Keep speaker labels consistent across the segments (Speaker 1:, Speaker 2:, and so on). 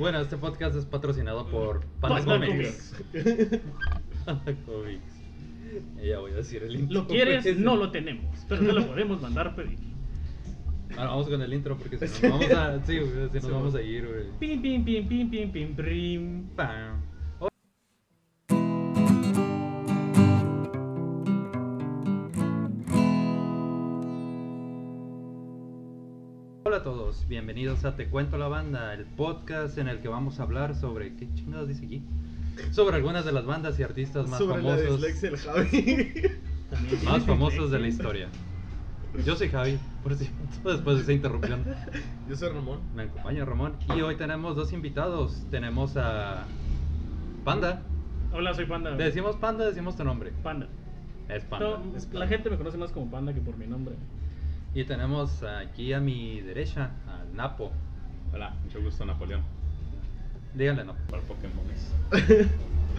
Speaker 1: Bueno, este podcast es patrocinado por Panda
Speaker 2: Batman
Speaker 1: Comics. Panda Comics. Eh, Ya voy a decir el intro.
Speaker 2: Lo quieres, no lo tenemos, pero te lo podemos mandar a pedir.
Speaker 1: Ahora vamos con el intro porque si nos vamos a, sí, güey, si nos
Speaker 2: Sí.
Speaker 1: vamos a ir, güey.
Speaker 2: Pim, pim, pim, pim, pim, pim, pim.
Speaker 1: Pam. Hola a todos, bienvenidos a Te Cuento la Banda, el podcast en el que vamos a hablar sobre. ¿Qué chingados dice aquí? Sobre algunas de las bandas y artistas más
Speaker 3: Sobre la
Speaker 1: famosos.
Speaker 3: dislexia del Javi.
Speaker 2: También
Speaker 1: Más
Speaker 2: tiene
Speaker 1: famosos de la
Speaker 2: dislexia.
Speaker 1: historia. Yo soy Javi, por cierto, después de esa interrupción.
Speaker 3: Yo soy Ramón.
Speaker 1: Me acompaña Ramón. Y hoy tenemos dos invitados. Tenemos a Panda.
Speaker 2: Hola, soy Panda.
Speaker 1: Le decimos Panda, decimos tu nombre.
Speaker 2: Panda.
Speaker 1: Es Panda.
Speaker 2: No,
Speaker 3: es
Speaker 2: La
Speaker 3: Panda.
Speaker 2: gente me conoce más como Panda que por mi nombre.
Speaker 1: Y tenemos aquí a mi derecha, al Napo.
Speaker 4: Hola, mucho gusto Napoleón,
Speaker 1: Díganle Napo.
Speaker 4: para Pokémon.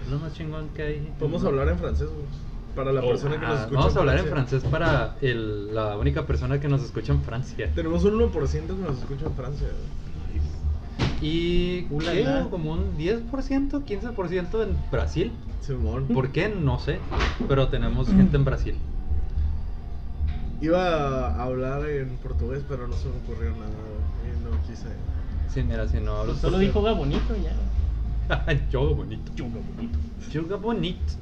Speaker 1: Lo más chingón que hay.
Speaker 3: Podemos hablar en francés, güey. Para la
Speaker 4: Oh,
Speaker 3: persona que
Speaker 1: Ah,
Speaker 3: nos escucha.
Speaker 1: vamos a hablar en francés para el- la única persona que nos escucha en Francia.
Speaker 3: Tenemos un 1% que nos escucha en Francia, güey.
Speaker 1: Y
Speaker 2: Ula,
Speaker 1: creo
Speaker 2: la.
Speaker 1: como un 10%, 15% en Brasil.
Speaker 3: Simón.
Speaker 1: ¿Por qué? No sé. Pero tenemos gente en Brasil.
Speaker 3: Iba a hablar en portugués, pero no se me ocurrió nada, güey. Y no quise.
Speaker 1: Sí, mira, si no hablas.
Speaker 2: Solo dijo Gabonito ya.
Speaker 1: Yo bonito.
Speaker 2: Yo Gabonito.
Speaker 1: Juga bonito.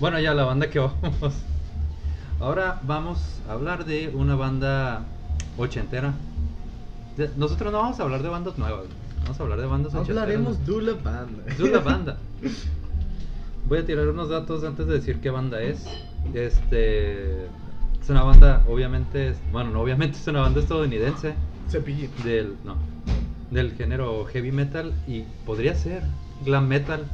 Speaker 1: Bueno, ya la banda que vamos. Ahora vamos a hablar de una banda ochentera. De- nosotros no vamos a hablar de bandas nuevas. Vamos a hablar de bandas ochenteras.
Speaker 3: Hablaremos de la banda.
Speaker 1: Es una banda. Voy a tirar unos datos antes de decir qué banda es. Este. Es una banda, obviamente. es- bueno, no, obviamente es una banda estadounidense.
Speaker 3: Cepillín.
Speaker 1: Del. No. Del género heavy metal y podría ser glam metal.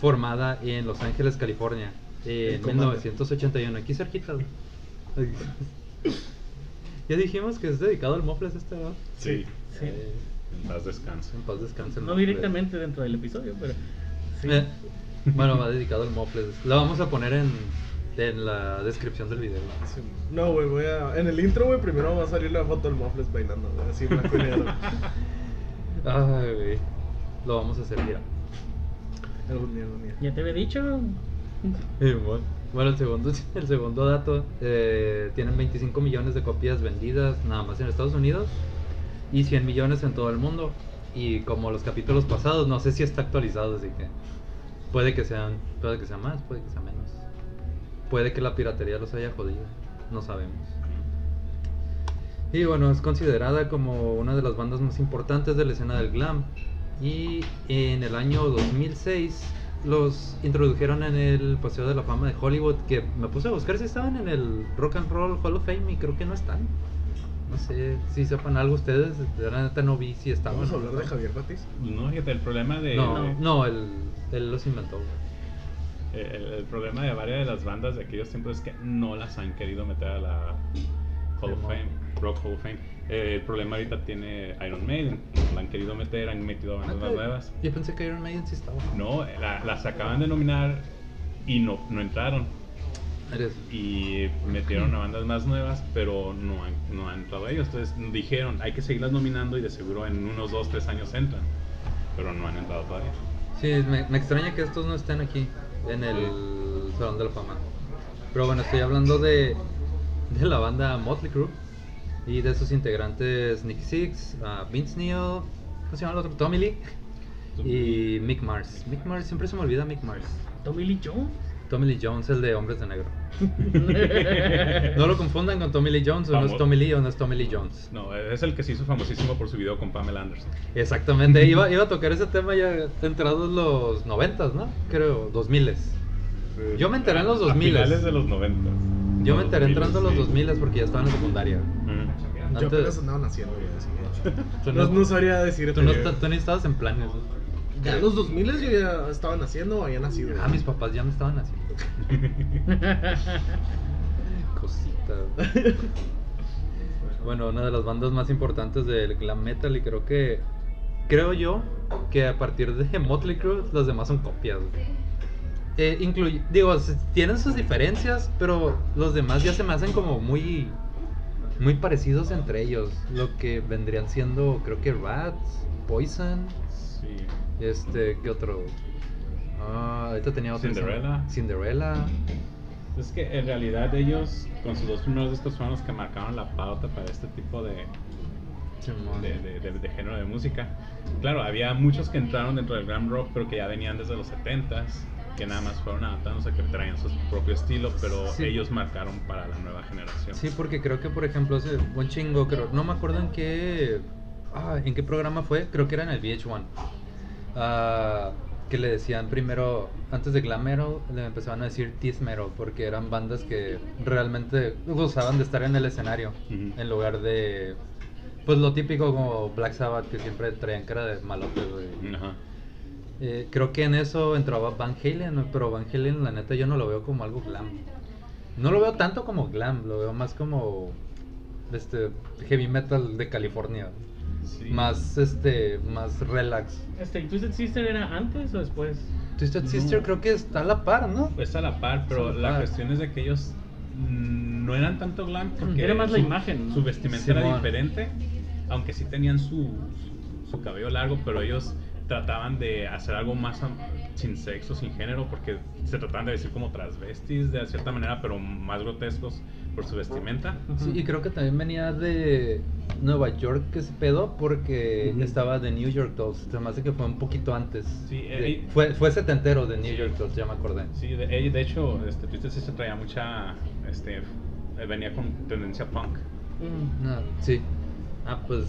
Speaker 1: formada en Los Ángeles, California.
Speaker 3: El
Speaker 1: En
Speaker 3: Commander.
Speaker 1: 1981. Aquí cerquita. güey. Ay. Ya dijimos que es dedicado al Mofles este, ¿verdad?
Speaker 4: Sí,
Speaker 2: Sí.
Speaker 1: Eh,
Speaker 4: en paz descanso.
Speaker 1: en paz descanse. el
Speaker 2: No
Speaker 1: Mofles.
Speaker 2: directamente dentro del episodio, pero. Sí.
Speaker 1: Eh, bueno, va dedicado al Mofles. Lo vamos a poner en, en la descripción del video. ¿no?
Speaker 3: Simón. No, güey, voy a. En el intro, güey, primero va a salir la foto del Mofles bailando, güey. Así, blanco y negro.
Speaker 1: Ay, güey. Lo vamos a hacer viral.
Speaker 3: Algún día, algún día.
Speaker 2: Ya te había dicho.
Speaker 1: Eh, bueno. Bueno, el segundo, el segundo dato, eh, tienen 25 millones de copias vendidas nada más en Estados Unidos y 100 millones en todo el mundo. Y como los capítulos pasados, no sé si está actualizado, así que puede que sean, puede que sea más, puede que sea menos. Puede que la piratería los haya jodido, no sabemos. Y bueno, es considerada como una de las bandas más importantes de la escena del glam. Y en el año 2006 los introdujeron en el Paseo de la Fama de Hollywood, que me puse a buscar si estaban en el Rock and Roll Hall of Fame y creo que no están. No sé si sepan algo ustedes, de la neta no vi si estaban.
Speaker 3: Vamos a
Speaker 1: o no
Speaker 3: hablar de
Speaker 1: estaban.
Speaker 3: Javier Batiz.
Speaker 4: No, fíjate, el problema de.
Speaker 1: No,
Speaker 4: de-
Speaker 1: no, él, él los inventó. güey.
Speaker 4: El, el problema de varias de las bandas de aquellos tiempos es que no las han querido meter a la Hall of Fame, Rock Hall of Fame. Eh, el problema ahorita tiene Iron Maiden, no la han querido meter, han metido a bandas más nuevas.
Speaker 1: Ah, Yo pensé que Iron Maiden sí estaba.
Speaker 4: No, la- las acaban de nominar y no, no entraron.
Speaker 1: Eres-
Speaker 4: y metieron a bandas más nuevas, pero no han, no han entrado ellos. Entonces dijeron, hay que seguirlas nominando y de seguro en unos 2, 3 años entran. Pero no han entrado todavía.
Speaker 1: Sí, me, me extraña que estos no estén aquí en el Salón de la Fama. Pero bueno, estoy hablando de, de la banda Motley Crue y de sus integrantes Nick Six, ah, Vince Neil, ¿cómo se llama el otro? Tommy Lee y Mick Mars. Mick Mars, siempre se me olvida Mick Mars.
Speaker 2: Tommy Lee Jones.
Speaker 1: Tommy Lee Jones, el de Hombres de Negro. No lo confundan con Tommy Lee Jones, uno es
Speaker 4: Vamos.
Speaker 1: Tommy Lee o no es Tommy Lee Jones.
Speaker 4: No, es el que se hizo famosísimo por su video con Pamela Anderson.
Speaker 1: Exactamente, iba, iba a tocar ese tema ya entrados los 90, ¿no? Creo, 2000s. Yo me enteré en los
Speaker 4: A
Speaker 1: 2000s.
Speaker 4: finales de los 90.
Speaker 1: Yo me enteré entrando a los 2000 porque ya estaba en la secundaria.
Speaker 3: Yo
Speaker 1: Antes-
Speaker 3: apenas andaba naciendo, güey. Así que-
Speaker 1: Tú
Speaker 3: no,
Speaker 1: no-
Speaker 3: no sabría decir.
Speaker 1: Tú no, esta- tú ni estabas en planes.
Speaker 3: Ya en los 2000 yo ya estaba naciendo o había nacido.
Speaker 1: Ah, mis papás ya me estaban haciendo. Cosita. Bueno, una de las bandas más importantes del glam metal y creo que. Creo yo que a partir de Motley Crue las demás son copias. güey. Eh, incluy- digo, s- tienen sus diferencias, pero los demás ya se me hacen como muy. Muy parecidos entre ellos. Lo que vendrían siendo, creo que Rats. Poison.
Speaker 4: Sí.
Speaker 1: Este, ¿qué otro? Ah, ahorita tenía otro.
Speaker 4: Cinderella.
Speaker 1: Cinderella.
Speaker 4: Es que en realidad ellos, con sus dos primeros discos, fueron los que marcaron la pauta para este tipo de,
Speaker 1: Simón.
Speaker 4: de, de- de- de género de música. Claro, había muchos que entraron dentro del glam rock, pero que ya venían desde los 70s, que nada más fueron adaptándose, que traían su propio estilo, pero
Speaker 1: Sí.
Speaker 4: ellos marcaron para la nueva generación.
Speaker 1: Sí, porque creo que, por ejemplo, hace un chingo, creo, no me acuerdo en qué, ah, en qué programa fue, creo que era en el VH1, ah, que le decían primero, antes de glam metal, le empezaban a decir teeth metal, porque eran bandas que realmente gozaban de estar en el escenario,
Speaker 4: Ujú.
Speaker 1: en lugar de, pues lo típico como Black Sabbath, que siempre traían cara de malotes, güey.
Speaker 4: Ajá.
Speaker 1: Eh, creo que en eso entraba Van Halen, pero Van Halen, la neta, yo no lo veo como algo glam. No lo veo tanto como glam, lo veo más como este heavy metal de California.
Speaker 4: Sí.
Speaker 1: Más este, más relax.
Speaker 2: Este, ¿y Twisted Sister era antes o después?
Speaker 1: Twisted
Speaker 4: No.
Speaker 1: Sister creo que está a la par, ¿no?
Speaker 4: Pues a la par, pero
Speaker 1: Es a la
Speaker 4: la
Speaker 1: par.
Speaker 4: cuestión es de que ellos mm, no eran tanto glam porque
Speaker 2: Era más la
Speaker 4: su-
Speaker 2: imagen, ¿no?
Speaker 4: Su vestimenta era
Speaker 1: Simón.
Speaker 4: diferente, aunque sí tenían su, su, su cabello largo, pero ellos trataban de hacer algo más am- sin sexo, sin género, porque se trataban de decir como transvestis de cierta manera, pero más grotescos por su vestimenta.
Speaker 1: Sí, y creo que también venía de Nueva York ese pedo porque
Speaker 4: Ujú.
Speaker 1: estaba de New York Dolls. Se me hace que fue un poquito antes.
Speaker 4: Sí,
Speaker 1: de-
Speaker 4: eh, y-
Speaker 1: fue, fue setentero de New
Speaker 4: Sí.
Speaker 1: York Dolls, ya me acordé.
Speaker 4: Sí, de, eh, de hecho, este, Twisted Sister traía mucha, este, eh, venía con tendencia punk.
Speaker 2: Mm.
Speaker 1: No, sí. Ah, pues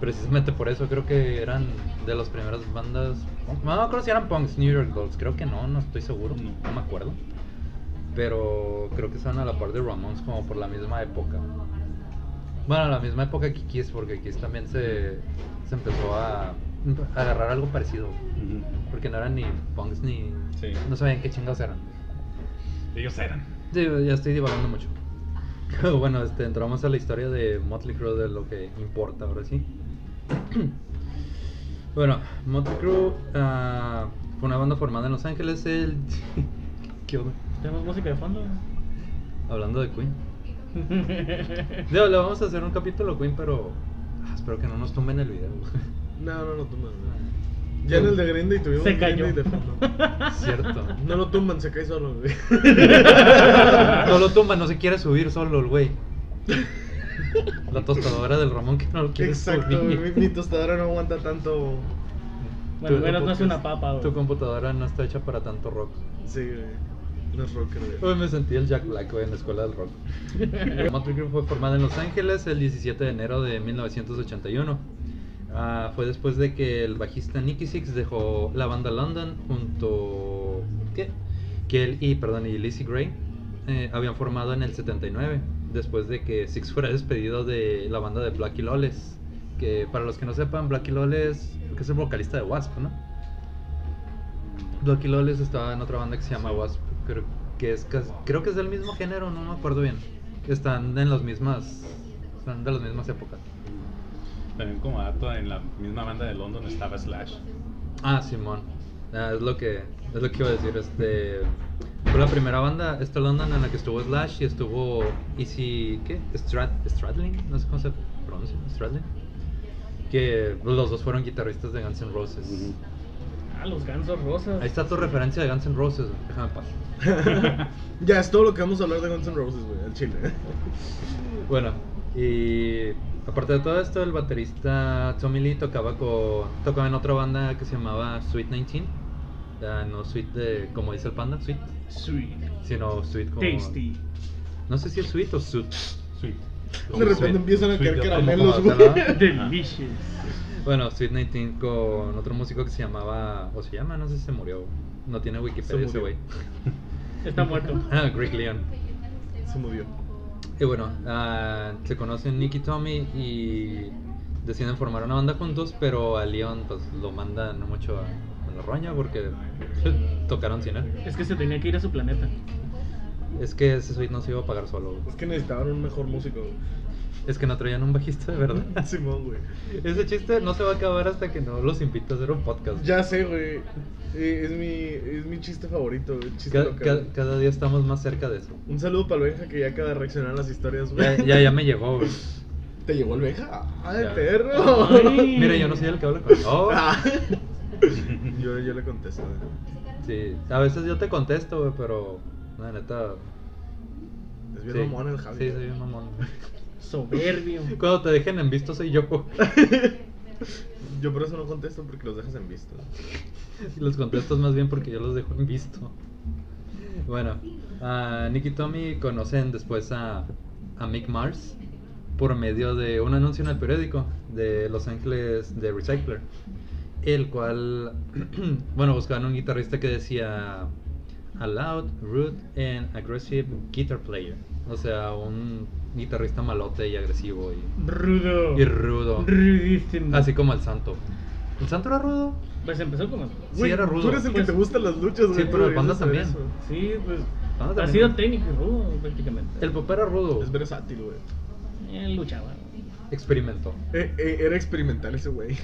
Speaker 1: precisamente por eso creo que eran de las primeras bandas. punk. No me acuerdo si eran punks New York Dolls. Creo que no, no estoy seguro. No,
Speaker 4: No.
Speaker 1: me acuerdo. Pero creo que estaban a la par de Ramones como por la misma época. Bueno, a la misma época que Kiss, porque Kiss también se, se empezó a, a agarrar algo parecido. Porque no eran ni punks ni.
Speaker 4: Sí.
Speaker 1: No sabían qué chingados eran.
Speaker 4: Ellos eran.
Speaker 1: Sí, ya estoy divagando mucho. Pero bueno, este, entramos a la historia de Motley Crue, de lo que importa ahora sí. Bueno, Motley Crue ah, fue una banda formada en Los Ángeles el... ¿Qué onda?
Speaker 2: ¿Tenemos música de fondo?
Speaker 1: Hablando de Queen. Digo, le vamos a hacer un capítulo Queen, pero ah, espero que no nos tumben el video.
Speaker 3: No, no lo tumban.
Speaker 1: Ah.
Speaker 3: güey. Ya en el de Grindy tuvimos
Speaker 2: Se
Speaker 3: un
Speaker 2: cayó.
Speaker 3: Grindy de fondo.
Speaker 1: Cierto.
Speaker 3: No lo tumban, se cae solo, güey.
Speaker 1: No lo tumban, no se quiere subir solo el güey. La tostadora del Ramón que no lo quiere
Speaker 3: Exacto,
Speaker 1: subir.
Speaker 3: güey, mi, mi tostadora no aguanta tanto.
Speaker 2: bueno,
Speaker 1: Tu-
Speaker 2: menos no es
Speaker 1: tu-
Speaker 2: una papa, güey.
Speaker 1: Tu computadora no está hecha para tanto rock.
Speaker 3: Sí, güey. No es rocker, güey.
Speaker 1: Hoy me sentí el Jack Black güey, en la escuela del rock. Motley Crue fue formada en Los Ángeles el 17 de enero de 1981. Ah, fue después de que el bajista Nicky Six dejó la banda London junto ¿qué? que él y perdón y Lizzie Gray eh, habían formado en el 79 después de que Six fuera despedido de la banda de Blackie Lawless que para los que no sepan Blackie Lawless creo que es el vocalista de Wasp no Blackie Lawless estaba en otra banda que se llama Wasp creo que es cas- creo que es del mismo género no me acuerdo bien están en las mismas están de las mismas épocas
Speaker 4: También como dato, en la misma banda de London estaba Slash.
Speaker 1: Ah, Simón. Ah, es lo que es lo que iba a decir. Este fue la primera banda esta London en la que estuvo Slash y estuvo Easy ¿qué? Strat, Stradling, no sé cómo se pronuncia, Stradling. Que los dos fueron guitarristas de Guns N' Roses.
Speaker 2: Ah, los gansos rosas.
Speaker 1: Ahí está tu referencia de Guns N' Roses. güey. Déjame en paz.
Speaker 3: Ya es todo lo que vamos a hablar de Guns N' Roses, güey, al chile.
Speaker 1: Bueno, y aparte de todo esto, el baterista Tommy Lee tocaba con tocaba en otra banda que se llamaba Sweet 19. Ah, no Sweet de como dice el panda, Sweet,
Speaker 2: Sweet.
Speaker 1: sino Sweet como
Speaker 2: Tasty.
Speaker 1: No sé si es sweet o suit.
Speaker 4: Sweet.
Speaker 3: De repente empiezan a caer
Speaker 4: Sweet,
Speaker 3: caramelos,
Speaker 1: como-
Speaker 3: güey.
Speaker 1: ¿verdad?
Speaker 2: Delicious.
Speaker 1: Bueno, Sweet 19 con otro músico que se llamaba. O se llama, no sé si se murió. No tiene Wikipedia
Speaker 3: Se
Speaker 1: ese güey.
Speaker 3: murió.
Speaker 2: Está muerto.
Speaker 1: Ah, Greg Leon.
Speaker 3: Se movió.
Speaker 1: Y bueno, ah, se conocen Nick y Tommy y deciden formar una banda juntos, pero a Leon pues lo mandan mucho a, a la roña porque tocaron sin él.
Speaker 2: Es que se tenía que ir a su planeta.
Speaker 1: Es que ese Sweet no se iba a pagar solo. güey.
Speaker 3: Es que necesitaban un mejor músico, güey.
Speaker 1: Es que no traían un bajista de verdad.
Speaker 3: Simón, güey.
Speaker 1: Ese chiste no se va a acabar hasta que no los invito a hacer un podcast.
Speaker 3: Ya sé, güey. Eh, Es mi, es mi chiste favorito, güey. Chiste
Speaker 1: Ca- ca-
Speaker 3: local.
Speaker 1: Cada, día estamos más cerca de eso.
Speaker 3: Un saludo para el Benja que ya acaba de reaccionar a las historias, güey.
Speaker 1: Ya, ya, ya me llegó, güey.
Speaker 3: ¿Te llegó el veja? ¡Ay,
Speaker 4: Ya.
Speaker 3: perro!
Speaker 2: Ay.
Speaker 1: Mira, yo no soy el que habla con. Oh.
Speaker 3: Ah. yo, yo le contesto. güey.
Speaker 1: Sí, a veces yo te contesto, güey, pero. La neta.
Speaker 3: Es bien
Speaker 1: sí.
Speaker 3: mamón el Javi. eh.
Speaker 1: Sí, soy bien mamón.
Speaker 2: Soberbio.
Speaker 1: Cuando te dejen en visto, soy yo. güey.
Speaker 3: Yo por eso no contesto porque los dejas en visto.
Speaker 1: Los contestas más bien porque yo los dejo en visto. Bueno, a Nick y Tommy conocen después a, a Mick Mars por medio de un anuncio en el periódico de Los Ángeles de Recycler, el cual, bueno, buscaban un guitarrista que decía a loud, rude and aggressive guitar player, o sea, un guitarrista malote y agresivo y,
Speaker 2: Rudo.
Speaker 1: y rudo,
Speaker 2: Rudísimo.
Speaker 1: así como el Santo. ¿El Santo era rudo?
Speaker 2: Pues empezó como. así.
Speaker 1: Sí,
Speaker 3: Güey,
Speaker 1: era rudo.
Speaker 3: Tú eres el que
Speaker 2: Pues-
Speaker 3: te gustan las luchas, güey.
Speaker 1: Sí, pero
Speaker 3: tú
Speaker 1: el panda
Speaker 3: deberías saber
Speaker 1: también.
Speaker 3: eso.
Speaker 2: Sí, pues.
Speaker 1: Ah,
Speaker 2: ha
Speaker 1: también.
Speaker 2: sido técnico y rudo, prácticamente.
Speaker 1: El papá era rudo.
Speaker 3: Es versátil, güey.
Speaker 2: Él luchaba.
Speaker 1: Experimentó.
Speaker 3: Eh, eh, era experimental ese güey.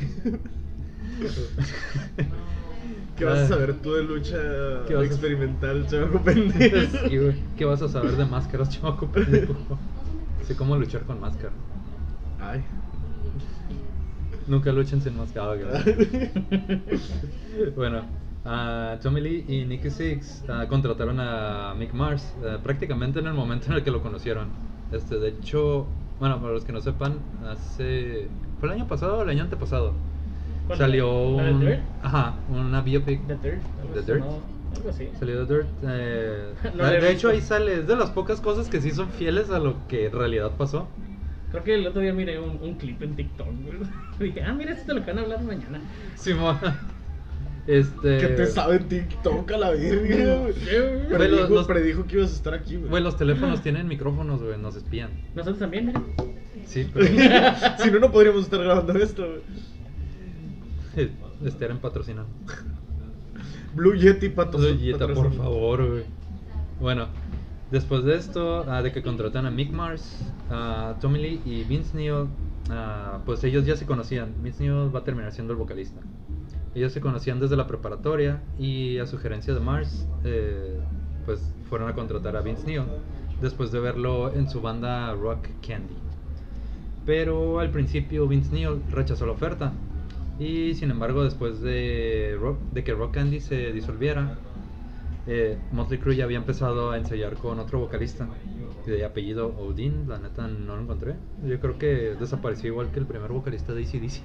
Speaker 3: ¿Qué vas a
Speaker 1: Ah.
Speaker 3: saber tú de lucha
Speaker 1: ¿Qué vas a-
Speaker 3: experimental, chavo pendejo?
Speaker 1: Sí, güey. ¿Qué vas a saber de máscaras, chavaco? pendejo? Sé cómo luchar con máscara.
Speaker 3: Ay.
Speaker 1: Nunca luchen sin máscara. Ah, ok. bueno, ah, Tommy Lee y Nicky Six ah, contrataron a Mick Mars ah, prácticamente en el momento en el que lo conocieron. Este, de hecho, bueno, para los que no sepan, hace. ¿Fue el año pasado o el año antepasado?
Speaker 2: ¿Cuál?
Speaker 1: Salió
Speaker 2: ¿La de
Speaker 1: un-
Speaker 2: Dirt?
Speaker 1: Ajá, una biopic.
Speaker 2: The Dirt. algo
Speaker 1: The
Speaker 2: así,
Speaker 1: Dirt.
Speaker 2: ¿no? Algo así.
Speaker 1: Salió The Dirt. eh,
Speaker 2: No
Speaker 1: de
Speaker 2: la he
Speaker 1: de hecho,
Speaker 2: visto.
Speaker 1: ahí sale. Es de las pocas cosas que sí son fieles a lo que en realidad pasó.
Speaker 2: Creo que el otro día miré un, un clip en TikTok. güey. Dije, ah, mira, esto te lo que van a hablar mañana.
Speaker 1: Simón. Este.
Speaker 3: ¿Qué te sabe TikTok a la verga? güey?
Speaker 2: Sí.
Speaker 1: Güey,
Speaker 3: Predijo,
Speaker 1: los- los-
Speaker 3: predijo que ibas a estar aquí, güey.
Speaker 1: Güey, los teléfonos tienen micrófonos, güey, nos espían.
Speaker 2: Nosotros también, mira.
Speaker 1: Sí, pero.
Speaker 3: si no, no podríamos estar grabando esto, güey.
Speaker 1: este eran patrocinando.
Speaker 3: Blue Yeti, pato.
Speaker 1: Entonces, Yeta, por
Speaker 3: patrocina.
Speaker 1: favor, güey. Bueno, después de esto, ah, de que contratan a Mick Mars, a Tommy Lee y Vince Neil, ah, pues ellos ya se conocían. Vince Neil va a terminar siendo el vocalista. Ellos se conocían desde la preparatoria y a sugerencia de Mars, eh, pues fueron a contratar a Vince Neil después de verlo en su banda Rock Candy. Pero al principio Vince Neil rechazó la oferta. Y sin embargo, después de, Rock- de que Rock Candy se disolviera, eh, Motley Crue ya había empezado a ensayar con otro vocalista de apellido Odin. La neta no lo encontré. Yo creo que desapareció igual que el primer vocalista de ACDC.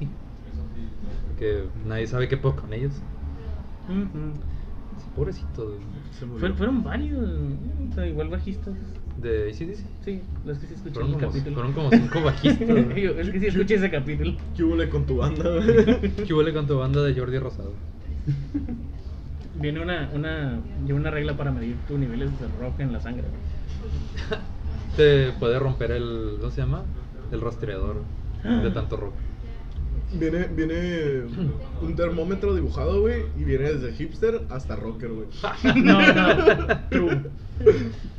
Speaker 1: Que nadie sabe qué puedo con ellos. Mm, Pobrecitos
Speaker 3: Se murió.
Speaker 2: Fue- fueron varios. o sea, igual bajistas.
Speaker 1: de ACDC.
Speaker 2: Sí, los que sí escuché
Speaker 1: Fueron
Speaker 2: el
Speaker 1: como,
Speaker 2: capítulo.
Speaker 1: fueron como cinco bajistas. güey.
Speaker 2: Digo, es que sí escuché ese capítulo.
Speaker 3: ¿Qué huele con tu banda, güey?
Speaker 1: ¿Qué huele con tu banda de Jordi Rosado?
Speaker 2: Viene una, una, lleva una regla para medir tus niveles de rock en la sangre. güey.
Speaker 1: Te puede romper el. ¿Cómo se llama? El rastreador de tanto rock.
Speaker 3: Viene, viene un termómetro dibujado, güey, y viene desde hipster hasta rocker, güey.
Speaker 2: No, no, true.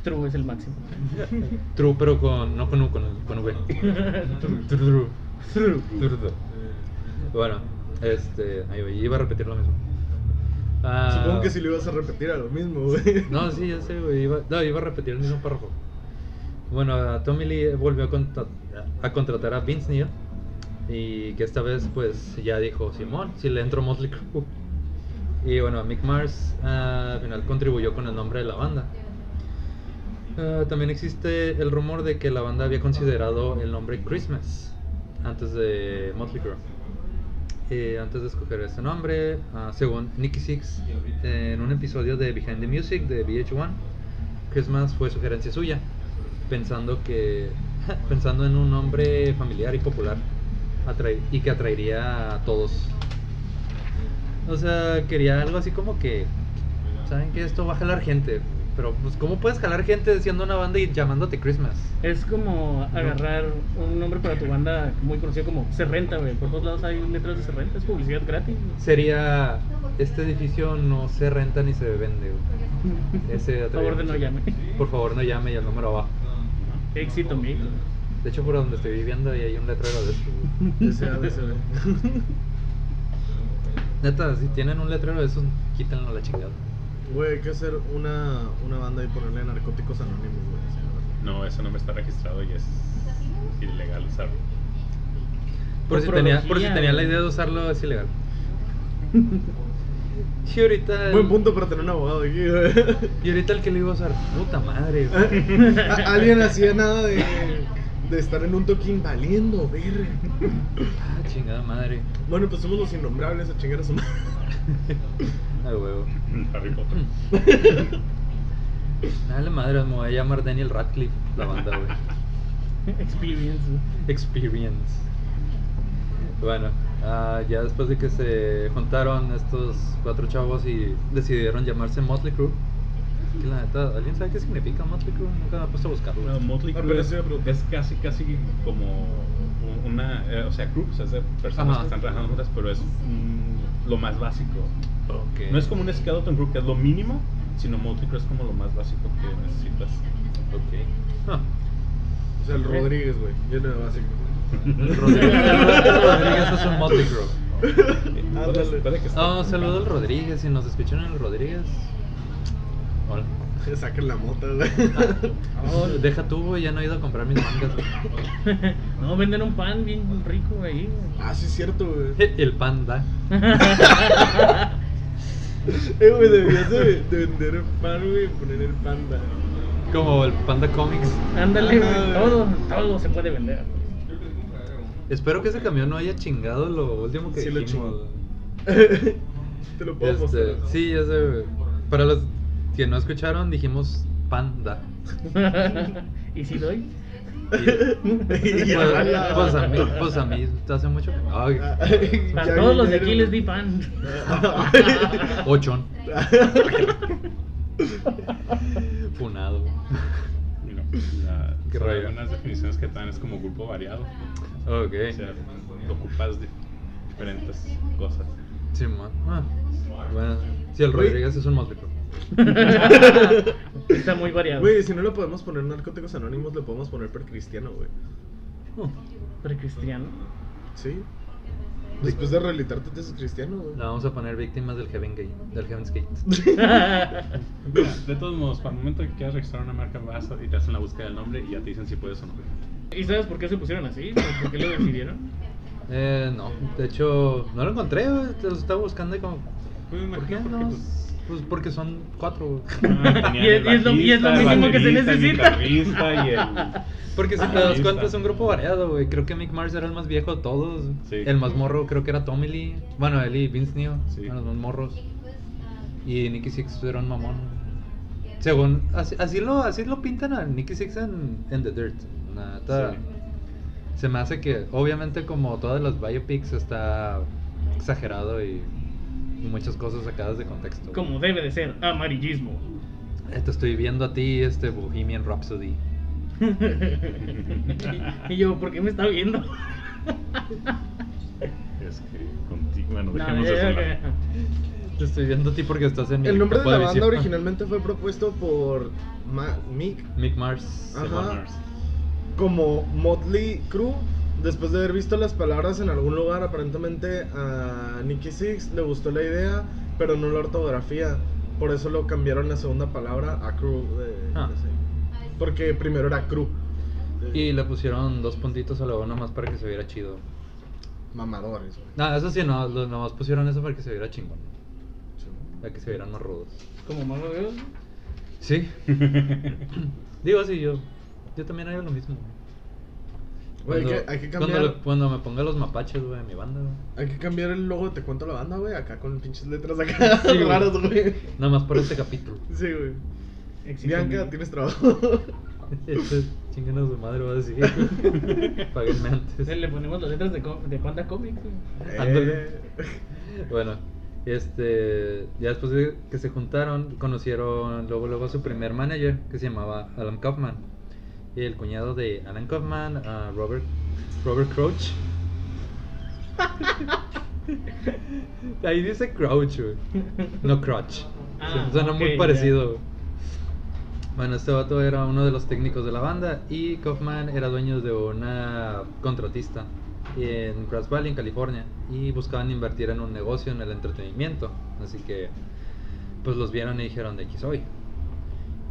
Speaker 2: True es el máximo.
Speaker 1: True, pero con. No con U, con, con V. True, true,
Speaker 2: True.
Speaker 1: true, true.
Speaker 3: Eh.
Speaker 1: Bueno, este. Ahí voy, iba a repetir lo mismo. Ah,
Speaker 3: Supongo que si lo ibas a repetir a lo mismo, güey.
Speaker 1: No, sí, ya sé, güey, Iba, no, iba a repetir el mismo párrafo. Bueno, a Tommy Lee volvió a, contra- a contratar a Vince Neil. Y que esta vez, pues, ya dijo Simón, si le entro Motley Crue. Y bueno, Mick Mars ah, al final contribuyó con el nombre de la banda. Ah, también existe el rumor de que la banda había considerado el nombre Christmas antes de Motley Crue. Eh, antes de escoger este nombre, ah, según Nicky Six, en un episodio de Behind the Music de VH1, Christmas fue sugerencia suya, pensando que pensando en un nombre familiar y popular atrae- y que atraería a todos. O sea, quería algo así como que, saben que esto va a jalar gente, pero pues cómo puedes jalar gente siendo una banda y llamándote Christmas.
Speaker 2: Es como agarrar un nombre para tu banda muy conocido como Se Renta, güey. Por todos lados hay letras de Se Renta, es publicidad gratis. güey.
Speaker 1: Sería este edificio no se renta ni se vende. güey. Ese
Speaker 2: Por favor, de no llame.
Speaker 1: Por favor, no llame y el número abajo.
Speaker 2: Éxito, mi.
Speaker 1: De hecho, por donde estoy viviendo ahí hay un letrero de eso. güey.
Speaker 3: Desea, desea.
Speaker 1: Neta, si tienen un letrero de esos, quítenlo a la chingada.
Speaker 3: Güey, hay que hacer una, una banda y ponerle Narcóticos Anónimos, güey. así, la verdad.
Speaker 4: No, ese nombre está registrado y es ilegal usarlo.
Speaker 1: Por,
Speaker 2: Por
Speaker 1: si tenía, por si
Speaker 2: prología,
Speaker 1: tenía la
Speaker 2: güey.
Speaker 1: idea de usarlo, es ilegal. Y ahorita. el-
Speaker 3: Buen punto para tener un abogado aquí, güey.
Speaker 1: Y ahorita el que le iba a usar. Puta madre, güey.
Speaker 3: A- Alguien hacía nada de, de estar en un toquín valiendo, verga.
Speaker 1: Ah, chingada madre.
Speaker 3: Bueno, pues somos los innombrables a chingar a su madre.
Speaker 1: A huevo.
Speaker 4: Harry Potter.
Speaker 1: Dale madre, me voy a llamar Daniel Radcliffe, la banda, güey.
Speaker 2: Experience. güey.
Speaker 1: Experience. Bueno, ah, ya después de que se juntaron estos cuatro chavos y decidieron llamarse Motley Crue. Que la neta, ¿alguien sabe qué significa Motley Crue? Nunca me he puesto a buscarlo.
Speaker 4: No, Motley
Speaker 3: Ah,
Speaker 4: Crue
Speaker 3: pero
Speaker 4: es,
Speaker 3: sí me pregunté.
Speaker 4: es casi, casi como una, eh, o sea, groups, es de personas
Speaker 1: Ajá.
Speaker 4: que están trabajando juntas, pero es mm, lo más básico.
Speaker 1: Ok.
Speaker 4: No es como un skeleton group, que es lo mínimo, sino Motley Crue es como lo más básico que necesitas.
Speaker 1: Ok. Ah.
Speaker 3: O sea, el Rodríguez, güey. Lleno de básico.
Speaker 1: Rodríguez, Rodríguez es un Motley Crue.
Speaker 3: Ándale.
Speaker 4: Puede- puede que esté-
Speaker 1: Oh, saludo al Rodríguez. Si nos escuchan en el Rodríguez. Hola.
Speaker 3: Que Saquen la mota, güey.
Speaker 1: Oh, deja tú, güey, ya no he ido a comprar mis mangas. güey.
Speaker 2: No, venden un pan bien rico ahí. güey.
Speaker 3: Ah, sí, es cierto, güey.
Speaker 1: El panda.
Speaker 3: Eh, güey, debías de, de vender el pan, güey, y poner el panda.
Speaker 1: Como el panda comics.
Speaker 2: Ándale, güey,
Speaker 3: Ah.
Speaker 2: todo, todo se puede vender. güey.
Speaker 1: Espero que ese camión no haya chingado lo último que
Speaker 3: Sí lo
Speaker 1: dijimos.
Speaker 3: chingó. Te lo puedo
Speaker 1: Este,
Speaker 3: mostrar.
Speaker 1: sí, ya sé. güey. Para los que no escucharon, dijimos panda.
Speaker 2: ¿Y si doy?
Speaker 1: Y-
Speaker 3: Y
Speaker 1: pues,
Speaker 3: a la-
Speaker 1: pues a mí, pues a mí hace mucho. Ay,
Speaker 3: Ay,
Speaker 2: Para
Speaker 3: Ah, ya
Speaker 2: todos los de
Speaker 3: vinieron.
Speaker 2: aquí les di pan.
Speaker 1: ochón. Funado.
Speaker 4: Mira, la-
Speaker 1: Qué
Speaker 4: hay
Speaker 1: rollo.
Speaker 4: unas definiciones que también es como grupo variado.
Speaker 1: Ok.
Speaker 4: O sea, ocupas de diferentes cosas.
Speaker 1: Sí, man. Ah, Bueno, sí, el
Speaker 3: Güey.
Speaker 1: Rodríguez es un maldito.
Speaker 2: Está muy variado.
Speaker 3: Güey, si no le podemos poner narcóticos anónimos, le podemos poner per cristiano, güey.
Speaker 1: Oh,
Speaker 2: Pero cristiano.
Speaker 3: Sí. Después de rehabilitarte, te haces cristiano, güey.
Speaker 1: Le vamos a poner víctimas del, Heaven Gate, del Heaven's Gate.
Speaker 4: Mira,
Speaker 3: Pues,
Speaker 4: de todos modos, para el momento que quieras registrar una marca, vas y te hacen la búsqueda del nombre y ya te dicen si puedes o no.
Speaker 2: ¿Y sabes por qué se pusieron así? ¿Por qué lo decidieron?
Speaker 1: Eh, no, de hecho, no lo encontré. güey, Te lo estaba buscando y como.
Speaker 4: Pues me
Speaker 1: ¿Por qué
Speaker 4: imagino
Speaker 1: no?
Speaker 4: porque, pues,
Speaker 1: Pues porque son cuatro. güey.
Speaker 4: Ah,
Speaker 2: Y es- y es lo- y es lo
Speaker 4: el
Speaker 2: mínimo que se
Speaker 4: baterista, el
Speaker 2: necesita.
Speaker 4: guitarrista y el-
Speaker 1: Porque si te
Speaker 4: Ah,
Speaker 1: das
Speaker 4: lista.
Speaker 1: cuenta es un grupo variado, güey. Creo que Mick Mars era el más viejo de todos.
Speaker 4: Sí.
Speaker 1: El más morro creo que era Tommy Lee. Bueno, él y Vince Neil
Speaker 4: Sí.
Speaker 1: eran los más morros. Y Nicky Six era un mamón. Según, así, así lo, así lo pintan a Nicky Six en, en The Dirt. Nada,
Speaker 4: Sí.
Speaker 1: Se me hace que, obviamente como todas las biopics, está exagerado y muchas cosas sacadas de contexto.
Speaker 2: Como debe de ser, amarillismo.
Speaker 1: Eh, Te estoy viendo a ti, este Bohemian Rhapsody.
Speaker 2: y yo, ¿por qué me está viendo?
Speaker 4: Es que contigo, bueno,
Speaker 2: No,
Speaker 4: dejemos
Speaker 2: ya,
Speaker 4: eso. a
Speaker 2: ya,
Speaker 4: un lado.
Speaker 2: ya.
Speaker 1: Te estoy viendo a ti porque estás en mi
Speaker 3: El nombre de
Speaker 1: campo
Speaker 3: la banda
Speaker 1: visión.
Speaker 3: originalmente fue propuesto por Ma- Mick
Speaker 1: Mick Mars.
Speaker 3: Ajá.
Speaker 4: Sean Mars.
Speaker 3: como Motley Crue. Después de haber visto las palabras en algún lugar, aparentemente a Nicky Six le gustó la idea, pero no la ortografía. Por eso lo cambiaron la segunda palabra a Crew. de-
Speaker 1: Ah.
Speaker 3: no sé. Porque primero era Crew.
Speaker 1: Y le pusieron dos puntitos a la O nomás para que se viera chido.
Speaker 3: Mamadores, güey.
Speaker 1: No, eso sí, no, lo- nomás pusieron eso para que se viera chingón.
Speaker 3: Sí.
Speaker 1: Para que se vieran más rudos.
Speaker 2: Como mago de Dios.
Speaker 1: Sí. Digo, sí, yo. Yo también hago lo mismo.
Speaker 3: Güey, hay que- hay que cambiar.
Speaker 1: Cuando, cuando me ponga los mapaches, güey, en mi banda, güey.
Speaker 3: Hay que cambiar el logo de Te Cuento la Banda, güey. Acá con pinches letras acá
Speaker 1: Sí, güey.
Speaker 3: raras, güey.
Speaker 1: Nada más por este capítulo.
Speaker 3: Sí, güey.
Speaker 2: Existe
Speaker 3: Bianca,
Speaker 2: un-
Speaker 3: tienes trabajo.
Speaker 1: Este chinguen a su madre, va a decir. Páguenme antes.
Speaker 2: Le ponemos las letras de, co- de Panda Comics. güey.
Speaker 1: Ándale.
Speaker 3: Eh,
Speaker 1: Bueno, este, ya después de que se juntaron, conocieron luego, luego a su primer manager, que se llamaba Alan Kaufman. Y el cuñado de Alan Kaufman, ah, Robert, Robert Crouch. Ahí dice Crouch, güey. No Crouch.
Speaker 2: Ah,
Speaker 1: Suena
Speaker 2: ok,
Speaker 1: muy
Speaker 2: ya.
Speaker 1: parecido. güey. Bueno, este vato era uno de los técnicos de la banda y Kaufman era dueño de una contratista en Grass Valley, en California, y buscaban invertir en un negocio en el entretenimiento. Así que, pues los vieron y dijeron, de aquí soy.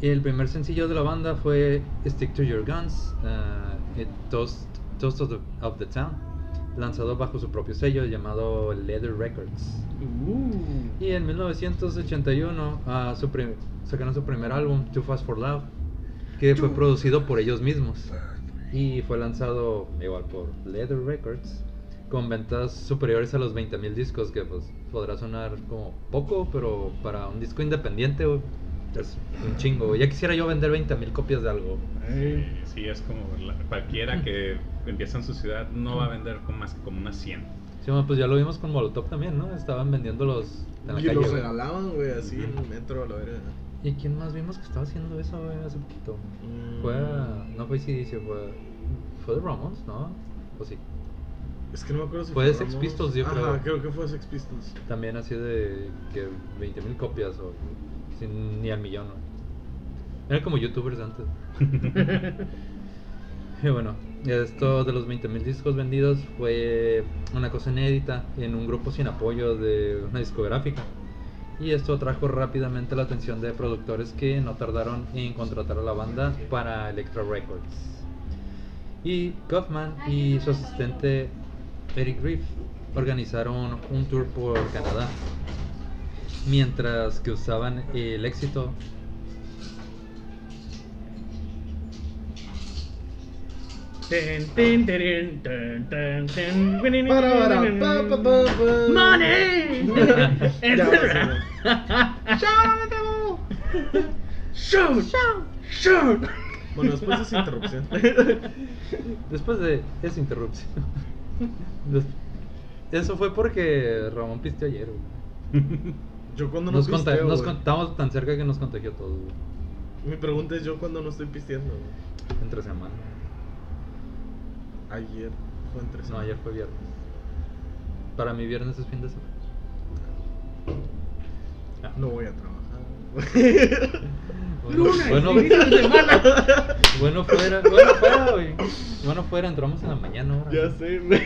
Speaker 1: El primer sencillo de la banda eh, fue Stick to Your Guns, uh, it Toast, Toast of, the, of the Town, lanzado bajo su propio sello llamado Leather Records.
Speaker 2: Uh,
Speaker 1: Y en 1981 ah, su prim- sacaron su primer álbum, Too Fast for Love, que fue producido por ellos mismos y fue lanzado igual por Leather Records con ventas superiores a los 20.000 discos, que pues podrá sonar como poco, pero para un disco independiente güey, es un chingo. güey. Ya quisiera yo vender 20.000 copias de algo.
Speaker 4: Sí, sí, es como la- cualquiera que empieza en su ciudad no va a vender con más que como unas 100.
Speaker 1: Sí, bueno, pues ya lo vimos con Molotov también, ¿no? Estaban vendiéndolos en la
Speaker 3: Y
Speaker 1: calle.
Speaker 3: los
Speaker 1: güey.
Speaker 3: regalaban, güey, así en el
Speaker 4: Ujú.
Speaker 3: metro, a la verga.
Speaker 1: ¿Y quién más vimos que estaba haciendo eso güey, hace poquito?
Speaker 3: Mm,
Speaker 1: Fue a- No fue CDC, fue. ¿Fue de Ramones? ¿No? ¿O sí?
Speaker 3: Es que no me acuerdo si
Speaker 1: Fue de Sex
Speaker 3: Ramones.
Speaker 1: Pistols, yo
Speaker 3: Ajá,
Speaker 1: creo.
Speaker 3: creo que fue Sex Pistols.
Speaker 1: También así de que 20.000 copias o sin- ni al millón. ¿no? Eran como youtubers antes. y bueno, esto de los 20.000 discos vendidos fue una cosa inédita en un grupo sin apoyo de una discográfica. Y esto atrajo rápidamente la atención de productores que no tardaron en contratar a la banda para Electra Records. Y Kaufman y su asistente Eric Griff organizaron un tour por Canadá. Mientras que usaban el éxito.
Speaker 2: Ten, ten, ten, ten, ten, ten, ten,
Speaker 3: Para, para, pa, pa, pa, pa.
Speaker 2: ¡Money!
Speaker 3: Ya, ahora sí,
Speaker 2: ¡Shoot! ¡Shoot!
Speaker 3: güey. Bueno, después de esa interrupción.
Speaker 1: Después de esa interrupción. des- Eso fue porque Ramón pisteó ayer, güey.
Speaker 3: Yo cuando no
Speaker 1: Nos, conta-
Speaker 3: pisteo,
Speaker 1: nos
Speaker 3: güey.
Speaker 1: contamos tan cerca que nos contagió todo, güey,
Speaker 3: Mi pregunta es yo cuando no estoy pisteando, güey.
Speaker 1: Entre semana.
Speaker 3: Ayer fue entre
Speaker 1: No,
Speaker 3: semana.
Speaker 1: ayer fue viernes. Para mí viernes es fin de semana.
Speaker 3: No voy a trabajar.
Speaker 1: Bueno,
Speaker 2: ¡Lunes!
Speaker 1: bueno,
Speaker 2: inicio de semana.
Speaker 1: Bueno fuera, bueno fuera, güey. Bueno fuera, entramos en la mañana ahora.
Speaker 3: Ya
Speaker 1: güey.
Speaker 3: sé, güey.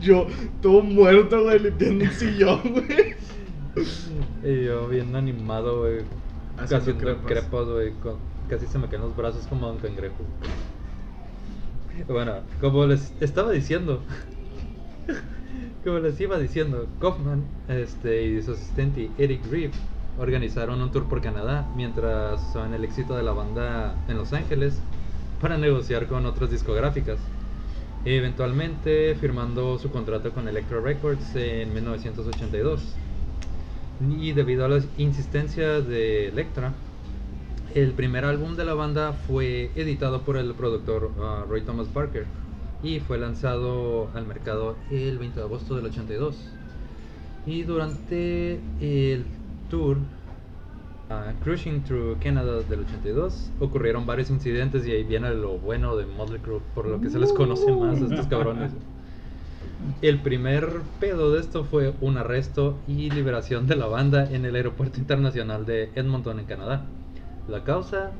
Speaker 3: Yo, todo muerto, güey, limpiando un sillón, güey.
Speaker 1: Y yo bien animado, güey. Casi
Speaker 3: Haciendo
Speaker 1: haciendo
Speaker 3: crepas.
Speaker 1: crepas, güey. con- Casi se me caen los brazos como a un cangrejo. Bueno, como les estaba diciendo. Como les iba diciendo, Kaufman este, y su asistente Eric Reeve organizaron un tour por Canadá mientras usaban el éxito de la banda en Los Ángeles para negociar con otras discográficas. Eventualmente firmando su contrato con Electra Records en 1982. Y debido a la insistencia de Electra, el primer álbum de la banda fue editado por el productor ah, Roy Thomas Parker y fue lanzado al mercado el 20 de agosto del 82. Y durante el tour ah, Cruising Through Canada del 82 ocurrieron varios incidentes y ahí viene lo bueno de Motley Crue por lo que se les conoce más a estos cabrones. El primer pedo de esto fue un arresto y liberación de la banda en el aeropuerto internacional de Edmonton, en Canadá. La causa,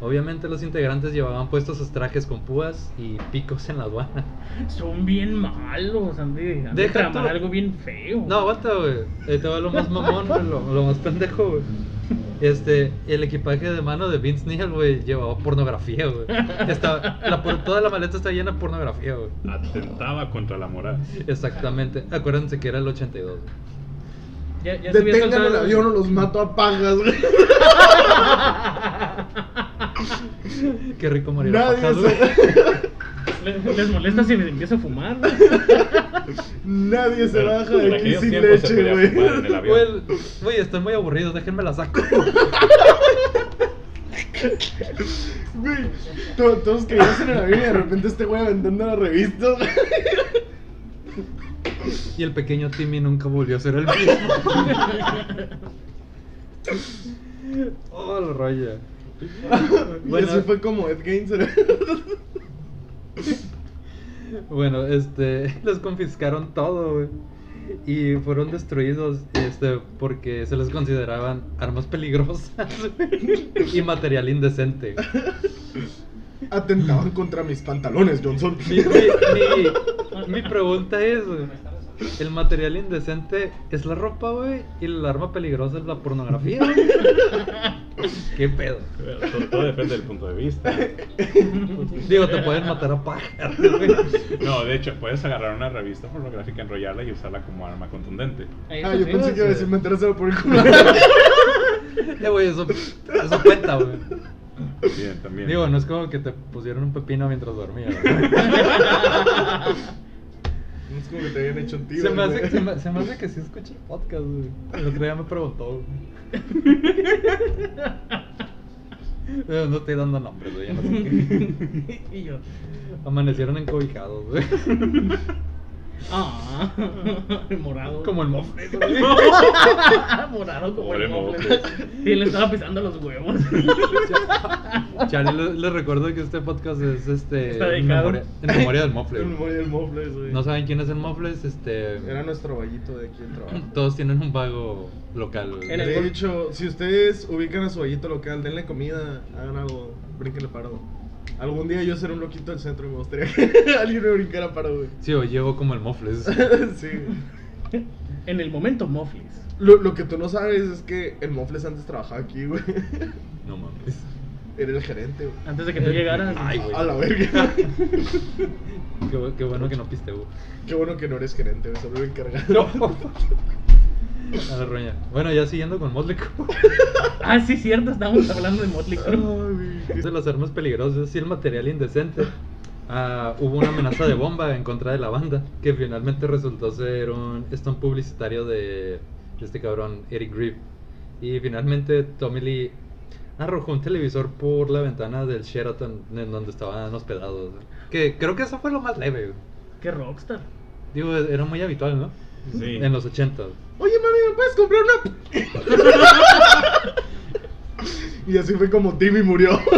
Speaker 1: obviamente los integrantes llevaban puestos sus trajes con púas y picos en la aduana.
Speaker 2: Son bien malos, Andy. Han de
Speaker 1: Deja
Speaker 2: tramar
Speaker 1: tú.
Speaker 2: algo bien feo.
Speaker 1: No, aguanta, güey. Ahí Te va lo más mamón, güey, lo, lo más pendejo, güey. Este, el equipaje de mano de Vince Neil, güey, llevaba pornografía, güey. Estaba- la por- toda la maleta está llena de pornografía, güey.
Speaker 4: Atentaba contra la moral.
Speaker 1: Exactamente. Acuérdense que era el 82. güey.
Speaker 2: Ya, ya se había
Speaker 3: Deténganme el
Speaker 2: soltado-
Speaker 3: avión o los mato a pajas, güey.
Speaker 1: Qué rico morir
Speaker 3: Nadie
Speaker 1: apajado, güey.
Speaker 3: se,
Speaker 2: Le- Les, molesta si me empiezo a fumar. ¿no?
Speaker 3: nadie se
Speaker 4: Pero
Speaker 3: baja de
Speaker 4: en
Speaker 3: aquí
Speaker 4: aquellos
Speaker 3: sin
Speaker 4: tiempos se
Speaker 3: leche,
Speaker 4: podía fumar en el
Speaker 3: güey.
Speaker 4: avión.
Speaker 1: Güey, güey, estoy muy aburrido, déjenme la saco.
Speaker 3: Güey, to- todos creías en el avión y de repente este güey aventando las revistas, güey.
Speaker 1: Y el pequeño Timmy nunca volvió a ser el mismo. oh, la raya.
Speaker 3: Y
Speaker 1: Bueno.
Speaker 3: así fue como Ed Gaines. era-
Speaker 1: Bueno, este, les confiscaron todo, güey. Y fueron destruidos, este, porque se les consideraban armas peligrosas güey, y material indecente. güey.
Speaker 3: Atentaban contra mis pantalones, Johnson.
Speaker 1: Mi, mi- mi- mi pregunta es, güey, El material indecente es la ropa, güey. Y el arma peligrosa es la pornografía. güey. ¿Qué pedo?
Speaker 4: Pero todo, todo depende del punto de vista.
Speaker 1: Digo, te pueden matar a pajas, güey.
Speaker 4: No, de hecho, puedes agarrar una revista pornográfica, enrollarla y usarla como arma contundente.
Speaker 3: Ah, yo pensé que iba a decir metérselo por el culo.
Speaker 1: Eh, güey, eso, eso cuenta, güey.
Speaker 4: Bien, también.
Speaker 1: Digo, no es como que te pusieron un pepino mientras dormías. güey.
Speaker 3: Es como que te habían hecho un tiro.
Speaker 1: Se me, hace,
Speaker 3: güey.
Speaker 1: se, me, se me hace que sí escucha el podcast, güey. El otro día me preguntó, güey. Eh, No estoy dando nombres, güey. ya no sé qué.
Speaker 2: y yo.
Speaker 1: Amanecieron encobijados, güey.
Speaker 2: Ah, morado.
Speaker 1: Como el mofle, güey.
Speaker 2: morado como
Speaker 4: Pobre
Speaker 2: el mofle.
Speaker 4: mofle.
Speaker 2: Y le estaba pisando los huevos.
Speaker 1: Chale, le- les recuerdo que este podcast es este.
Speaker 2: Está
Speaker 1: en,
Speaker 2: dedicado.
Speaker 1: memoria, en memoria del mofle.
Speaker 3: El
Speaker 1: güey.
Speaker 3: mo- el Mofles, güey.
Speaker 1: No saben quién es el mofles, este.
Speaker 3: Era nuestro vallito de aquí el trabajo.
Speaker 1: Todos tienen un vago local. güey.
Speaker 2: En el-
Speaker 3: De hecho, si ustedes ubican a su vallito local, denle comida, hagan algo, brinquenle paro. Algún día yo seré un loquito del centro y me gustaría que alguien me brincara paro, güey.
Speaker 1: Sí, o llevo como el mofles.
Speaker 3: sí.
Speaker 2: en el momento, mofles.
Speaker 3: Lo, lo que tú no sabes es que el Mofles antes trabajaba aquí, güey.
Speaker 1: No mames.
Speaker 3: Era el gerente, güey.
Speaker 2: Antes de que tú llegaras.
Speaker 1: Ay, güey.
Speaker 3: A la verga.
Speaker 1: Qué, bu- qué bueno que no piste, güey.
Speaker 3: Qué bueno que no eres gerente, güey. Solo el encargado.
Speaker 1: No. A la roña. Bueno, ya siguiendo con Motley Crue.
Speaker 2: Ah, sí, cierto, estábamos hablando de Motley
Speaker 3: Ay,
Speaker 2: Crue.
Speaker 3: güey. qué-
Speaker 1: de las armas peligrosas y el material indecente. Ah, hubo una amenaza de bomba en contra de la banda, que finalmente resultó ser un stunt publicitario de este cabrón, Eric Grip. Y finalmente Tommy Lee arrojó un televisor por la ventana del Sheraton en donde estaban hospedados. Que creo que eso fue lo más leve. güey.
Speaker 2: Qué rockstar.
Speaker 1: Digo, era muy habitual, ¿no?
Speaker 4: Sí.
Speaker 1: En los 80.
Speaker 3: Oye, mami, ¿me puedes comprar una? y así fue como Timmy murió.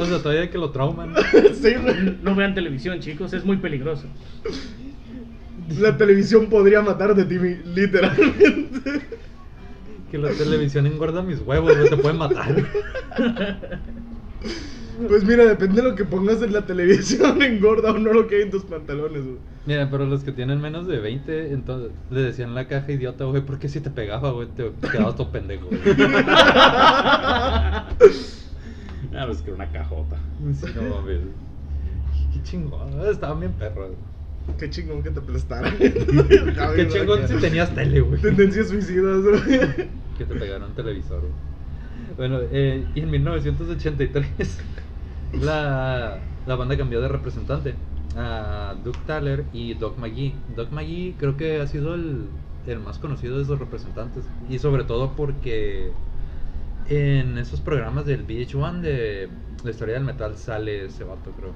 Speaker 1: O sea, todavía que lo trauman.
Speaker 3: sí, güey.
Speaker 2: No vean televisión, chicos, es muy peligroso.
Speaker 3: La televisión podría matarte, Timmy, literalmente.
Speaker 1: Que la televisión engorda mis huevos, no te pueden matar.
Speaker 3: Pues mira, depende de lo que pongas en la televisión, engorda o no lo que hay en tus pantalones, güey.
Speaker 1: Mira, pero los que tienen menos de 20, entonces le decían la caja idiota, güey, porque si te pegaba, güey, te quedabas todo pendejo. güey.
Speaker 4: Ah, pues que era una cajota.
Speaker 1: Sí, no mames. Qué chingón, estaban bien perros.
Speaker 3: Qué chingón que te prestaron.
Speaker 1: Qué chingón si tenías tele, güey.
Speaker 3: Tendencias suicidas, güey.
Speaker 1: Que te pegaron televisor, güey. Bueno, eh, y en 1983 la, la banda cambió de representante a Doug Tyler y Doc McGee. Doc McGee creo que ha sido el, el más conocido de esos representantes. Y sobre todo porque en esos programas del VH1 de la historia del metal sale ese vato, creo.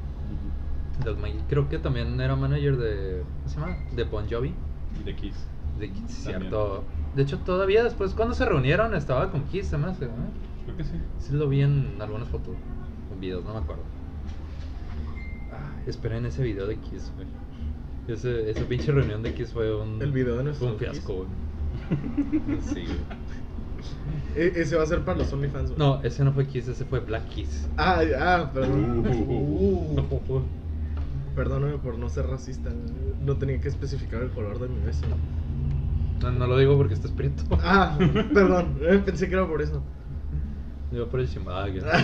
Speaker 1: Doug McGee. Creo que también era manager de. ¿Cómo se llama? De Bon Jovi.
Speaker 4: De Kiss.
Speaker 1: De Kiss, cierto. De hecho, todavía después, cuando se reunieron, estaba con Kiss, se me hace, ¿no?
Speaker 4: Creo que sí.
Speaker 1: Sí lo vi en algunas fotos, en videos, no me acuerdo. Ah, esperen ese video de Kiss, güey. Ese, esa pinche reunión de Kiss fue un...
Speaker 3: El video de nuestro
Speaker 1: Fue un fiasco, güey. Sí, güey.
Speaker 3: E- ese va a ser para los OnlyFans, güey.
Speaker 1: No, ese no fue Kiss, ese fue Black Kiss.
Speaker 3: Ah, ah, perdón.
Speaker 4: Uh.
Speaker 3: Perdóname por no ser racista. güey. No tenía que especificar el color de mi beso.
Speaker 1: No, no lo digo porque está espíritu.
Speaker 3: Ah, perdón. eh, Pensé que era por eso.
Speaker 1: Digo por el Shimbaga.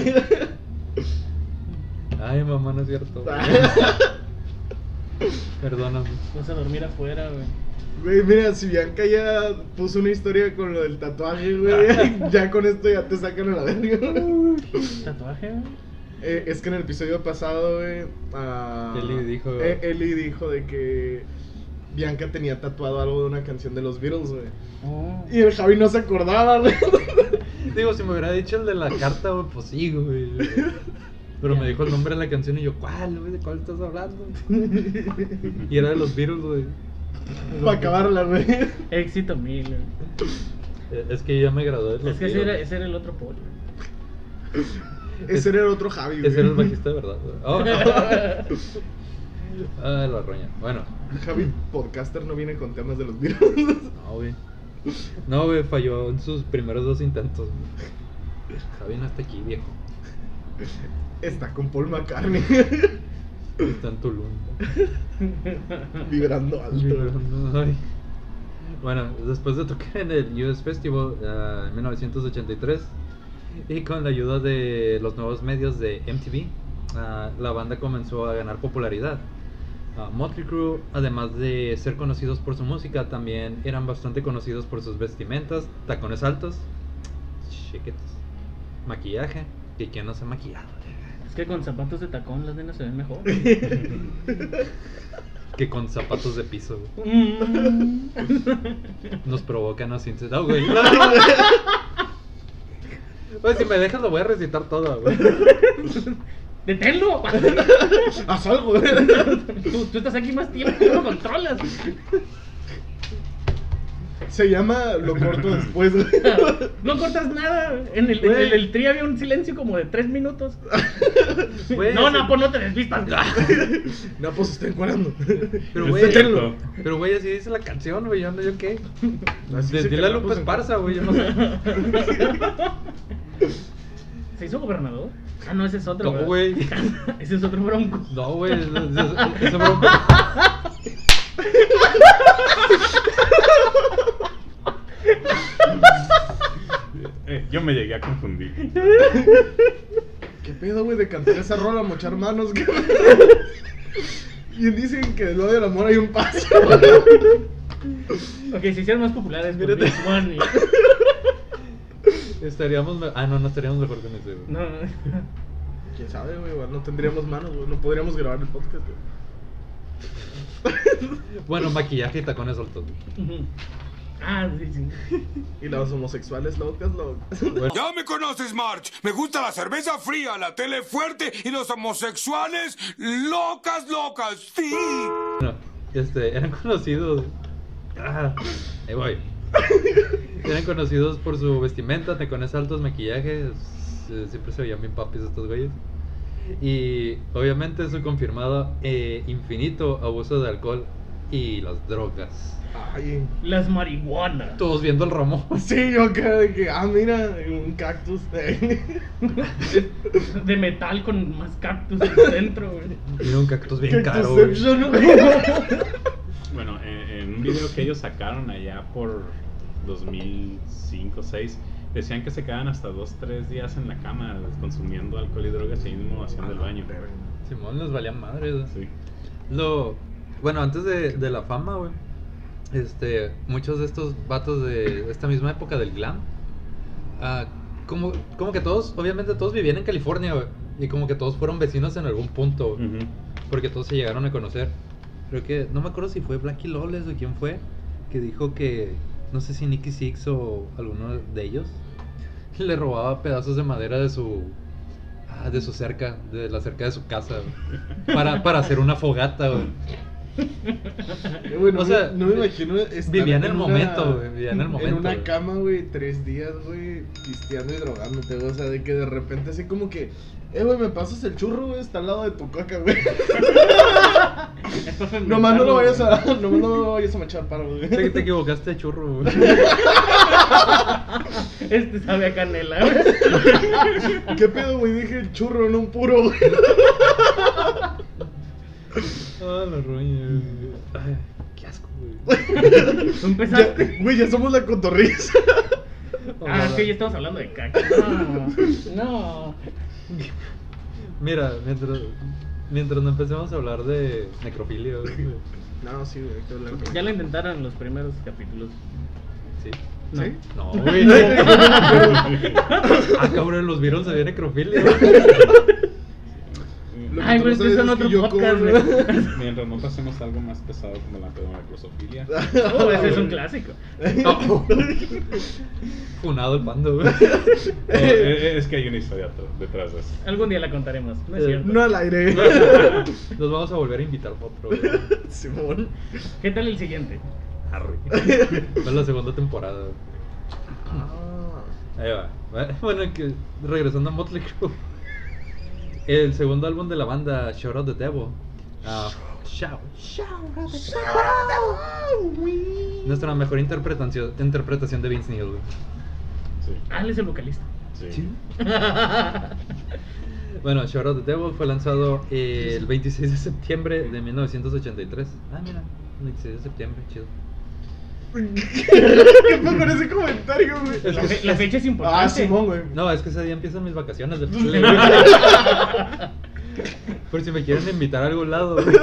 Speaker 1: Ay, mamá, no es cierto. güey. Perdóname.
Speaker 2: Vas a dormir afuera, güey.
Speaker 3: Güey, mira, si Bianca ya puso una historia con lo del tatuaje, güey, ya con esto ya te sacan a la verga.
Speaker 2: ¿Tatuaje, güey?
Speaker 3: Eh, es que en el episodio pasado, güey, ah,
Speaker 1: Eli dijo, güey.
Speaker 3: eh, Eli dijo de que Bianca tenía tatuado algo de una canción de los Beatles, güey.
Speaker 2: Oh.
Speaker 3: Y el Javi no se acordaba, güey.
Speaker 1: Digo, si me hubiera dicho el de la carta, güey, pues sí, güey. Pero me dijo el nombre de la canción y yo, ¿cuál, güey? ¿De cuál estás hablando? Y era de los virus, güey.
Speaker 3: Para acabarla, güey.
Speaker 2: Éxito mil, güey.
Speaker 1: Eh, Es que yo ya me gradué de los
Speaker 2: Es que ese
Speaker 1: Beatles.
Speaker 2: era, ese era el otro polo.
Speaker 3: Ese era el otro Javi, güey.
Speaker 1: Ese era el bajista de verdad, güey. Oh. Ah, la roña. Bueno,
Speaker 3: Javi Podcaster no viene con temas de los Beatles.
Speaker 1: no, güey. No, güey, falló en sus primeros dos intentos. güey. Javi no está aquí, viejo.
Speaker 3: Está con Paul McCartney.
Speaker 1: Está en Tulum.
Speaker 3: Vibrando alto.
Speaker 1: Vibrando, ay. Bueno, después de tocar en el US Festival ah, en 1983 y con la ayuda de los nuevos medios de MTV, ah, la banda comenzó a ganar popularidad. Ah, Motley Crue, además de ser conocidos por su música, también eran bastante conocidos por sus vestimentas, tacones altos, chiquetes, maquillaje, que quien no se ha maquillado.
Speaker 2: Es que con zapatos de tacón las nenas se ven mejor.
Speaker 1: Que con zapatos de piso, güey.
Speaker 2: Mm.
Speaker 1: Nos provocan a sin Ah, güey. Pues si me dejas lo voy a recitar todo, güey.
Speaker 2: ¡Deténlo!
Speaker 3: Haz algo, güey.
Speaker 2: Tú, tú estás aquí más tiempo, tú lo controlas.
Speaker 3: Se llama Lo corto después, güey.
Speaker 2: No cortas nada. En el, en
Speaker 1: Güey.
Speaker 2: el, el tri había un silencio como de tres minutos.
Speaker 1: Güey,
Speaker 2: no,
Speaker 1: ese-
Speaker 2: no, pues no te desvistas.
Speaker 3: No, pues se está encuadrando.
Speaker 1: Pero,
Speaker 4: Es
Speaker 1: güey,
Speaker 4: cierto.
Speaker 1: Pero, güey, así dice la canción, güey. Yo no, yo qué.
Speaker 3: Así
Speaker 1: De-
Speaker 3: se
Speaker 1: Dile a
Speaker 3: quedó,
Speaker 1: Lupe
Speaker 3: pues,
Speaker 1: Esparza, güey. Yo no sé.
Speaker 2: ¿Se hizo gobernador? Ah, no, ese es otro.
Speaker 1: No,
Speaker 2: ¿verdad?
Speaker 1: güey.
Speaker 2: Ese es otro bronco.
Speaker 1: No, güey. es- es- es- Ese bronco.
Speaker 4: Eh, yo me llegué a confundir.
Speaker 3: ¿Qué pedo, güey, de cantar esa rola, mochar manos? güey? Bien dicen que del odio al amor hay un paso.
Speaker 2: Ok, se hicieron más populares. por
Speaker 1: Mírate.
Speaker 2: Vince Vaughn y-
Speaker 1: Estaríamos. me- Ah, no, no estaríamos mejor con ese, güey.
Speaker 2: No, no.
Speaker 3: ¿Quién sabe, güey? igual No tendríamos manos, güey. No podríamos grabar el podcast, güey.
Speaker 1: Bueno, maquillaje y tacones altos, güey.
Speaker 2: Ujú. Ah, sí, sí.
Speaker 3: Y los homosexuales locas, locas.
Speaker 1: Bueno,
Speaker 5: Ya me conoces, March. Me gusta la cerveza fría, la tele fuerte y los homosexuales locas, locas. Sí.
Speaker 1: Bueno, este, eran conocidos. Ah, ahí voy. Eran conocidos por su vestimenta, tacones altos, maquillaje. se- Siempre se veían bien papis estos güeyes. Y obviamente su confirmado eh, infinito abuso de alcohol y las drogas.
Speaker 3: Ay.
Speaker 2: Las marihuanas.
Speaker 1: Todos viendo el ramo.
Speaker 3: Sí, yo acá de que, ah, mira, un cactus. Qué
Speaker 2: De metal con más cactus dentro, güey.
Speaker 1: Era un cactus bien caro. güey.
Speaker 3: Cactusception, güey.
Speaker 4: Bueno, en, en un video que ellos sacaron allá por 2005 6 decían que se quedaban hasta 2-3 días en la cama consumiendo alcohol y drogas y ahí mismo haciendo el baño.
Speaker 1: Simón les valía madre. güey.
Speaker 4: Sí.
Speaker 1: Lo, bueno, antes de, de la fama, güey. Este, muchos de estos vatos de esta misma época del glam. ah, como, como que todos, obviamente todos vivían en California, güey. Y como que todos fueron vecinos en algún punto, güey,
Speaker 4: Ujú.
Speaker 1: Porque todos se llegaron a conocer. Creo que, no me acuerdo si fue Blackie Lawless o quién fue, que dijo que, no sé si Nicky Six o alguno de ellos, le robaba pedazos de madera de su... ah, de su cerca, de la cerca de su casa, güey, para, para hacer una fogata, güey.
Speaker 3: Güey, no,
Speaker 1: O sea, eh,
Speaker 3: me, no me imagino. estar
Speaker 1: vivía en el
Speaker 3: una-
Speaker 1: momento, güey, vivía en el
Speaker 3: En
Speaker 1: momento,
Speaker 3: una
Speaker 1: güey.
Speaker 3: cama, güey, tres días, güey, pisteando y drogándote, güey. O sea, de que de repente así como que, eh, güey, me pasas el churro, güey, está al lado de tu coca, güey. Nomás no lo vayas a. Nomás no lo vayas a machar paro, güey.
Speaker 1: Te, te equivocaste de churro, güey.
Speaker 2: Este sabe a canela, güey.
Speaker 3: ¿Qué pedo, güey? Dije el churro, no un puro, güey.
Speaker 1: Ah, la roña, güey. Ay, Qué asco, güey.
Speaker 3: Ya-
Speaker 2: Tú empezaste.
Speaker 3: Güey, ya somos la cotorriza.
Speaker 2: Ah, es que ya estamos hablando de caca. No. No.
Speaker 1: Mira, mientras, mientras no empecemos a hablar de necrofilia, güey.
Speaker 3: No, sí, güey, hay que hablar.
Speaker 2: Ya lo intentaron en los primeros capítulos.
Speaker 1: Sí.
Speaker 2: No.
Speaker 3: ¿Sí?
Speaker 1: No, güey. No. Ah, cabrón, los vieron se ve necrofilia. güey.
Speaker 3: Lo que
Speaker 2: Ay,
Speaker 3: tú
Speaker 2: güey,
Speaker 3: no
Speaker 2: es
Speaker 3: sabes
Speaker 2: que son
Speaker 3: es
Speaker 2: otro
Speaker 3: yo
Speaker 2: podcast,
Speaker 3: como-
Speaker 2: güey.
Speaker 4: Mientras no pasemos algo más pesado como la pedonacrosofilia.
Speaker 2: Oh, ese es un clásico.
Speaker 1: No. Funado el pando, güey.
Speaker 4: Eh, es que hay una historia atr- detrás de eso.
Speaker 2: Algún día la contaremos. No es
Speaker 1: Eh,
Speaker 2: cierto.
Speaker 3: No al aire.
Speaker 1: Los vamos a volver a invitar para otro, güey.
Speaker 3: Simón.
Speaker 2: ¿Qué tal el siguiente?
Speaker 1: Arre. Fue la segunda temporada, güey.
Speaker 2: Ah.
Speaker 1: Ahí va. Bueno, que regresando a Motley Crue. El segundo álbum de la banda, Shout Out the Devil. ah, shout, shout out the Devil. Nuestra mejor interpretación, interpretación de Vince Neil. güey.
Speaker 4: Sí.
Speaker 2: Ah, él es el vocalista.
Speaker 4: Sí.
Speaker 1: Bueno, Shadow of the Devil fue lanzado eh, el 26 de septiembre de 1983. Ah, mira, 26 de septiembre, chido.
Speaker 3: ¿Qué fue con ese comentario, güey?
Speaker 2: La, fe- la fecha es importante.
Speaker 3: Ah, Simón, güey.
Speaker 1: No, es que ese día empiezan mis vacaciones de Play. Por si me quieren invitar a algún lado, güey.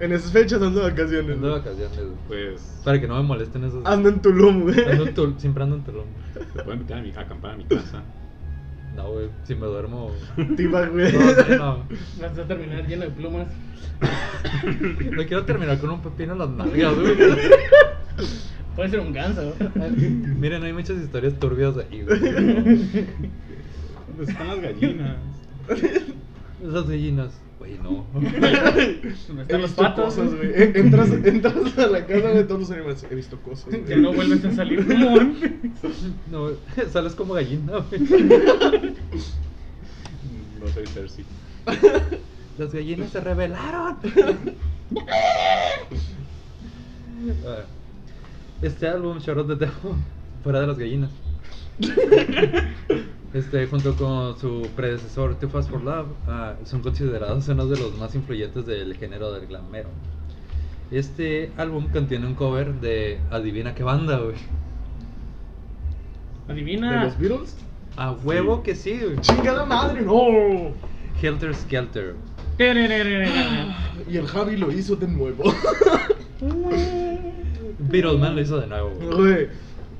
Speaker 3: En esas fechas ando de vacaciones.
Speaker 1: Ando de
Speaker 3: güey.
Speaker 1: vacaciones, güey.
Speaker 4: Pues
Speaker 1: Para que no me molesten esos.
Speaker 3: Ando en Tulum, güey.
Speaker 1: Ando en Tul- siempre ando en Tulum.
Speaker 4: te pueden invitar a, mi, a acampar a mi casa.
Speaker 1: No, güey, si me duermo.
Speaker 3: Tiba,
Speaker 1: No,
Speaker 3: güey.
Speaker 1: sí, no.
Speaker 2: Vas a terminar lleno de plumas.
Speaker 1: No quiero terminar con un pepino en las nalgas, güey.
Speaker 2: Puede ser un ganso.
Speaker 1: Miren, hay muchas historias turbias ahí, güey.
Speaker 4: Pues están las gallinas.
Speaker 1: Esas gallinas. Güey, no.
Speaker 2: No
Speaker 3: He
Speaker 2: están los
Speaker 3: visto
Speaker 2: patos.
Speaker 3: cosas, güey. Eh, Entras, entras a la casa de todos los animales. He visto cosas, güey.
Speaker 2: Que no vuelves a salir. Simón.
Speaker 1: No, sales como gallina, güey.
Speaker 4: No soy Cersei.
Speaker 1: Las gallinas se rebelaron. A ver. Ah, Este álbum, Charlotte de Devil, fuera de las gallinas. Este, junto con su predecesor, Too Fast for Love, ah, son considerados uno de los más influyentes del género del glam metal. Este álbum contiene un cover de Adivina qué banda, güey.
Speaker 3: ¿De
Speaker 2: Adivina.
Speaker 3: los Beatles?
Speaker 1: A huevo que sí, güey.
Speaker 3: ¡Chingada madre, no!
Speaker 1: Helter Skelter.
Speaker 3: Y el Javi lo hizo de nuevo.
Speaker 1: Beatleman lo hizo de nuevo, güey.
Speaker 3: Güey,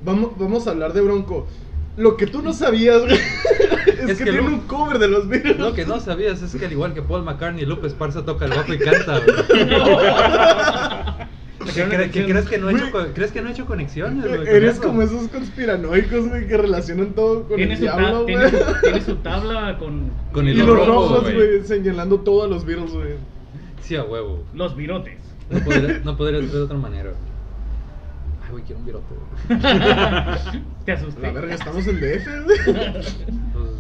Speaker 3: vamos, vamos a hablar de Bronco. Lo que tú no sabías, güey, es,
Speaker 1: Es
Speaker 3: que,
Speaker 1: que
Speaker 3: tiene
Speaker 1: lo-
Speaker 3: un cover de los Beatles.
Speaker 1: Lo que no sabías es que al igual que Paul McCartney, Lupe Esparza toca el bajo y canta. güey. ¿Qué, cre- qué crees que no he hecho, co- ¿Crees que no he hecho conexiones? güey, con
Speaker 3: Eres
Speaker 1: eso?
Speaker 3: como esos conspiranoicos, güey, que relacionan todo con
Speaker 2: Tiene
Speaker 3: el
Speaker 2: su, ta-
Speaker 3: diablo, güey.
Speaker 2: tiene su- tiene su tabla con
Speaker 1: Con
Speaker 3: Y
Speaker 1: el
Speaker 3: los
Speaker 1: rojo,
Speaker 3: rojos,
Speaker 1: güey.
Speaker 3: güey, señalando todo a los Beatles, güey.
Speaker 1: Sí, a huevo.
Speaker 2: los virotes.
Speaker 1: No podrías, no podrías ver de otra manera. güey. Ay, güey, quiero un virote. güey.
Speaker 2: Te asusté.
Speaker 3: La verga, estamos en DF, güey.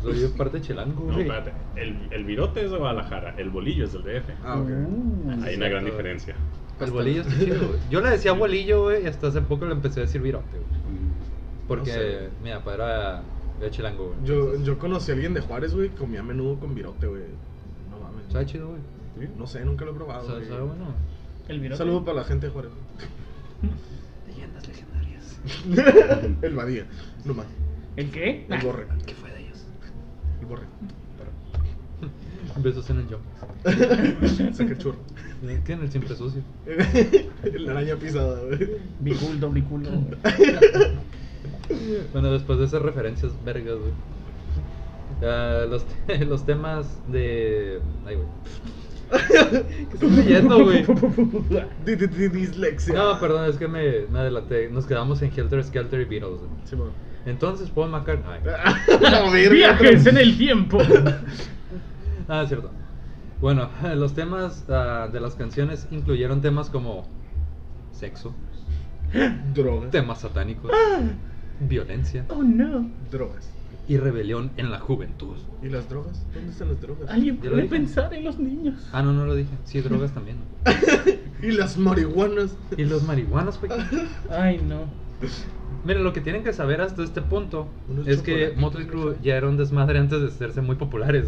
Speaker 1: Pues soy parte de Chilango,
Speaker 4: No,
Speaker 1: güey.
Speaker 4: espérate. El, el virote es de Guadalajara, el bolillo es del DF.
Speaker 3: Ah, ok.
Speaker 4: Hay una gran diferencia.
Speaker 1: el bolillo está chido, güey. Yo le decía bolillo, güey, y hasta hace poco le empecé a decir virote, güey. Porque
Speaker 3: No sé.
Speaker 1: mi papá era, era chilango, güey.
Speaker 3: Yo, yo conocí a alguien de Juárez, güey, comía menudo con virote, güey. No mames.
Speaker 1: Sabe chido, güey.
Speaker 4: ¿Sí?
Speaker 3: No sé, nunca lo he probado.
Speaker 1: Sabe,
Speaker 3: güey.
Speaker 1: sabe bueno.
Speaker 2: El virote.
Speaker 3: Saludo para la gente de Juárez.
Speaker 1: Leyendas legendarias. Ah,
Speaker 3: El Badía, no más.
Speaker 2: ¿El qué?
Speaker 3: El Borre,
Speaker 1: ¿Qué fue de ellos?
Speaker 3: el Borre.
Speaker 1: Besos en el yo.
Speaker 3: Saca el churro.
Speaker 1: Tienen el siempre sucio.
Speaker 3: La araña pisada, güey.
Speaker 2: Bicul, doble culo.
Speaker 1: Bueno, después de esas referencias vergas, güey. Ah, los, te- los temas de. Ay, güey. ¿Qué estoy leyendo, güey?
Speaker 3: Di- di- di- Dislexia.
Speaker 1: No, perdón, es que me, me adelanté. Nos quedamos en Helter Skelter y Beatles. güey.
Speaker 3: Simón.
Speaker 1: Entonces, Paul McCartney. Ay,
Speaker 3: La verga,
Speaker 2: Viajes
Speaker 3: otra-
Speaker 2: en el tiempo.
Speaker 1: Ah, es cierto. Bueno, los temas ah, de las canciones incluyeron temas como sexo,
Speaker 3: Drogas.
Speaker 1: temas satánicos, violencia
Speaker 2: Oh no.
Speaker 3: Drogas.
Speaker 1: y rebelión en la juventud.
Speaker 3: ¿Y las drogas? ¿Dónde están las drogas?
Speaker 2: Alguien
Speaker 1: Ya lo
Speaker 2: puede
Speaker 1: dije.
Speaker 2: pensar en los niños.
Speaker 1: Ah, no, no lo dije. Sí, drogas también.
Speaker 3: ¿Y las marihuanas?
Speaker 1: Y los marihuanos, güey.
Speaker 2: Ay no.
Speaker 1: Miren, lo que tienen que saber hasta este punto
Speaker 3: Unos
Speaker 1: es que
Speaker 3: chocolates,
Speaker 1: Motley
Speaker 3: ¿no?
Speaker 1: Crue ya era un desmadre antes de hacerse muy populares.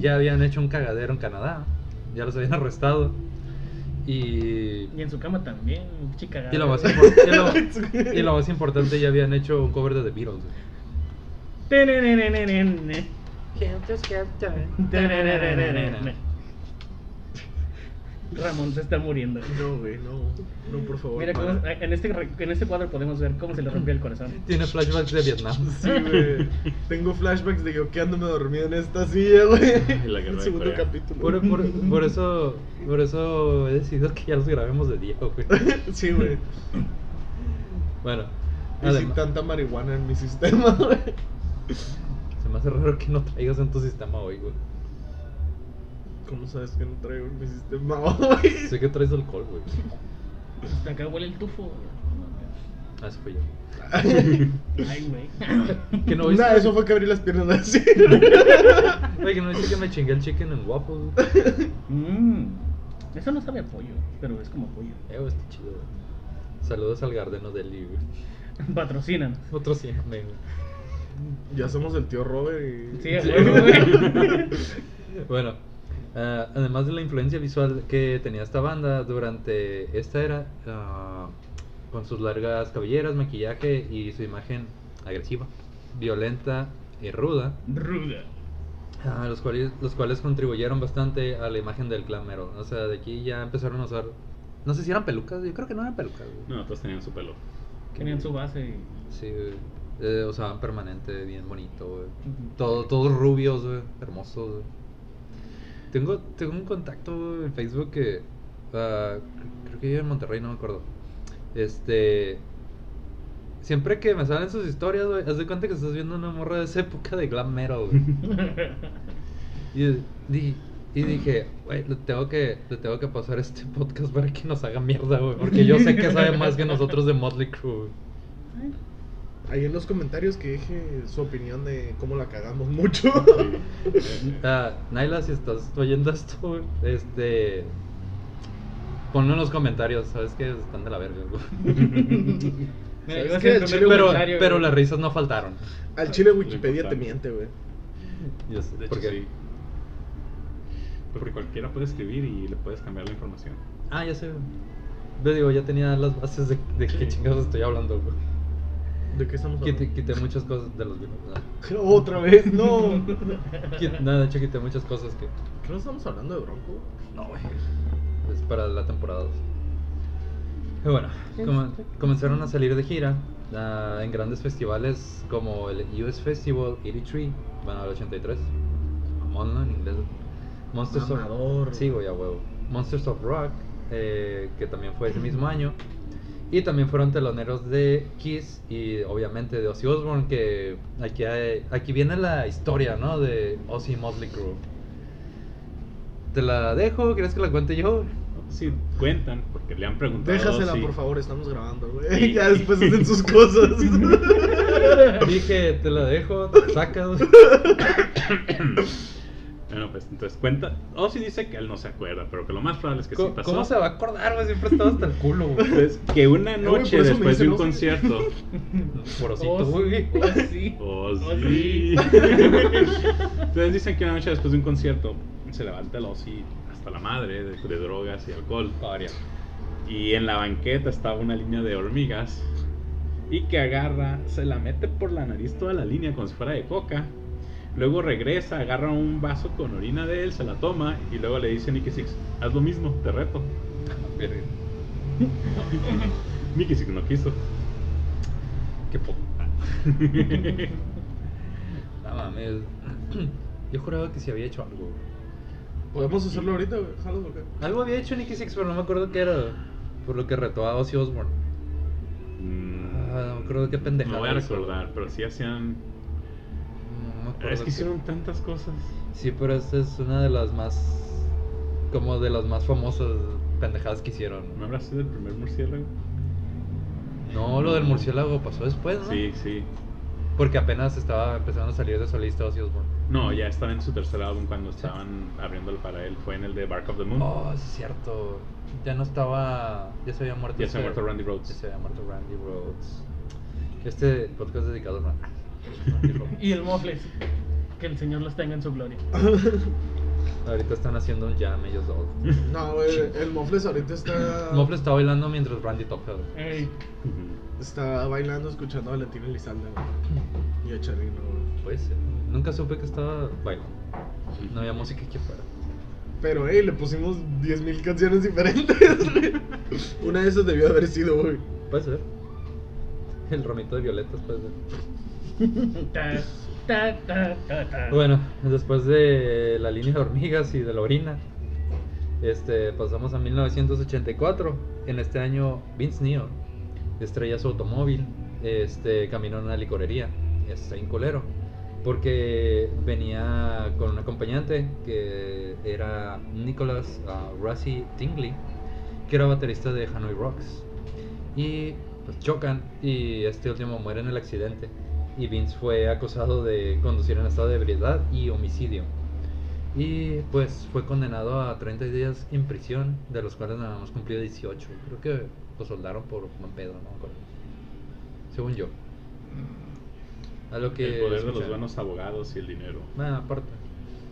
Speaker 1: Ya habían hecho un cagadero en Canadá, ya los habían arrestado. Y,
Speaker 2: Y en su cama también, chica.
Speaker 1: y, lo, más impor- y lo- y lo más importante, ya habían hecho un cover de The Beatles. güey.
Speaker 2: Tenenenenenene. Tenenenenenene. Ramón se está muriendo.
Speaker 3: No, güey, no. No, por favor.
Speaker 2: Mira, cómo,
Speaker 3: para.
Speaker 2: en, este, re- en este cuadro podemos ver cómo se le rompió el corazón.
Speaker 1: Tiene flashbacks de Vietnam.
Speaker 3: Sí, güey. Tengo flashbacks de yo quedándome dormido en esta silla, güey.
Speaker 4: Ay, la guerra
Speaker 3: El
Speaker 4: de
Speaker 3: segundo
Speaker 4: Corea.
Speaker 3: capítulo.
Speaker 1: Por, por- por eso, por eso he decidido que ya los grabemos de día, güey.
Speaker 3: Sí, güey.
Speaker 1: Bueno,
Speaker 3: Y sin
Speaker 1: adem-
Speaker 3: tanta marihuana en mi sistema, güey.
Speaker 1: se me hace raro que no traigas en tu sistema hoy, güey.
Speaker 3: ¿Cómo sabes que no traigo en mi sistema, güey?
Speaker 1: Sé que traes alcohol, güey.
Speaker 2: Hasta acá huele el tufo.
Speaker 1: Ah, eso fue yo.
Speaker 2: Ay, güey.
Speaker 1: Que no viste-
Speaker 3: Nah, eso fue que abrí las piernas así.
Speaker 1: Oye, que no dice que me chingué el chicken en guapo.
Speaker 2: Mm, eso no sabe a pollo, pero es como pollo.
Speaker 1: Eh, güey, está chido, güey. Saludos al Gardeno del Libro.
Speaker 2: Patrocinan.
Speaker 1: Otro 100, güey.
Speaker 3: Ya somos el tío Robert y.
Speaker 2: Sí, a huevo, güey.
Speaker 1: Bueno, ah, además de la influencia visual que tenía esta banda durante esta era, ah, con sus largas cabelleras, maquillaje y su imagen agresiva, violenta y ruda,
Speaker 2: Ruda.
Speaker 1: ah, los, cuales, los cuales contribuyeron bastante a la imagen del clamero. O sea, de aquí ya empezaron a usar... No sé si eran pelucas, yo creo que no eran pelucas. güey.
Speaker 4: No, todos tenían su pelo.
Speaker 2: Tenían su base. y-
Speaker 1: Sí, güey. Eh, usaban permanente, bien bonito, güey. Todo, todos rubios, güey. Hermosos, güey. Tengo, tengo un contacto güey, en Facebook que. ah, cre- creo que vive en Monterrey, no me acuerdo. Este. Siempre que me salen sus historias, güey, haz de cuenta que estás viendo una morra de esa época de glam metal, güey. Y, di- y dije, güey, le tengo, que, le tengo que pasar este podcast para que nos haga mierda, güey. Porque yo sé que sabe más que nosotros de Motley Crue, güey.
Speaker 3: Ahí en los comentarios que deje su opinión de cómo la cagamos mucho.
Speaker 1: Ah, Naila, si estás oyendo esto, güey, este. Ponlo en los comentarios, sabes que están de la verga, güey.
Speaker 2: Mira,
Speaker 3: ¿Sabes
Speaker 2: iba a
Speaker 3: qué?
Speaker 2: ser el
Speaker 3: Al
Speaker 2: primer
Speaker 3: chile,
Speaker 1: Pero,
Speaker 2: comentario,
Speaker 1: pero
Speaker 2: güey.
Speaker 1: las risas no faltaron.
Speaker 3: Al chile
Speaker 4: Lo
Speaker 3: Wikipedia
Speaker 4: importante.
Speaker 3: te miente, güey.
Speaker 1: Yo sé,
Speaker 4: De hecho,
Speaker 1: porque-
Speaker 4: sí. Porque cualquiera puede escribir y le puedes cambiar la información.
Speaker 1: Ah, ya sé. güey. Yo digo, ya tenía las bases de, de qué
Speaker 4: Sí.
Speaker 1: chingados estoy hablando, güey.
Speaker 3: ¿De qué estamos hablando?
Speaker 1: Quité, quité muchas cosas de los videos. ¿no?
Speaker 3: Otra vez, no.
Speaker 1: Qui- No, de hecho, quité muchas cosas que.
Speaker 3: ¿Qué no estamos hablando de Bronco?
Speaker 1: No, güey. Es para la temporada 2. Y bueno, como- comenzaron a salir de gira ah, en grandes festivales como el US Festival 83, bueno, el 83, mamón, ¿no? en inglés. Monsters
Speaker 3: Mamador.
Speaker 1: of Sí, güey, a huevo. Monsters of Rock, eh, que también fue ese mismo año. Y también fueron teloneros de Kiss y obviamente de Ozzy Osbourne, que aquí, hay- aquí viene la historia, ¿no? De Ozzy y Motley Crue. ¿Te la dejo? ¿Quieres que la cuente yo?
Speaker 4: Sí, cuentan, porque le han preguntado.
Speaker 3: Déjasela,
Speaker 4: si-
Speaker 3: por favor, estamos grabando, güey.
Speaker 4: Sí.
Speaker 3: Ya después hacen sus cosas.
Speaker 1: Dije, te la dejo, te la sacas.
Speaker 4: Bueno, pues entonces cuenta. O si dice que él no se acuerda, pero que lo más probable es que sí
Speaker 1: ¿Cómo,
Speaker 4: pasó.
Speaker 1: cómo se va a acordar, güey? Siempre estaba hasta el culo, güey.
Speaker 4: Pues, que una
Speaker 3: Eh, güey, por
Speaker 4: noche
Speaker 3: eso me
Speaker 4: después
Speaker 3: dice,
Speaker 4: de un
Speaker 3: no sé.
Speaker 4: concierto.
Speaker 1: Porosito,
Speaker 2: Oh,
Speaker 1: güey.
Speaker 2: oh, sí.
Speaker 4: Oh,
Speaker 2: Oh,
Speaker 4: sí.
Speaker 2: sí.
Speaker 4: Entonces dicen que una noche después de un concierto se levanta el Ozzy hasta la madre de, de drogas y alcohol. Y en la banqueta estaba una línea de hormigas. Y que agarra, se la mete por la nariz toda la línea como si fuera de coca. Luego regresa, agarra un vaso con orina de él, se la toma y luego le dice a Nicky Six, haz lo mismo, te reto. Nicky Six no quiso.
Speaker 1: Qué poco. No mames. Yo juraba que sí había hecho algo. güey.
Speaker 3: Podemos hacerlo ahorita, güey. Jalas, güey.
Speaker 1: Algo había hecho Nicky Six, pero no me acuerdo qué era. Por lo que retó a Ozzy Osbourne. Ah, no me acuerdo qué pendejada.
Speaker 4: Mm. No voy a
Speaker 1: hizo.
Speaker 4: recordar, pero sí hacían.
Speaker 1: No me acuerdo
Speaker 4: Es que
Speaker 1: qué-
Speaker 4: hicieron tantas cosas.
Speaker 1: Sí, pero esta es una de las más. Como de las más famosas pendejadas que hicieron.
Speaker 4: ¿No habrá sido el primer murciélago?
Speaker 1: No, lo del murciélago pasó después, ¿no?
Speaker 4: Sí, sí.
Speaker 1: Porque apenas estaba empezando a salir de solista Ozzy Osbourne.
Speaker 4: No, ya estaba en su tercer álbum cuando estaban abriéndolo para él. Fue en el de Bark of the Moon.
Speaker 1: Oh, sí es cierto. Ya no estaba. Ya se había muerto.
Speaker 4: Ya se había
Speaker 1: este-
Speaker 4: muerto Randy Rhoads.
Speaker 1: Ya se había muerto Randy Rhodes. Este podcast es dedicado a Randy Rhoads.
Speaker 2: Y el Mofles. Que el Señor los tenga en su gloria.
Speaker 1: Ahorita están haciendo un jam ellos dos.
Speaker 3: No, güey. El Mofles ahorita está.
Speaker 1: Mofle está bailando mientras Randy toca. güey.
Speaker 2: Ey,
Speaker 4: Ujú.
Speaker 3: Está bailando, escuchando a Valentín Elizalde, güey.
Speaker 1: Mm.
Speaker 3: Y a Charino, güey.
Speaker 1: Puede ser. Nunca supe que estaba bailando. No había música que fuera.
Speaker 3: Pero, hey, le pusimos 10.000 canciones diferentes, güey. Una de esas debió haber sido, güey.
Speaker 1: Puede ser. El ramito de violetas puede ser.
Speaker 2: ta, ta, ta, ta, ta.
Speaker 1: Bueno, después de la línea de hormigas y de la orina, este, pasamos a 1984. En este año, Vince Neil estrella su automóvil, este, caminó a una licorería, está en colero, porque venía con un acompañante que era Nicholas ah, Rassi Tingley, que era baterista de Hanoi Rocks. Y pues chocan y este último muere en el accidente. Y Vince fue acusado de conducir en estado de ebriedad y homicidio. Y pues fue condenado a 30 días en prisión, de los cuales nada más cumplió 18. Creo que lo soldaron por buen pedo, ¿no? me acuerdo. Según yo. A lo que
Speaker 4: El poder de los
Speaker 1: escucharon.
Speaker 4: buenos abogados y el dinero.
Speaker 1: Bueno, aparte.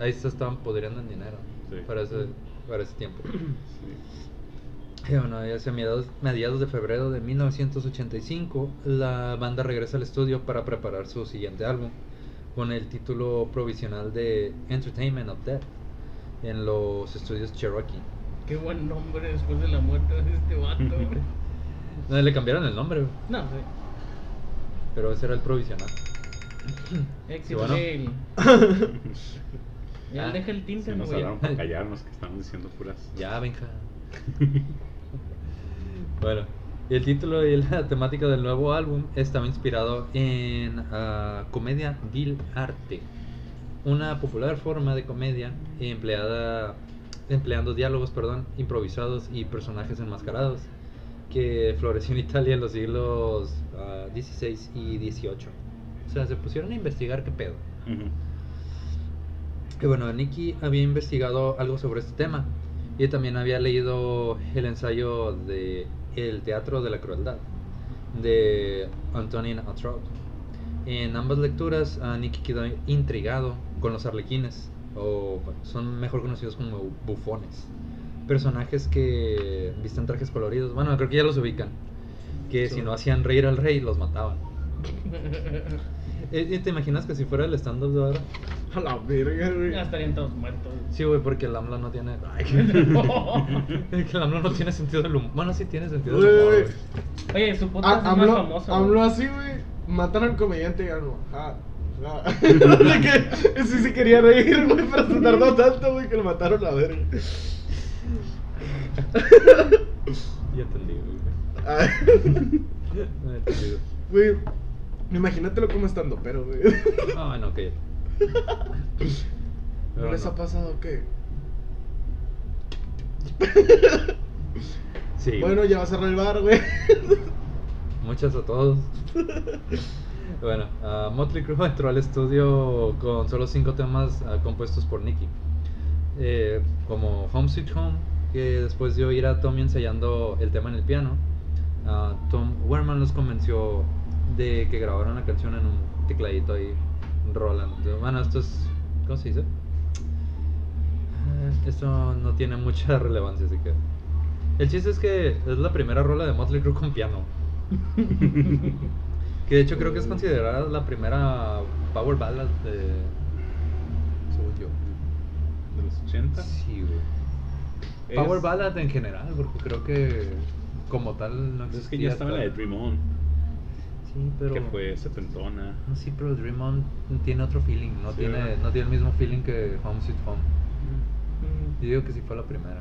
Speaker 1: Ahí se estaban pudriendo en dinero.
Speaker 4: Sí.
Speaker 1: Para, ese, para ese tiempo.
Speaker 4: Sí.
Speaker 1: Y bueno, y hacia mediados, mediados de febrero de 1985, la banda regresa al estudio para preparar su siguiente álbum, con el título provisional de Entertainment of Death, en los estudios Cherokee.
Speaker 2: Qué buen nombre después de la muerte de este vato, güey.
Speaker 1: No, le cambiaron el nombre, güey,
Speaker 2: No, sí.
Speaker 1: pero ese era el provisional. Sí,
Speaker 2: Éxito
Speaker 1: bueno.
Speaker 2: él. Ya
Speaker 1: Ah,
Speaker 2: deja el tinte,
Speaker 4: Se nos
Speaker 2: güey.
Speaker 4: hablaron para callarnos que estamos diciendo puras.
Speaker 1: Ya, venja. bueno, y el título y la temática del nuevo álbum estaba inspirado en ah, comedia vil arte, una popular forma de comedia empleada empleando diálogos, perdón, improvisados y personajes enmascarados que floreció en Italia en los siglos ah, XVI y XVIII. O sea, se pusieron a investigar qué pedo.
Speaker 4: Ujú.
Speaker 1: Y bueno, Nicky había investigado algo sobre este tema y también había leído el ensayo de El Teatro de la Crueldad de Antonin Artaud. En ambas lecturas, ah, Nicky quedó intrigado con los arlequines, o bueno, son mejor conocidos como bufones, personajes que visten trajes coloridos. Bueno, creo que ya los ubican, que si
Speaker 3: Sí.
Speaker 1: no hacían reír al rey, los mataban. Eh, eh, ¿Te imaginas que si fuera el estándar de ahora?
Speaker 3: A la verga,
Speaker 2: Ya
Speaker 3: güey.
Speaker 2: estarían todos muertos.
Speaker 1: Sí, güey, porque el AMLO no tiene. Ay, que el AMLO no tiene sentido del humor. Bueno, sí tiene sentido del humor.
Speaker 3: Güey,
Speaker 1: güey.
Speaker 2: Oye, su
Speaker 1: Ah,
Speaker 2: podcast
Speaker 3: a-
Speaker 2: es más
Speaker 3: Ah, AMLO,
Speaker 2: famoso.
Speaker 3: AMLO
Speaker 2: güey.
Speaker 3: así, güey. Matan al comediante y algo. Ja, ja. De que sí se quería reír, güey, pero se tardó tanto, güey, que lo mataron a la verga.
Speaker 1: Ya entendí, güey.
Speaker 3: Ah,
Speaker 1: Ya entendí, güey.
Speaker 3: Güey, imagínatelo como estando, pero, güey.
Speaker 1: Ah, bueno, ok.
Speaker 3: ¿No les ha pasado qué?
Speaker 1: Sí.
Speaker 3: Bueno, ya va a cerrar el bar, güey.
Speaker 1: Muchas a todos. bueno, ah, Motley Crue entró al estudio con solo cinco temas ah, compuestos por Nicky. Eh, como Home Sweet Home, que después de oír a Tommy ensayando el tema en el piano, ah, Tom Werman los convenció de que grabaran la canción en un tecladito ahí, Roland. Bueno, esto es. ¿Cómo se dice? Eh, Esto no tiene mucha relevancia, así que. El chiste es que es la primera rola de Motley Crue con piano. Que de hecho creo que es considerada la primera Power Ballad de. Según yo.
Speaker 4: De los 80.
Speaker 1: Sí, güey.
Speaker 4: Es-
Speaker 1: Power Ballad en general, porque creo que como tal no
Speaker 4: Pues Es
Speaker 1: existía.
Speaker 4: que ya estaba la de
Speaker 1: tal.
Speaker 4: Dream On,
Speaker 1: Sí, pero.
Speaker 4: que fue setentona.
Speaker 1: No, sí, pero Dream On tiene otro feeling, no,
Speaker 4: Sí,
Speaker 1: tiene,
Speaker 4: ¿verdad?
Speaker 1: no tiene el mismo feeling que Home Sweet Home.
Speaker 2: Mm.
Speaker 1: Yo digo que sí fue la primera.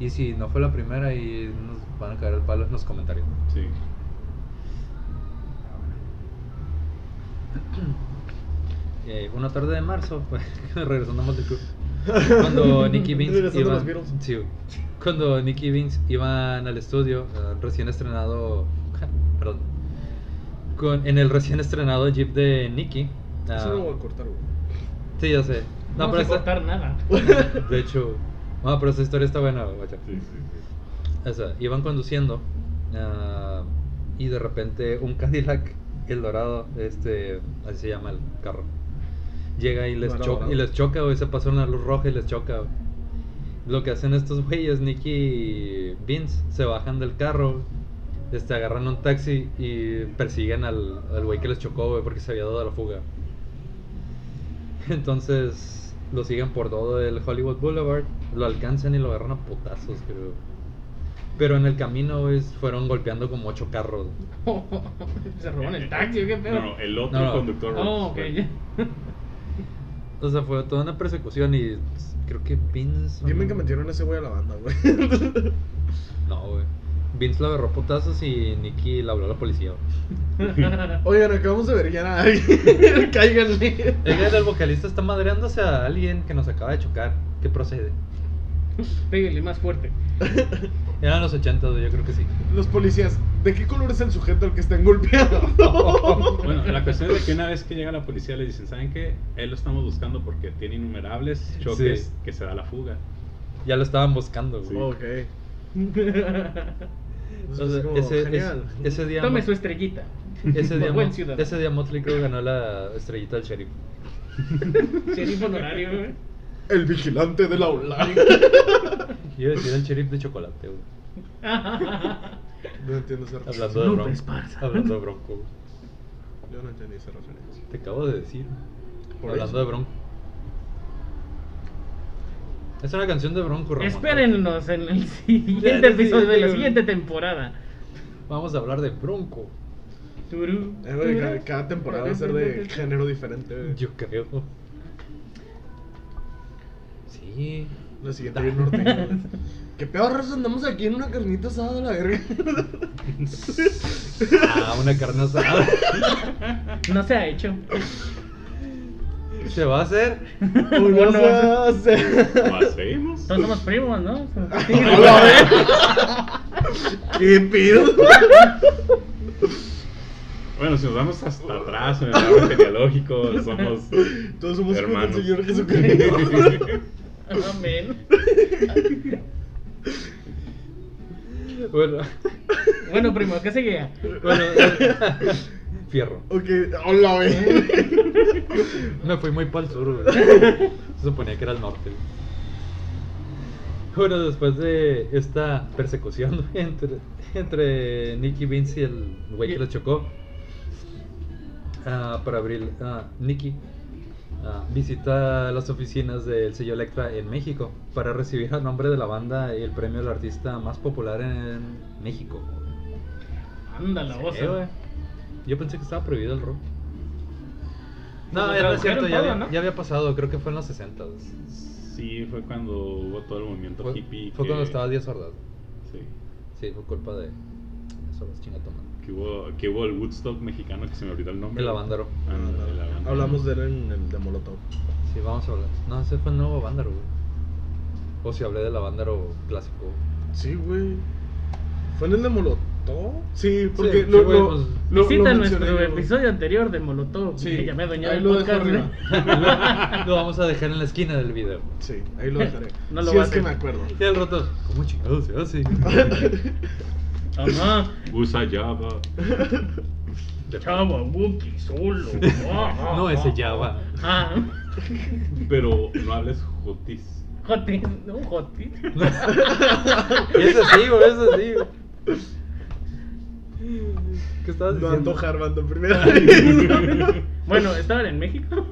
Speaker 1: Y si no fue la primera, y nos van a caer el palo en los comentarios.
Speaker 4: Sí.
Speaker 1: Eh, una tarde de marzo, pues, regresando a Motley Crue, cuando Nicky Vince
Speaker 3: Regresando a los
Speaker 1: iban-
Speaker 3: Beatles.
Speaker 1: sí, güey. cuando Nicky Vince iban al estudio eh, recién estrenado, perdón, con, en el recién estrenado Jeep de Nicky. ah,
Speaker 3: Eso no lo voy a cortar, güey.
Speaker 1: sí, ya sé. No,
Speaker 2: No, no
Speaker 1: pero
Speaker 2: se
Speaker 1: esta-
Speaker 2: cortar nada.
Speaker 1: de hecho, no, pero esa historia está buena, güey, guacha.
Speaker 4: Sí, sí, sí.
Speaker 1: O sea, iban conduciendo ah, y de repente un Cadillac, el dorado, este, así se llama el carro, llega y les,
Speaker 3: Dorado,
Speaker 1: choca, y
Speaker 3: dorado.
Speaker 1: les choca, güey, se pasó una luz roja y les choca. güey. Lo que hacen estos güeyes, Nicky y Vince, se bajan del carro, este, agarran un taxi y persiguen al, al güey que les chocó, güey, porque se había dado la fuga. Entonces lo siguen por todo el Hollywood Boulevard, lo alcanzan y lo agarran a putazos, creo. Pero en el camino es, fueron golpeando como ocho carros.
Speaker 2: se roban el taxi, ¿o qué pedo?
Speaker 4: Eh, No, no, el otro
Speaker 1: No, no.
Speaker 4: conductor.
Speaker 2: Oh, ok, ya.
Speaker 1: O sea, fue toda una persecución y pues, creo que Vince.
Speaker 3: Dime que metieron a ese güey a la banda, güey.
Speaker 1: No, güey. Vince lo agarró a putazos y Nicky le habló a la policía. güey.
Speaker 3: Oigan, acabamos de ver ya a alguien. Cáiganle.
Speaker 1: Oigan, el vocalista está madreándose a alguien que nos acaba de chocar. ¿Qué procede?
Speaker 2: Pégale más fuerte.
Speaker 1: Eran los 80, güey, yo creo que sí.
Speaker 3: Los policías, ¿de qué color es el sujeto al que están golpeando?
Speaker 4: Bueno, la cuestión es de que una vez que llega la policía le dicen, ¿saben qué? Él lo estamos buscando porque tiene innumerables choques
Speaker 1: Sí.
Speaker 4: que se da la fuga.
Speaker 1: Ya lo estaban buscando, güey.
Speaker 4: Sí.
Speaker 3: ok.
Speaker 1: O sea,
Speaker 3: Es como,
Speaker 1: ese,
Speaker 3: genial.
Speaker 1: ese- ese día.
Speaker 2: Tome su estrellita.
Speaker 1: Ese día,
Speaker 2: Buen
Speaker 1: Mo-
Speaker 2: ciudadano.
Speaker 1: ese día Motley Crue ganó la estrellita del sheriff.
Speaker 2: Sheriff honorario, güey.
Speaker 3: El vigilante de la online.
Speaker 1: Iba a decir el sheriff de chocolate, güey.
Speaker 3: No entiendo esa referencia.
Speaker 1: Hablando de
Speaker 2: Lupe
Speaker 1: bronco.
Speaker 2: Esparza.
Speaker 1: Hablando de bronco. güey.
Speaker 3: Yo no entendí esa referencia.
Speaker 1: Te acabo de decir.
Speaker 3: Por
Speaker 1: Hablando
Speaker 3: eso.
Speaker 1: de bronco. Es una canción de bronco, Ramón.
Speaker 2: Espérennos en el siguiente episodio de la siguiente temporada.
Speaker 1: Vamos a hablar de bronco.
Speaker 2: Turú,
Speaker 3: Eh, güey, ca-
Speaker 2: turú.
Speaker 3: cada, temporada va a ser de género diferente. güey.
Speaker 1: Yo creo. Sí.
Speaker 3: La siguiente bien norteña. güey. Qué peor andamos aquí en una carnita asada la verga.
Speaker 1: Ah, una carne asada.
Speaker 2: No se ha hecho.
Speaker 1: ¿Se va a hacer?
Speaker 3: Uno
Speaker 2: Uno.
Speaker 3: se hace.
Speaker 4: ¿Lo hacemos?
Speaker 2: Todos somos primos, ¿no? Sí.
Speaker 3: ¿Qué pido?
Speaker 4: Bueno, si nos vamos hasta atrás en el árbol genealógico, somos
Speaker 3: Todos somos como el
Speaker 4: hermanos.
Speaker 3: Señor Jesucristo.
Speaker 2: Amén.
Speaker 1: Bueno,
Speaker 2: Bueno, primo, ¿qué seguía?
Speaker 1: bueno. eh, Fierro.
Speaker 3: ok, hola, güey.
Speaker 1: Me fui muy para el sur, güey. Se suponía que era el norte. güey. Bueno, después de esta persecución güey, entre, entre Nicky Vince y el güey que lo chocó, ah, para abrir, ah, Nicky ah, visita las oficinas del sello Electra en México para recibir a nombre de la banda el premio al artista más popular en México.
Speaker 2: Anda la voz.
Speaker 1: Eh, güey. Yo pensé que estaba prohibido el rock.
Speaker 2: Pues
Speaker 1: No,
Speaker 2: lo
Speaker 1: ya no es
Speaker 2: tradujeron
Speaker 1: cierto, ya,
Speaker 2: todo,
Speaker 1: había-
Speaker 2: ¿no?
Speaker 1: ya había pasado, creo que fue en los 60.
Speaker 4: Sí, fue cuando hubo todo el movimiento
Speaker 1: Fue,
Speaker 4: hippie.
Speaker 1: fue
Speaker 4: que-
Speaker 1: cuando estaba Díaz Ordaz.
Speaker 4: Sí,
Speaker 1: Sí, fue culpa de eso, los chinga tu madre.
Speaker 4: que hubo, que hubo el Woodstock mexicano, que se me olvidó el nombre.
Speaker 1: El Avándaro.
Speaker 4: Ah, no, el Avándaro.
Speaker 3: Hablamos de él en el de Molotov.
Speaker 1: Sí, vamos a hablar. No, ese fue el nuevo Avándaro, güey. O si hablé del Avándaro clásico.
Speaker 3: Sí, güey. ¿Fue en el de Molotov? Sí, porque
Speaker 1: sí,
Speaker 3: lo,
Speaker 1: güey,
Speaker 3: lo-
Speaker 1: pues,
Speaker 3: lo- lo
Speaker 2: Visita nuestro
Speaker 3: mencioné, güey.
Speaker 2: episodio anterior de Molotov.
Speaker 3: Sí,
Speaker 2: que llamé Doña
Speaker 3: ahí
Speaker 2: del
Speaker 3: lo dejo
Speaker 2: Podcast.
Speaker 3: arriba.
Speaker 1: Lo vamos a dejar en la esquina del video.
Speaker 3: Sí, ahí lo dejaré.
Speaker 2: No lo
Speaker 3: sí,
Speaker 2: va
Speaker 3: es
Speaker 2: a
Speaker 3: que
Speaker 2: hacer.
Speaker 3: me acuerdo.
Speaker 1: Y el roto, ¿cómo chingado se hace?
Speaker 2: Ajá.
Speaker 4: Usa Java.
Speaker 2: Chava, Wookie, solo. Ah,
Speaker 1: No,
Speaker 2: ah,
Speaker 1: ese
Speaker 2: ah.
Speaker 1: Java.
Speaker 2: Ah,
Speaker 4: Pero no hables Jotis.
Speaker 2: Jotis, no, Jotis.
Speaker 1: Eso sí, güey, eso sí, güey. ¿Qué estabas
Speaker 3: No
Speaker 1: diciendo?
Speaker 3: antojar, mando primero.
Speaker 2: Bueno, estaban en México.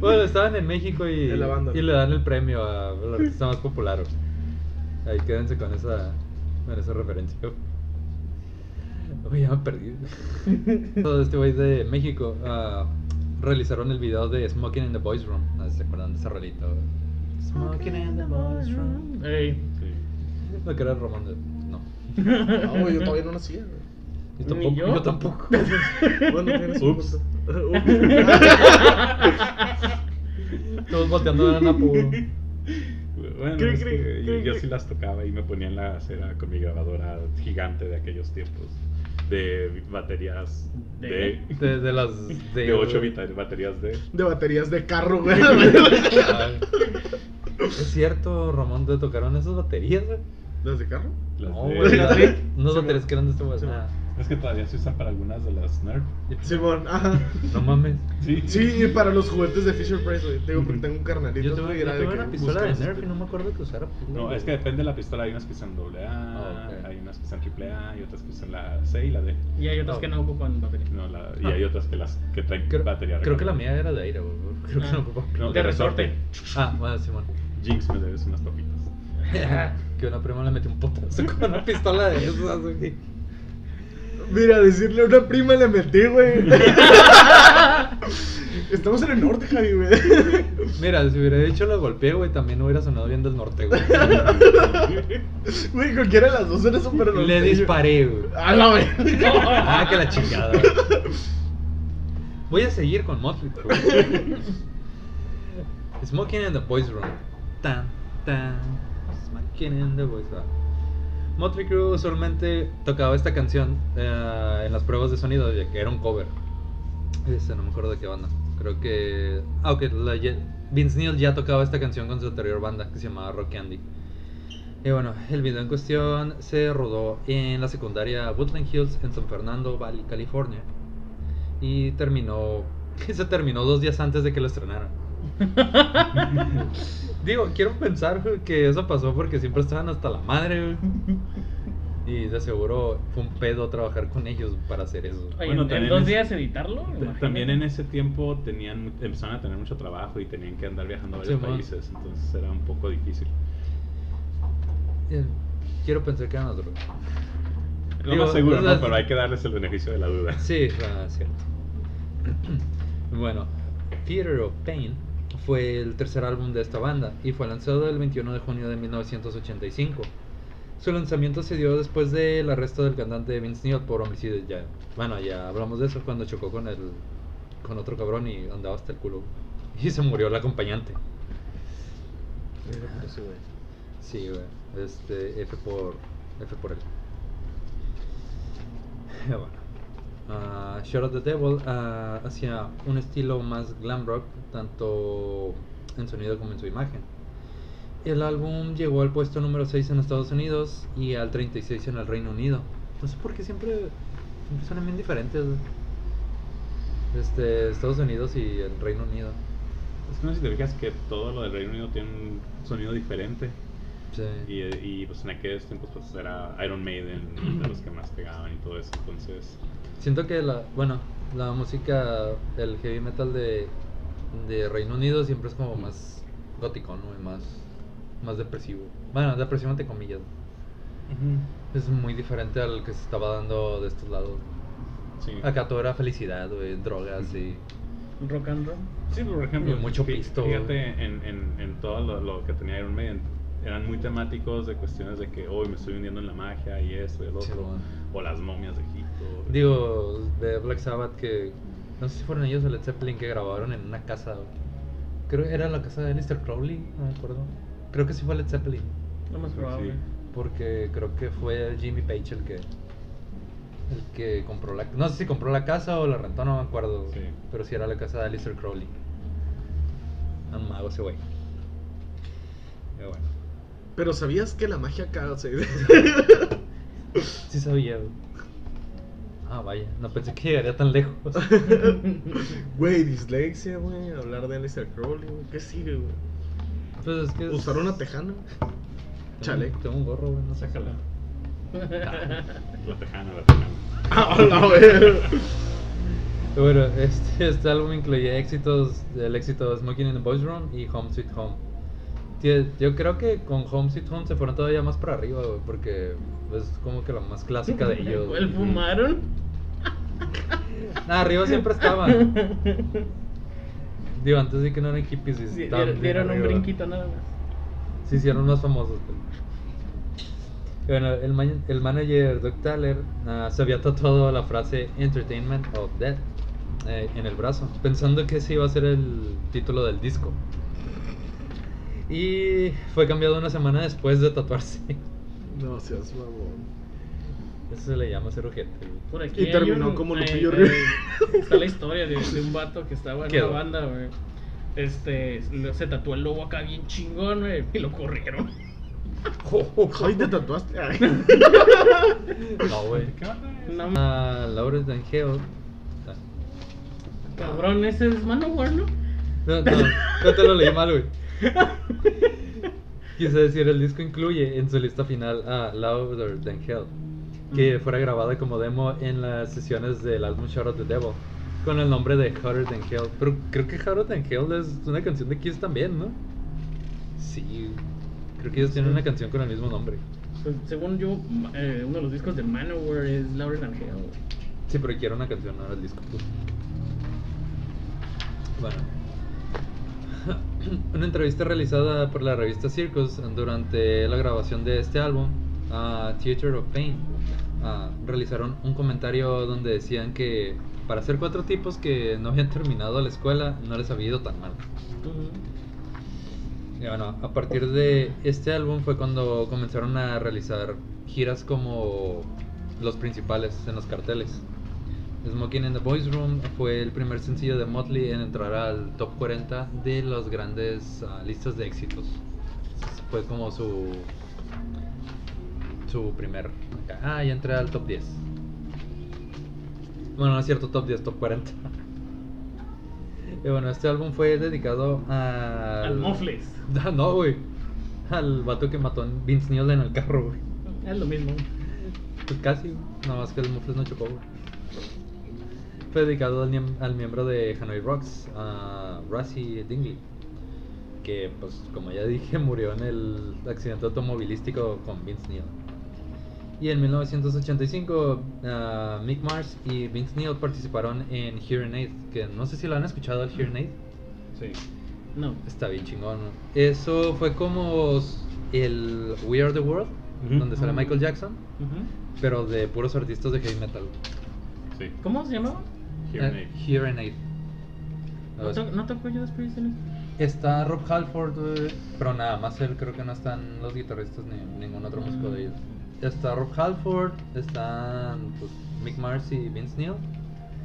Speaker 1: Bueno, estaban en México y,
Speaker 3: El Avándaro.
Speaker 1: y le dan el premio a- al artista más popular. güey. Ahí quédense con esa, con esa referencia. Uy, ya me perdí. Todo este güey de México ah, realizaron el video de Smoking in the Boys Room. No sé si se acuerdan de esa rolita. güey. Smoking in the Boys Room.
Speaker 2: Ey,
Speaker 4: Sí.
Speaker 1: No, que era Román. de- No.
Speaker 3: No, güey, yo todavía no nacía, güey.
Speaker 1: Yo
Speaker 2: Ni
Speaker 1: tampoco.
Speaker 2: yo.
Speaker 1: Yo, tampoco.
Speaker 3: Bueno, tienes un
Speaker 4: Ups.
Speaker 3: punto. Ups.
Speaker 1: Todos volteando a ver a Napo. güey.
Speaker 4: Bueno,
Speaker 3: Cri,
Speaker 4: es
Speaker 3: cri,
Speaker 4: que
Speaker 3: cri,
Speaker 4: yo, yo
Speaker 3: cri.
Speaker 4: sí las tocaba y me ponía en la acera con mi grabadora gigante de aquellos tiempos. De baterías
Speaker 2: De-
Speaker 4: de,
Speaker 1: De, de las.
Speaker 4: de 8 baterías de.
Speaker 3: De baterías de carro, güey.
Speaker 1: Ay. Es cierto, Ramón, te tocaron esas baterías, güey.
Speaker 3: ¿Las de carro?
Speaker 4: las
Speaker 1: No,
Speaker 4: de-
Speaker 1: güey, las-
Speaker 3: las de-
Speaker 1: unas
Speaker 3: Sí,
Speaker 1: baterías que eran de este güey.
Speaker 3: Sí,
Speaker 1: Ah,
Speaker 4: Es que todavía se usan para algunas de las Nerf.
Speaker 3: Simón, ajá.
Speaker 1: No mames.
Speaker 4: Sí,
Speaker 3: Sí, y para los juguetes de Fisher Price, güey. Te Digo, porque tengo un carnalito.
Speaker 1: Yo tuve,
Speaker 3: güey,
Speaker 1: yo
Speaker 3: era de
Speaker 1: tuve
Speaker 3: que
Speaker 1: una pistola de
Speaker 3: buscas- este.
Speaker 1: Nerf y no me acuerdo que usara. pila,
Speaker 4: No,
Speaker 1: güey.
Speaker 4: es que depende de la pistola. Hay unas que usan doble A,
Speaker 1: Ah, ok.
Speaker 4: hay unas que usan triple A y otras que usan la C y la D.
Speaker 2: Y hay otros que no ocupan batería.
Speaker 4: No, la- y hay otras que las que traen
Speaker 1: Ah. Creo,
Speaker 4: batería.
Speaker 1: creo que la
Speaker 4: recargable.
Speaker 1: mía era de aire, güey. Creo que
Speaker 2: Ah.
Speaker 1: no ocupaba.
Speaker 4: No,
Speaker 2: De resorte.
Speaker 1: Ah, bueno, Simón.
Speaker 4: Jinx me debes unas papitas.
Speaker 1: que una prima le metió un potazo con una pistola de esas, güey.
Speaker 3: Mira, decirle a una prima le metí, güey. Estamos en el norte, Javi, güey.
Speaker 1: Mira, si hubiera dicho la golpeé, güey, también hubiera sonado bien del norte, güey.
Speaker 3: Güey, cualquiera de las dos era súper
Speaker 1: Le
Speaker 3: norteño.
Speaker 1: disparé, güey.
Speaker 3: A la verga.
Speaker 1: Ah, que la chingada. Voy a seguir con Motley Crue. Smoking in the Boys Room. Tan, tan. Smoking in the Boys Room. Motley Crue usualmente tocaba esta canción eh, en las pruebas de sonido, ya que era un cover. Este, no me acuerdo de qué banda. Creo que. Ah, ok, la ya- Vince Neil ya tocaba esta canción con su anterior banda que se llamaba Rock Andy. Y bueno, el video en cuestión se rodó en la secundaria Woodland Hills en San Fernando Valley, California. Y terminó. Se terminó dos días antes de que lo estrenaran. Digo, quiero pensar güey, que eso pasó porque siempre estaban hasta la madre, güey. Y de seguro fue un pedo trabajar con ellos para hacer eso.
Speaker 2: Oye,
Speaker 4: Bueno,
Speaker 2: en- en,
Speaker 4: también
Speaker 2: dos
Speaker 4: es-
Speaker 2: días editarlo.
Speaker 4: Ta-
Speaker 2: Imagínate.
Speaker 4: También en ese tiempo tenían, empezaron a tener mucho trabajo y tenían que andar viajando a varios
Speaker 1: Simón.
Speaker 4: países, entonces era un poco difícil.
Speaker 1: Eh, Quiero pensar que eran las drogas.
Speaker 4: Lo
Speaker 1: Digo,
Speaker 4: más seguro,
Speaker 1: o
Speaker 4: ¿no?
Speaker 1: sea,
Speaker 4: pero hay que darles el beneficio de la duda.
Speaker 1: Sí, ah, cierto. bueno, Theater of Pain fue el tercer álbum de esta banda y fue lanzado el 21 de junio de 1985. Su lanzamiento se dio después del arresto del cantante Vince Neil por homicidio. Ya, bueno, ya hablamos de eso cuando chocó con el con otro cabrón y andaba hasta el culo y se murió el acompañante. Sí, güey. Este, F por. F por él. Ya bueno. Ah, Shot of the Devil ah, hacía un estilo más glam rock, tanto en sonido como en su imagen. El álbum llegó al puesto número 6 en Estados Unidos y al 36 en el Reino Unido. No sé por qué siempre, siempre suenan bien diferentes. güey. Este, Estados Unidos y el Reino Unido.
Speaker 4: Es que no sé si te fijas que todo lo del Reino Unido tiene un sonido diferente.
Speaker 1: Sí.
Speaker 4: Y, y, pues en aquellos tiempos pues era Iron Maiden de los que más pegaban y todo eso, entonces...
Speaker 1: Siento que la, bueno, la música, el heavy metal de, de Reino Unido siempre es como más gótico, ¿no? Y más, más depresivo. Bueno, depresivo entre comillas. Es muy diferente al que se estaba dando de estos lados.
Speaker 4: Sí.
Speaker 1: Acá todo era felicidad, güey, drogas y...
Speaker 2: Rock and roll.
Speaker 4: Sí, por ejemplo,
Speaker 1: Y mucho
Speaker 4: fí-
Speaker 1: pisto.
Speaker 4: Fíjate en, en, en todo lo, lo que tenía Iron Maiden. Eran muy temáticos de cuestiones de que hoy me estoy hundiendo en la magia y esto y el otro.
Speaker 1: Sí, bueno.
Speaker 4: o las momias de Egipto.
Speaker 1: Digo, de Black Sabbath que... No sé si fueron ellos o Led Zeppelin que grabaron en una casa. güey. Creo que era la casa de Mr. Crowley, no me acuerdo. Creo que sí fue Led Zeppelin.
Speaker 2: Lo más
Speaker 4: Sí.
Speaker 2: probable.
Speaker 1: Porque creo que fue Jimmy Page el que el que compró la no sé si compró la casa o la rentó, no me acuerdo,
Speaker 4: Sí.
Speaker 1: pero si era la casa de Alistair Crowley. Un mago ese güey. Pero bueno,
Speaker 3: Pero sabías que la magia caga, sí.
Speaker 1: sí sabía. güey. Ah, vaya, no pensé que llegaría tan lejos.
Speaker 3: Güey, dislexia, güey. Hablar de Alistair Crowley, güey. ¿Qué sigue, güey?
Speaker 1: Pues es que es-
Speaker 3: Usar una tejana.
Speaker 1: tengo-
Speaker 3: Chale.
Speaker 1: Tengo un gorro, güey, no sé
Speaker 4: Sácala.
Speaker 1: qué.
Speaker 4: La tejana, la tejana.
Speaker 3: Ah, hola, güey.
Speaker 1: Bueno, este, este álbum incluía éxitos, el éxito Smoking in the Boys Room y Home Sweet Home. Tie- Yo creo que con Home Sweet Home se fueron todavía más para arriba, güey, porque es como que la más clásica de ellos.
Speaker 2: ¿Cuál fumaron?
Speaker 1: Nah, arriba siempre estaban. Digo, antes de que no eran hippies. y
Speaker 2: Sí,
Speaker 1: estaban
Speaker 2: dieron
Speaker 1: bien
Speaker 2: dieron un
Speaker 1: arriba.
Speaker 2: brinquito nada más.
Speaker 1: Se hicieron más famosos. güey. Y Bueno, el, man- el manager Doug Tyler ah, se había tatuado la frase Entertainment of Death eh, en el brazo, pensando que ese iba a ser el título del disco. Y fue cambiado una semana después de tatuarse.
Speaker 3: No seas mamón.
Speaker 1: Eso se le llama ser ojete. güey.
Speaker 2: Por aquí
Speaker 3: Y
Speaker 2: hay
Speaker 3: terminó
Speaker 2: un-
Speaker 3: como
Speaker 2: hay-
Speaker 3: Lupillo
Speaker 2: hay- Está la historia de, de un vato que estaba en
Speaker 1: Quedó.
Speaker 2: una banda, güey. Este, se tatuó el lobo acá bien chingón, güey, y lo corrieron.
Speaker 3: Ay, te tatuaste. Ay.
Speaker 1: No, güey.
Speaker 4: ¿Qué onda?
Speaker 2: No,
Speaker 1: Ah, Lawrence Ah, D'Angelo.
Speaker 2: cabrón, ese es Manowar, ¿no?
Speaker 1: No, no, no te lo leí mal, güey. Quise decir, el disco incluye en su lista final a Louder Than Hell, que fuera grabada como demo en las sesiones del álbum Shout of the Devil, con el nombre de Hotter Than Hell. Pero creo que Hotter Than Hell es una canción de Kiss también, ¿no? Sí, creo que ellos tienen una canción con el mismo nombre.
Speaker 2: Pues, según yo, ma- eh, uno de los discos de Manowar es Lauren Angel, güey.
Speaker 1: Sí, pero quiero una canción, no era el disco. pues. Bueno. Una entrevista realizada por la revista Circus durante la grabación de este álbum, a Theater of Pain, ah, realizaron un comentario donde decían que para ser cuatro tipos que no habían terminado la escuela no les había ido tan mal. Y bueno, a partir de este álbum fue cuando comenzaron a realizar giras como los principales en los carteles. Smoking in the Boys Room fue el primer sencillo de Motley en entrar al top 40 de las grandes ah, listas de éxitos. Fue como su su primer. Ah, ya entré al top 10. Bueno, no es cierto, top 10, top 40. Y bueno, este álbum fue dedicado al.
Speaker 2: Al Mofles.
Speaker 1: No, güey. Al vato que mató a Vince Neil en el carro, güey.
Speaker 2: Es lo mismo.
Speaker 1: Pues casi, güey. nada más que el Mofles no chocó, güey. Fue dedicado al, niem- al miembro de Hanoi Rocks, a Rassi Dingley. Que, pues, como ya dije, murió en el accidente automovilístico con Vince Neil. Y en 1985, ah, Mick Mars y Vince Neil participaron en Hearing Aid. Que no sé si lo han escuchado al Hearing Aid.
Speaker 4: Sí.
Speaker 2: No.
Speaker 1: Está bien chingón. ¿no? Eso fue como el We Are the World,
Speaker 4: Ujú.
Speaker 1: donde
Speaker 2: Mm.
Speaker 1: sale Michael Jackson,
Speaker 2: Ujú.
Speaker 1: pero de puros artistas de heavy metal.
Speaker 4: Sí.
Speaker 2: ¿Cómo se llamaba?
Speaker 4: Hearing
Speaker 1: Eh,
Speaker 4: Aid.
Speaker 1: Hearing Aid.
Speaker 2: ¿No, to- no tocó yo después en
Speaker 1: Está Rob Halford, güey, pero nada más él creo que no están los guitarristas ni ningún otro músico de ellos.
Speaker 2: Mm.
Speaker 1: Está Rob Halford, están pues, Mick Mars y Vince Neil.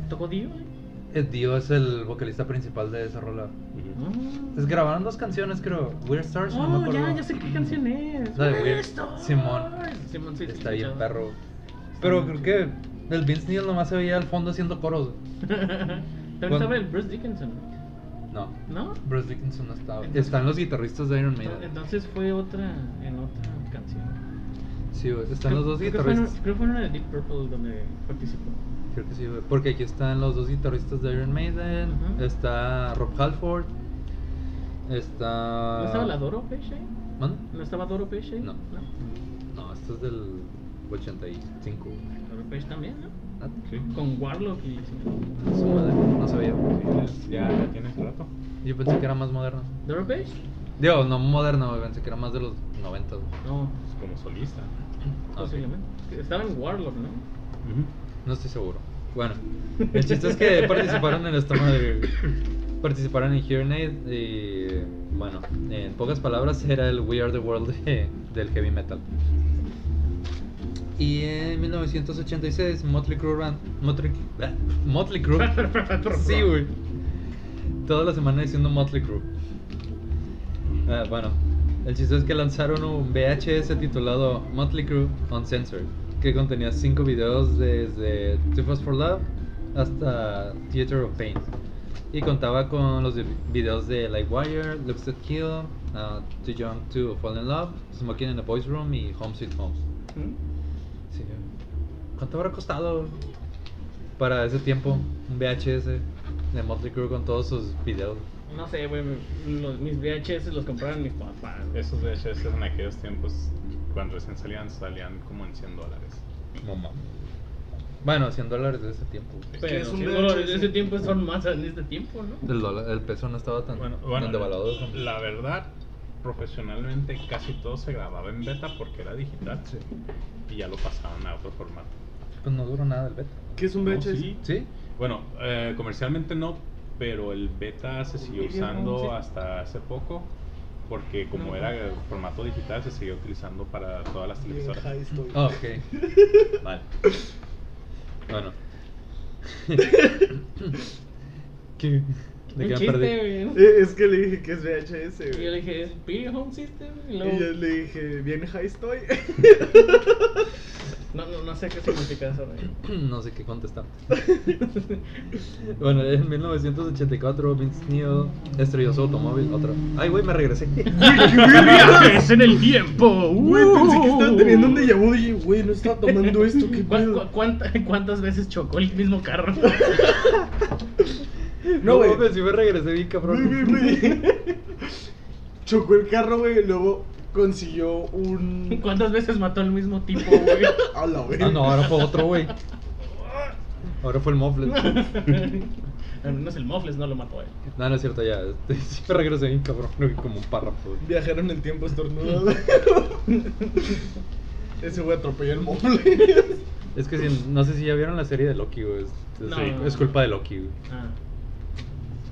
Speaker 2: ¿Tocó Dio? güey?
Speaker 1: Eh, Dio es el vocalista principal de esa rola.
Speaker 4: Ujú.
Speaker 2: No.
Speaker 1: Les grabaron dos canciones creo, Weird Stars, no me
Speaker 2: Oh,
Speaker 1: acuerdo.
Speaker 2: ya, ya sé qué canción es.
Speaker 1: La de Weird-
Speaker 2: Stars.
Speaker 1: Simón.
Speaker 2: Simón, sí, sí,
Speaker 1: Está bien,
Speaker 2: escuchaba.
Speaker 1: perro. Pero creo que el Vince Neil nomás se veía al fondo haciendo coros.
Speaker 2: También
Speaker 1: Bueno.
Speaker 2: estaba el Bruce Dickinson,
Speaker 1: No,
Speaker 2: ¿no?
Speaker 1: Bruce Dickinson no estaba.
Speaker 2: Entonces-
Speaker 1: Están los guitarristas de Iron Maiden.
Speaker 2: Entonces fue otra, en otra canción.
Speaker 1: Sí, güey, están los dos
Speaker 2: Creo- creo que fue en-
Speaker 1: guitarristas.
Speaker 2: Creo que fue en una de Deep Purple donde participó.
Speaker 1: Creo que sí, güey, porque aquí están los dos guitarristas de Iron Maiden.
Speaker 2: Ujú.
Speaker 1: Está Rob Halford. Está.
Speaker 2: ¿No estaba la Doro Peche?
Speaker 1: ¿Mande?
Speaker 2: ¿No estaba Doro Peche?
Speaker 1: Ah. No. No, esto es del 85. güey.
Speaker 2: Doro Peche también, ¿no?
Speaker 1: Ah,
Speaker 4: Sí.
Speaker 2: Con Warlock y...
Speaker 1: Su madre, no sabía.
Speaker 4: Sí, Ya, ya tienes rato.
Speaker 1: Yo pensé que era más moderno.
Speaker 2: ¿Doro Peche?
Speaker 1: Digo, no moderno, güey, pensé que era más de los 90. güey.
Speaker 2: No,
Speaker 4: Pues como solista.
Speaker 1: Ah, ok.
Speaker 2: posiblemente. Estaba en Warlock, ¿no?
Speaker 1: No estoy seguro. Bueno, el chiste es que participaron en esta madre. Participaron en Hearing Aid y, bueno, en pocas palabras era el We Are the World de- del heavy metal. Y en 1986 Motley Crue ran- Motley, bleh, Motley Crue. sí, güey. Toda la semana diciendo Motley Crue. Ah, bueno, el chiste es que lanzaron un VHS titulado Motley Crue Uncensored, que contenía cinco videos desde Too Fast for Love hasta Theater of Pain. Y contaba con los vi- videos de Lightwire, Looks That Kill, ah, Too Young to Fall in Love, Smoking in the Boys Room y Home Sweet Home.
Speaker 2: ¿Mm?
Speaker 1: Sí. ¿Cuánto habrá costado para ese tiempo un VHS de Motley Crue con todos sus videos?
Speaker 2: No sé, güey. los- Mis VHS los compraron mis papás. güey.
Speaker 4: Esos VHS en aquellos tiempos, cuando recién salían, salían como en 100 dólares.
Speaker 1: No mames. Bueno, 100 dólares de ese tiempo.
Speaker 2: Pero
Speaker 3: es un
Speaker 2: si
Speaker 3: VHS?
Speaker 2: dólares de ese tiempo son más en este tiempo, ¿no?
Speaker 1: El, dólar- el peso no estaba tan,
Speaker 4: Bueno,
Speaker 1: tan
Speaker 4: bueno
Speaker 1: devaluado.
Speaker 4: la verdad, profesionalmente casi todo se grababa en beta porque era digital
Speaker 1: Sí.
Speaker 4: y ya lo pasaban a otro formato.
Speaker 1: Pues no duró nada el beta.
Speaker 3: ¿Qué es un
Speaker 4: No,
Speaker 3: VHS?
Speaker 4: sí.
Speaker 1: ¿Sí?
Speaker 4: Bueno, eh, comercialmente no, pero el beta se siguió
Speaker 2: Video, sí.
Speaker 4: usando hasta hace poco porque como
Speaker 2: No.
Speaker 4: era eh, formato digital se siguió utilizando para todas las
Speaker 3: Bien
Speaker 4: televisoras.
Speaker 3: high estoy.
Speaker 1: Ah, ok. vale. Bueno. ¿Qué? ¿De
Speaker 2: Un
Speaker 1: qué me
Speaker 2: chiste,
Speaker 1: perdí?
Speaker 2: güey.
Speaker 3: Eh, Es que le dije que es VHS,
Speaker 2: Y yo
Speaker 3: güey.
Speaker 2: le dije, ¿es Video Home System? Y luego,
Speaker 3: Y yo le dije, bien high estoy.
Speaker 2: no, no, no sé qué significa eso, güey.
Speaker 1: No sé qué contestar. bueno, en 1984 Vince Neil estrelló su automóvil otra. Ay, güey, me regresé.
Speaker 2: ¡Viajes en el tiempo! uh.
Speaker 3: Güey, pensé que estaba teniendo un déjà vu. Dije, güey, no estaba tomando esto, qué
Speaker 2: ¿Cu-
Speaker 3: pedo.
Speaker 2: cu- cuánta- ¿Cuántas veces chocó el mismo carro?
Speaker 1: no,
Speaker 3: No,
Speaker 1: güey,
Speaker 3: güey.
Speaker 1: sí me regresé bien
Speaker 3: Güey,
Speaker 1: cabrón.
Speaker 3: güey, güey. Chocó el carro, güey, y luego consiguió un.
Speaker 2: ¿Cuántas veces mató al mismo tipo, güey?
Speaker 3: A la güey.
Speaker 1: Ah, no, ahora fue otro, güey. Ahora fue el Moflet.
Speaker 2: Al menos el Mofles no lo mató, güey.
Speaker 1: No, no es cierto, ya. este, sí me regresé bien cabrón, güey, como un párrafo. güey.
Speaker 3: Viajaron el tiempo estornudo. Ese güey atropelló el mueble.
Speaker 1: Es que si- no sé si ya vieron la serie de Loki, güey. Es, es-
Speaker 2: No.
Speaker 1: es culpa de Loki, güey.
Speaker 2: Ah,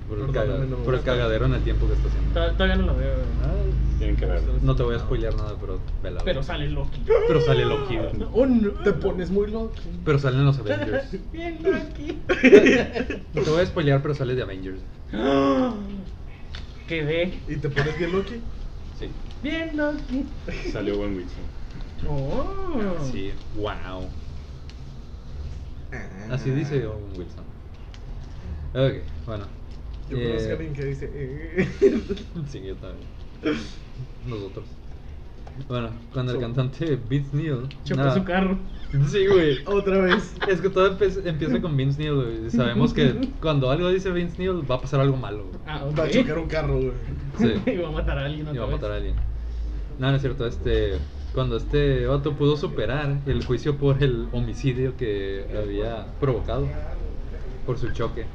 Speaker 1: Por el,
Speaker 3: Perdóname,
Speaker 1: caga-
Speaker 3: no,
Speaker 1: por el
Speaker 3: no.
Speaker 1: cagadero en el tiempo que está haciendo.
Speaker 2: to- todavía no lo veo, güey.
Speaker 1: Ah,
Speaker 4: Tienen que ver.
Speaker 1: No te voy a spoilear nada, pero vela, güey.
Speaker 2: Pero sale Loki.
Speaker 1: Pero sale Loki, güey.
Speaker 2: Oh, no.
Speaker 3: Te pones muy loco.
Speaker 1: Pero salen los Avengers.
Speaker 2: Bien Loki.
Speaker 1: No te voy a spoilear, pero sale de Avengers.
Speaker 2: Quedé.
Speaker 3: ¿Y te pones bien loco?
Speaker 1: Sí.
Speaker 2: Bien Loki.
Speaker 4: Salió buen Wilson.
Speaker 2: Oh.
Speaker 1: Sí. Wow.
Speaker 3: Ah.
Speaker 1: Así dice Owen Wilson. Ok, bueno.
Speaker 3: Yo conozco a
Speaker 1: Eh,
Speaker 3: alguien que dice. eh.
Speaker 1: Sí, yo también. Nosotros. Bueno, cuando el
Speaker 3: So-
Speaker 1: cantante Vince Neil.
Speaker 2: Chocó
Speaker 1: nada.
Speaker 2: su carro.
Speaker 1: Sí, güey.
Speaker 3: Otra vez.
Speaker 1: Es que todo empe- empieza con Vince Neil, güey. Sabemos que cuando algo dice Vince Neil va a pasar algo malo, güey.
Speaker 2: Ah,
Speaker 3: Va a
Speaker 2: ok.
Speaker 3: chocar un carro, güey.
Speaker 1: Sí.
Speaker 2: y va a matar a
Speaker 3: Ah,
Speaker 2: alguien.
Speaker 1: Y va a
Speaker 2: otra
Speaker 1: matar a
Speaker 2: vez.
Speaker 1: alguien. No, no es cierto. Este, cuando este vato pudo superar el juicio por el homicidio que había provocado por su choque,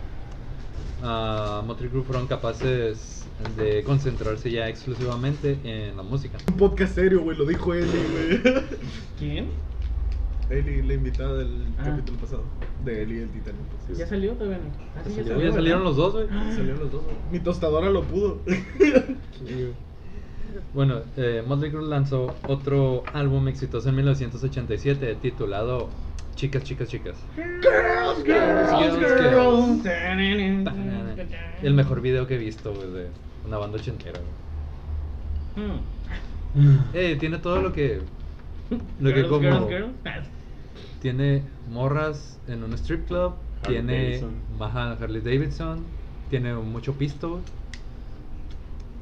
Speaker 1: ah, Motley Crue fueron capaces de concentrarse ya exclusivamente en la música.
Speaker 3: Un podcast serio, güey. Lo dijo Eli, güey.
Speaker 2: ¿Quién?
Speaker 3: Eli, la invitada del
Speaker 2: Ah.
Speaker 3: capítulo pasado. De Eli, el titán. pues.
Speaker 2: ¿Ya salió todavía no? Ah, sí,
Speaker 1: Ya
Speaker 2: ya
Speaker 1: salieron,
Speaker 2: salió.
Speaker 1: los dos, güey.
Speaker 3: Salieron los dos, güey. Mi tostadora lo pudo.
Speaker 1: Bueno, eh, Motley Crue lanzó otro álbum exitoso en 1987 titulado Chicas, chicas, chicas.
Speaker 2: Girls, girls, girls.
Speaker 1: El mejor video que he visto, güey, de una banda ochentera, güey.
Speaker 2: Hmm.
Speaker 1: Eh, tiene todo lo que. Lo que
Speaker 2: Girls,
Speaker 1: como.
Speaker 2: girls, girls. Ah,
Speaker 1: Tiene morras en un strip club.
Speaker 4: Harley
Speaker 1: tiene.
Speaker 4: Davidson.
Speaker 1: Maja Harley Davidson. Tiene mucho pisto, güey.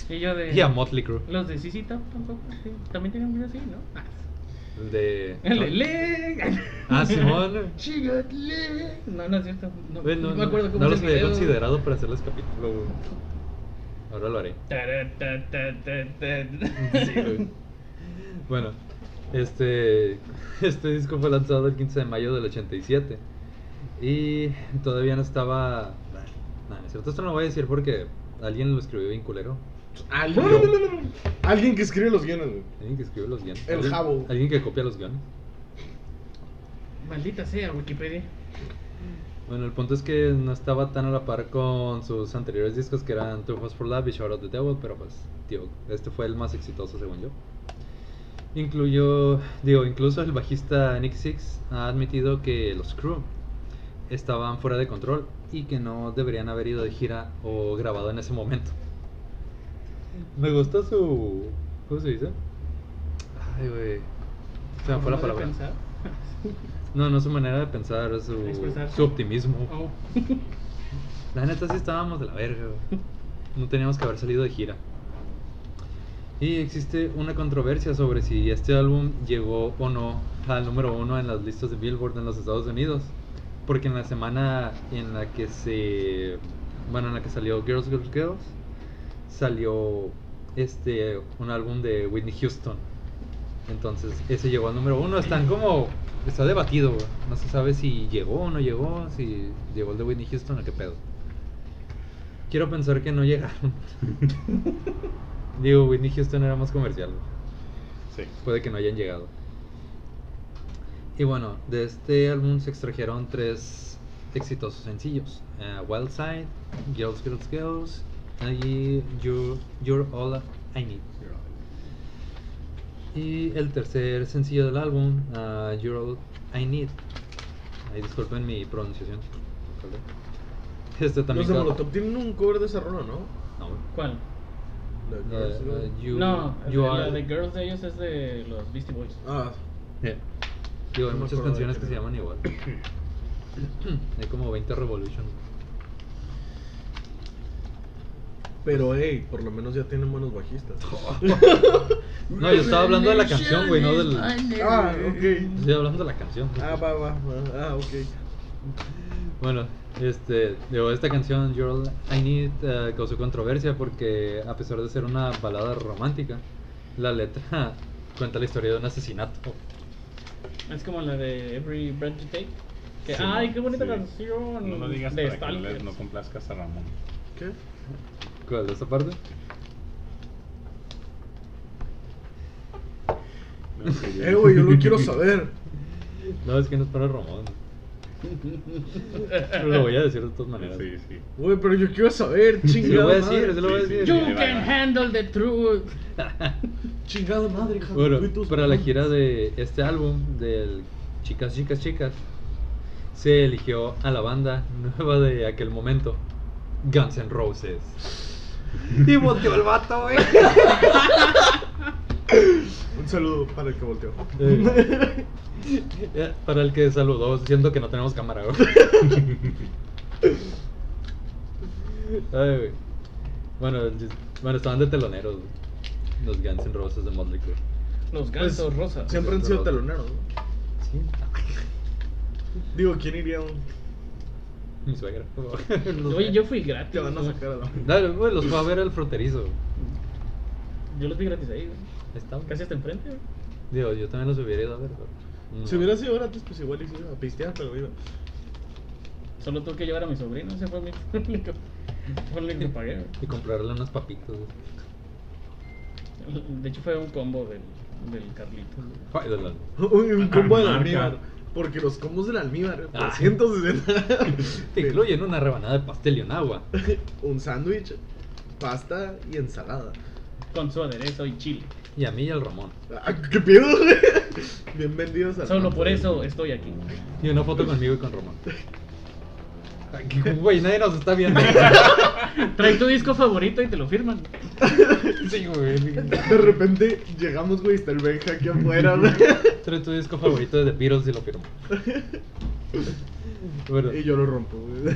Speaker 2: Y yo de.
Speaker 1: Y a Motley Crue.
Speaker 2: Los de CC Top tampoco. sí, También tienen un video así, ¿no? Ah,
Speaker 1: El de.
Speaker 2: El de leg.
Speaker 1: Ah, Simón, güey.
Speaker 2: She got leg. No, no es cierto. No,
Speaker 1: Güey, No,
Speaker 2: no
Speaker 1: no-
Speaker 2: me acuerdo cómo
Speaker 1: no
Speaker 2: se
Speaker 1: los había considerado para hacerles capítulo, güey. Ahora lo haré. Sí, güey. Bueno, este, este disco fue lanzado el 15 de mayo del 87 y todavía no estaba... No, no es cierto, esto no lo voy a decir porque alguien lo escribió bien culero.
Speaker 3: No, no, no, no, no. Alguien que escribe los guiones, güey.
Speaker 1: Alguien que escribe los guiones.
Speaker 3: El
Speaker 1: alguien-
Speaker 3: jabo.
Speaker 1: Alguien que copia los guiones.
Speaker 2: Maldita sea Wikipedia.
Speaker 1: Bueno, el punto es que no estaba tan a la par con sus anteriores discos que eran Two House for Love y Shout Out the Devil, pero pues, tío, este fue el más exitoso según yo. Incluyó, digo, incluso el bajista Nick Six ha admitido que los crew estaban fuera de control y que no deberían haber ido de gira o grabado en ese momento. Me gusta su. ¿Cómo se dice? Ay, güey. Se me fue la
Speaker 2: Forma de
Speaker 1: palabra.
Speaker 2: pensar.
Speaker 1: No, no su manera de pensar, su,
Speaker 2: Expresarse.
Speaker 1: su optimismo.
Speaker 2: Oh.
Speaker 1: La neta sí estábamos de la verga, güey. No teníamos que haber salido de gira. Y existe una controversia sobre si este álbum llegó o no al número uno en las listas de Billboard en los Estados Unidos. Porque en la semana en la que se. Bueno, en la que salió Girls, Girls, Girls, salió este un álbum de Whitney Houston. Entonces, ese llegó al número uno. Están como. Está debatido, güey. No se sabe si llegó o no llegó, si llegó el de Whitney Houston o qué pedo. Quiero pensar que no llegaron. Digo, Whitney Houston era más comercial. güey.
Speaker 4: Sí.
Speaker 1: Puede que no hayan llegado. Y bueno, de este álbum se extrajeron tres exitosos sencillos: eh, Wild Side, Girls, Girls, Girls y You're, You're All I Need. Y el tercer sencillo del álbum, ah, You're All I Need. Ahí disculpen mi pronunciación. Este
Speaker 3: Los
Speaker 1: también.
Speaker 3: de
Speaker 1: ca-
Speaker 3: Molotov tienen un cover de esa rola, ¿no?
Speaker 1: No, güey.
Speaker 2: ¿Cuál?
Speaker 3: La de
Speaker 1: Eh,
Speaker 3: Girls,
Speaker 1: eh,
Speaker 3: ¿no?
Speaker 1: you-
Speaker 2: no,
Speaker 1: you
Speaker 2: la
Speaker 1: are-
Speaker 2: de Girls de ellos es de los Beastie Boys.
Speaker 3: Ah,
Speaker 1: Yeah. Digo, hay
Speaker 3: No me
Speaker 1: muchas
Speaker 3: acuerdo de
Speaker 1: canciones
Speaker 3: qué
Speaker 1: que se
Speaker 3: era.
Speaker 1: llaman igual. hay como 20 Revolution.
Speaker 3: pero hey, por lo menos ya tienen buenos bajistas.
Speaker 1: No, yo estaba hablando de la canción, güey, no del.
Speaker 3: Ah, ok.
Speaker 1: Estoy hablando de la canción. güey.
Speaker 3: Ah, va, va, va. Ah, ok.
Speaker 1: Bueno, este, digo, esta canción, You're All I Need, eh, causó controversia porque, a pesar de ser una balada romántica, la letra cuenta la historia de un asesinato.
Speaker 2: Es como la de Every Breath You Take. Que,
Speaker 4: Sí,
Speaker 2: ay, qué bonita
Speaker 4: sí.
Speaker 2: canción.
Speaker 4: No lo digas
Speaker 2: de
Speaker 4: para que no, le-
Speaker 2: Stalin.
Speaker 4: no complazcas a Ramón.
Speaker 3: ¿Qué?
Speaker 1: ¿Cuál es esa parte?
Speaker 4: No, sí, ya.
Speaker 3: Eh, güey, yo lo quiero saber.
Speaker 1: No, es que no es para Ramón. Pero lo voy a decir de todas maneras.
Speaker 4: Sí, sí.
Speaker 3: Güey, pero yo quiero saber,
Speaker 1: Sí, lo
Speaker 3: chingada
Speaker 1: voy a
Speaker 3: madre.
Speaker 1: decir, sí lo voy a
Speaker 4: Sí, sí.
Speaker 1: decir.
Speaker 2: You
Speaker 4: Sí,
Speaker 2: can
Speaker 4: va, va.
Speaker 2: handle the truth.
Speaker 3: Chingada madre, hija de
Speaker 1: Bueno,
Speaker 3: tus
Speaker 1: para la
Speaker 3: mamás.
Speaker 1: gira de este álbum del Chicas, Chicas, Chicas, se eligió a la banda nueva de aquel momento, Guns N' Roses. Y volteó el vato, güey.
Speaker 3: Un saludo para el que volteó.
Speaker 1: Eh, eh, Para el que saludó, siento que no tenemos cámara, güey. Ay, güey. Bueno, el chis- bueno, estaban de teloneros, güey. Los Guns N' Roses de Motley Crue.
Speaker 2: Los
Speaker 3: Pues,
Speaker 2: gatos rosas.
Speaker 3: Siempre han sido teloneros. ¿no?
Speaker 1: Sí.
Speaker 3: Digo, ¿quién iría a un.?
Speaker 1: Mi suegra. Los-
Speaker 2: Oye, yo fui gratis.
Speaker 3: Te van a
Speaker 2: ¿no?
Speaker 3: sacar a la.
Speaker 1: Dale, güey, los fue a ver el fronterizo. güey.
Speaker 2: Yo los vi gratis ahí, güey.
Speaker 1: Ahí Está, güey.
Speaker 2: Casi hasta enfrente, güey.
Speaker 1: Digo, yo también los hubiera ido a ver, pero. no.
Speaker 3: Si hubiera sido gratis, pues igual y iba a pistear, pero iba.
Speaker 2: Solo tuve que llevar a mi sobrino, ese fue mi único. Fue lo único que pagué, güey.
Speaker 1: Y comprarle unas papitas, güey.
Speaker 2: De hecho, fue un combo del, del Carlito.
Speaker 1: Ay, de la-
Speaker 3: Uy, un combo del
Speaker 4: Marca.
Speaker 3: almíbar. Porque los combos del almíbar, por
Speaker 1: Ah.
Speaker 3: 160.
Speaker 1: Te incluyen una rebanada de pastel y un agua.
Speaker 3: un sándwich, pasta y ensalada.
Speaker 2: Con su aderezo y chile.
Speaker 1: Y a mí y al Ramón.
Speaker 3: Ah, ¿Qué pedo, güey? Bienvenidos al.
Speaker 2: Solo por
Speaker 4: pues.
Speaker 2: eso estoy aquí.
Speaker 1: Y una foto conmigo y con Román. Ay, que, Güey, nadie nos está viendo.
Speaker 2: Trae tu disco favorito y te lo firman.
Speaker 1: Sí, güey.
Speaker 3: De repente llegamos, güey, y está el Benja aquí afuera, güey.
Speaker 1: Trae tu disco favorito de The Beatles y lo firmo. Bueno,
Speaker 3: Y yo lo rompo, güey.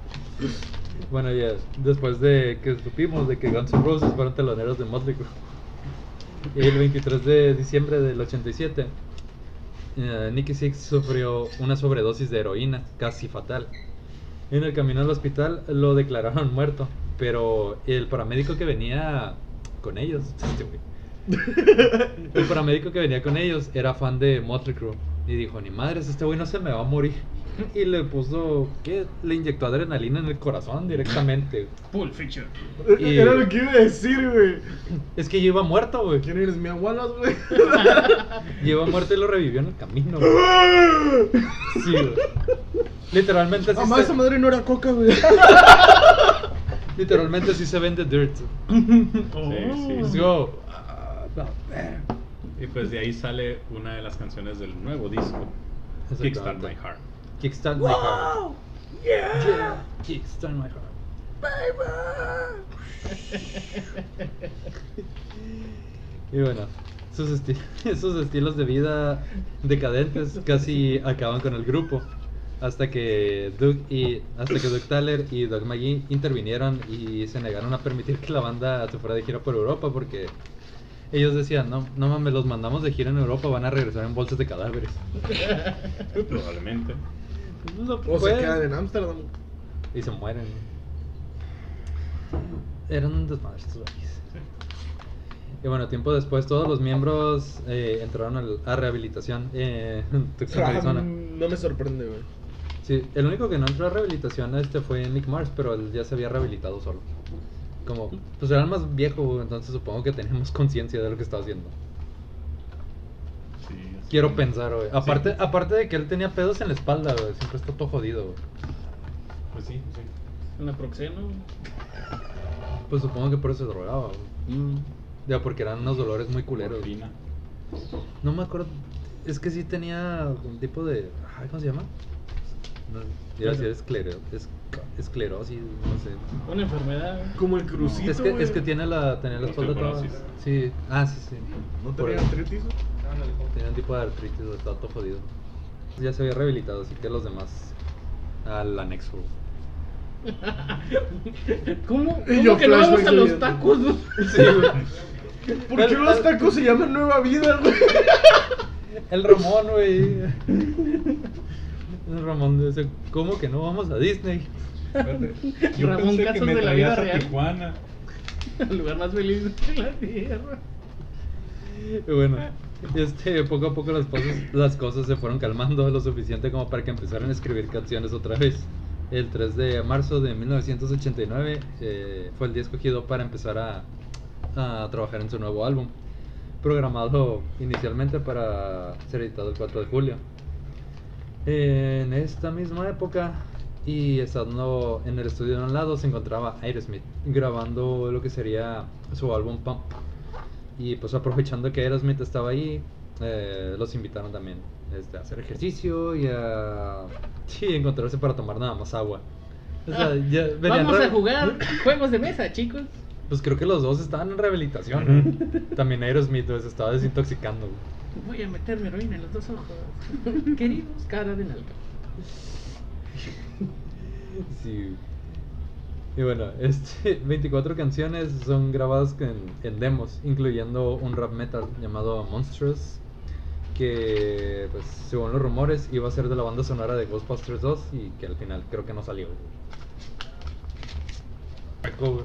Speaker 1: bueno, ya. Después de que supimos de que Guns N' Roses fueron teloneros de Motley Crue. Y el 23 de diciembre del 87, eh, Nicky Six sufrió una sobredosis de heroína, casi fatal. En el camino al hospital lo declararon muerto, pero el paramédico que venía con ellos, este güey, el paramédico que venía con ellos era fan de Motley Crue y dijo, ni madres, este güey no se me va a morir. Y le puso, ¿qué? Le inyectó adrenalina en el corazón directamente.
Speaker 2: Pulp Fiction.
Speaker 1: Y-
Speaker 3: Era lo que iba a decir, güey.
Speaker 1: Es que yo iba muerto, güey.
Speaker 3: ¿Quién eres mi abuelo, güey?
Speaker 1: Yo iba muerto y lo revivió en el camino, güey. Sí, güey. Literalmente así,
Speaker 3: Mamá,
Speaker 1: se-
Speaker 3: esa madre no era coca, güey.
Speaker 1: literalmente así se vende Dirt.
Speaker 4: Sí,
Speaker 1: Let's
Speaker 3: Oh.
Speaker 4: sí.
Speaker 1: go. Ah, no.
Speaker 4: Y pues de ahí sale una de las canciones del nuevo disco,
Speaker 1: Exactamente.
Speaker 4: Kickstart My Heart.
Speaker 1: Kickstart my heart. Yeah. Kickstart my heart. Y bueno, sus, esti- sus estilos de vida decadentes casi acaban con el grupo. Hasta que Doug y hasta que Doug Tyler y Doug McGee intervinieron y se negaron a permitir que la banda se fuera de gira por Europa porque ellos decían, no, no mames, los mandamos de gira en Europa, van a regresar en bolsas de cadáveres.
Speaker 4: Probablemente.
Speaker 1: No
Speaker 3: O se
Speaker 1: pueden.
Speaker 3: quedan en Ámsterdam.
Speaker 1: Y se mueren. Eran un desmadre estos güeyes. Y bueno, tiempo después todos los miembros eh, entraron al- a rehabilitación eh, en Tucson, Arizona.
Speaker 3: No me sorprende, güey.
Speaker 1: Sí, el único que no entró a rehabilitación este fue Nick Mars, pero él ya se había rehabilitado solo. Como, pues era el más viejo, güey, entonces supongo que tenemos conciencia de lo que estaba haciendo.
Speaker 4: Sí, así
Speaker 1: Quiero
Speaker 4: como-
Speaker 1: pensar, güey. Aparte, aparte de que él tenía pedos en la espalda, güey. Siempre está todo jodido, güey.
Speaker 4: Pues sí, sí.
Speaker 2: Una proxeno.
Speaker 1: Pues supongo que por eso se drogaba, güey. Ya, porque eran unos dolores muy culeros.
Speaker 4: Mm. Morfina.
Speaker 1: No me acuerdo. Es que sí tenía un tipo de. ay, ¿Cómo se llama? No, iba a decir esclero, es- esclerosis, no sé.
Speaker 2: Una enfermedad. güey.
Speaker 3: Como el crucito,
Speaker 1: Es que, es
Speaker 3: güey.
Speaker 1: que tiene la, tenía la espalda toda.
Speaker 4: Osteoporosis.
Speaker 1: Sí, ah, sí, sí.
Speaker 3: ¿No
Speaker 1: Por
Speaker 3: tenía
Speaker 1: eso.
Speaker 3: artritis? güey?
Speaker 1: Tenía un tipo de artritis, o estaba todo jodido. Ya se había rehabilitado, así que los demás al anexo.
Speaker 2: ¿Cómo?
Speaker 3: Y
Speaker 2: ¿Cómo
Speaker 3: yo
Speaker 2: que no vamos
Speaker 3: flashback
Speaker 2: a los
Speaker 3: de-
Speaker 2: tacos? güey?
Speaker 3: ¿Por qué los tacos se llaman Nueva Vida, güey?
Speaker 1: El Ramón, güey. El Ramón dice, ¿cómo que no vamos a Disney?
Speaker 4: Espérate, Yo
Speaker 2: Ramón
Speaker 4: pensé que
Speaker 2: Casas
Speaker 4: me
Speaker 2: de la
Speaker 4: traías
Speaker 2: vida
Speaker 4: a
Speaker 2: real.
Speaker 4: Tijuana.
Speaker 2: El lugar más feliz de la tierra.
Speaker 1: Y bueno, este, poco a poco las cosas, las cosas se fueron calmando lo suficiente como para que empezaran a escribir canciones otra vez. El 3 de marzo de 1989 eh, fue el día escogido para empezar a, a trabajar en su nuevo álbum, programado inicialmente para ser editado el 4 de julio. En esta misma época y estando en el estudio de un lado se encontraba Aerosmith grabando lo que sería su álbum Pump. Y pues aprovechando que Aerosmith estaba ahí, eh, los invitaron también este, a hacer ejercicio y a sí, encontrarse para tomar nada más agua. O sea, ya venían
Speaker 2: Vamos
Speaker 1: re-
Speaker 2: a jugar juegos de mesa, chicos.
Speaker 1: Pues creo que los dos estaban en rehabilitación. güey. También Aerosmith güey, se estaba desintoxicando. güey.
Speaker 2: Voy a meterme heroína en los dos ojos. Queridos, cara de nalga.
Speaker 1: Sí. Y bueno, este, 24 canciones son grabadas en, en demos, incluyendo un rap metal llamado Monstrous, que pues, según los rumores iba a ser de la banda sonora de Ghostbusters 2 y que al final creo que no salió. Paco, güey.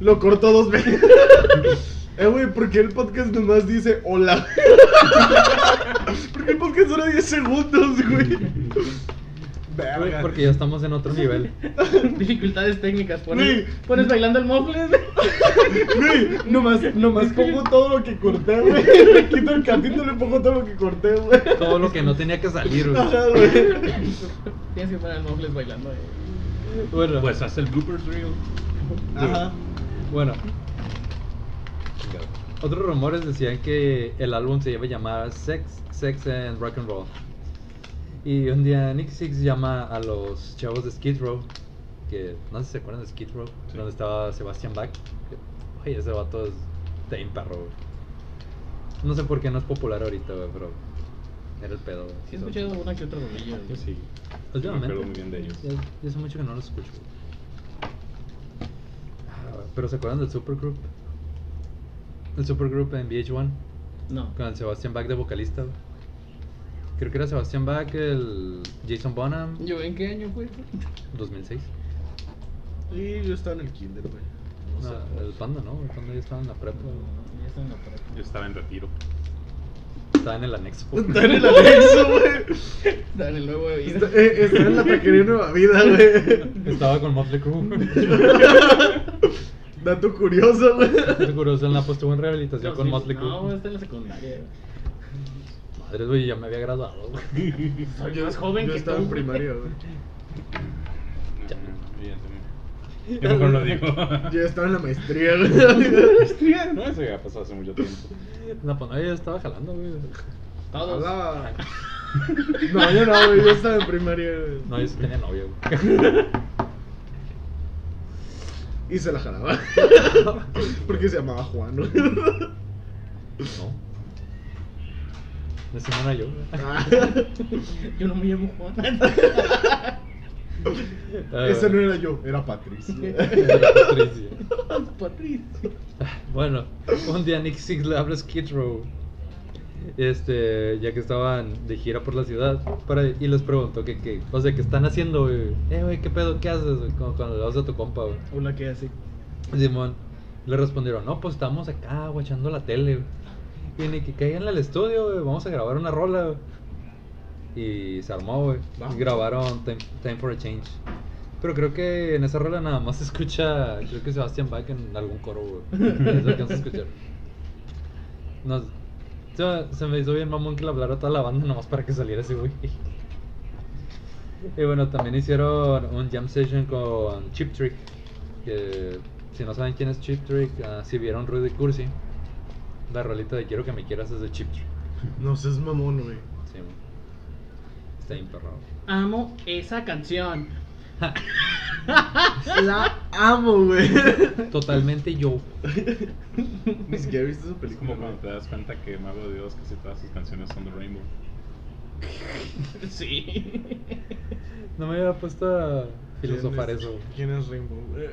Speaker 3: Lo cortó dos veces. Eh, güey, ¿por qué el podcast nomás dice hola? ¿Por qué el podcast dura 10 segundos, güey? Verga.
Speaker 1: Porque ya estamos en otro nivel.
Speaker 2: Dificultades técnicas. Pones,
Speaker 3: Güey.
Speaker 2: pones bailando el mofles.
Speaker 3: Güey, nomás, nomás pongo todo lo que corté, güey. Le quito el capítulo y pongo todo lo que corté, güey.
Speaker 1: Todo lo que no tenía que salir, güey.
Speaker 3: Ajá, güey.
Speaker 2: Tienes que poner el mofles bailando. eh.
Speaker 1: Bueno,
Speaker 4: Pues haz el bloopers reel.
Speaker 3: Ajá.
Speaker 1: Bueno. Otros rumores decían que el álbum se iba a llamar Sex, Sex and Rock and Roll. Y un día Nick Six llama a los chavos de Skid Row, que no sé si se acuerdan de Skid Row,
Speaker 4: Sí.
Speaker 1: donde estaba Sebastian Bach. que, Oye, ese vato es de bien perro. güey". No sé por qué no es popular ahorita, güey, pero era el pedo. güey.
Speaker 2: Sí, he escuchado una que otra rodilla.
Speaker 4: Yo pues sí. Yo me
Speaker 1: Últimamente.
Speaker 4: acuerdo muy bien de ellos.
Speaker 1: Ya, ya hace mucho que no los escucho. Ah, Pero ¿se acuerdan del Supergroup? El Supergroup en VH1
Speaker 2: No.
Speaker 1: con el Sebastián Bach de vocalista. güey. Creo que era Sebastián Bach, el Jason Bonham,
Speaker 2: ¿Yo en qué año fue?
Speaker 1: 2006.
Speaker 3: Y yo estaba en el kinder, güey. No sé.
Speaker 1: No, el Panda, ¿no? El Panda ya estaba en la prepa. güey.
Speaker 2: Ya está en la prepa.
Speaker 4: Yo estaba en retiro.
Speaker 1: Estaba en el anexo.
Speaker 3: Está en el anexo, güey.
Speaker 2: Está en el nuevo de vida.
Speaker 3: Está, eh, está en la taquería Nueva Vida, güey.
Speaker 1: Estaba con Motley Crue.
Speaker 3: Dato curioso, güey.
Speaker 1: Seguro, en la estuvo en rehabilitación
Speaker 2: No,
Speaker 1: con
Speaker 2: sí,
Speaker 1: Motley Crue.
Speaker 2: No, está en la secundaria.
Speaker 1: Madres, güey, ya me había graduado. güey.
Speaker 2: Soy más joven
Speaker 3: Yo
Speaker 2: que
Speaker 3: estaba
Speaker 2: tú.
Speaker 3: en primaria, güey.
Speaker 1: Ya.
Speaker 4: Yo mejor no digo.
Speaker 3: Yo estaba en la maestría, güey.
Speaker 4: Maestría, no, eso ya pasó hace mucho tiempo.
Speaker 1: No, pues no, yo estaba jalando, güey.
Speaker 2: Todos.
Speaker 3: Hola. No, yo no, güey. Yo estaba en primaria, güey.
Speaker 1: No, yo sí tenía novia, güey.
Speaker 3: Y se la jalaba. Porque se llamaba Juan, güey.
Speaker 1: No. La semana yo, güey.
Speaker 3: Ah,
Speaker 2: Yo no me llamo Juan.
Speaker 3: Ese no era yo, era Patricio.
Speaker 1: Era Patricia.
Speaker 2: Patricio.
Speaker 1: Bueno, un día Nick Six le habla a Skid Row. Este, ya que estaban de gira por la ciudad, para, y les preguntó que, que, o sea, que están haciendo, güey. Eh, güey, ¿qué pedo? ¿Qué haces, güey? Como Cuando le vas a tu compa, güey.
Speaker 2: Hola, ¿qué hace?
Speaker 1: Simón le respondieron, no, pues estamos acá guachando la tele. güey". Y ni que caigan al estudio, güey, vamos a grabar una rola. güey". Y se armó, güey.
Speaker 3: Va.
Speaker 1: Y grabaron Time, Time for a Change. Pero creo que en esa rola nada más se escucha, creo que Sebastián Bach en algún coro, güey. Es lo que alcanza a escuchar. No, se, se me hizo bien mamón que le hablara a toda la banda nomás para que saliera ese güey. Y bueno, también hicieron un jam session con Chip Trick. Que si no saben quién es Chip Trick, ah, si vieron Rudy Cursi, la rolita de Quiero que me quieras es de Chip Trick.
Speaker 3: No seas mamón, güey.
Speaker 1: Sí, mo. está bien perrado.
Speaker 2: Amo esa canción.
Speaker 3: La amo, güey.
Speaker 1: Totalmente yo.
Speaker 3: Ni siquiera viste su
Speaker 4: Es como
Speaker 3: película, güey.
Speaker 4: cuando te das cuenta que Mago de Dios casi todas sus canciones son de Rainbow.
Speaker 2: Sí.
Speaker 1: No me había puesto a filosofar
Speaker 3: ¿Quién es-
Speaker 1: eso.
Speaker 3: ¿Quién es Rainbow? güey?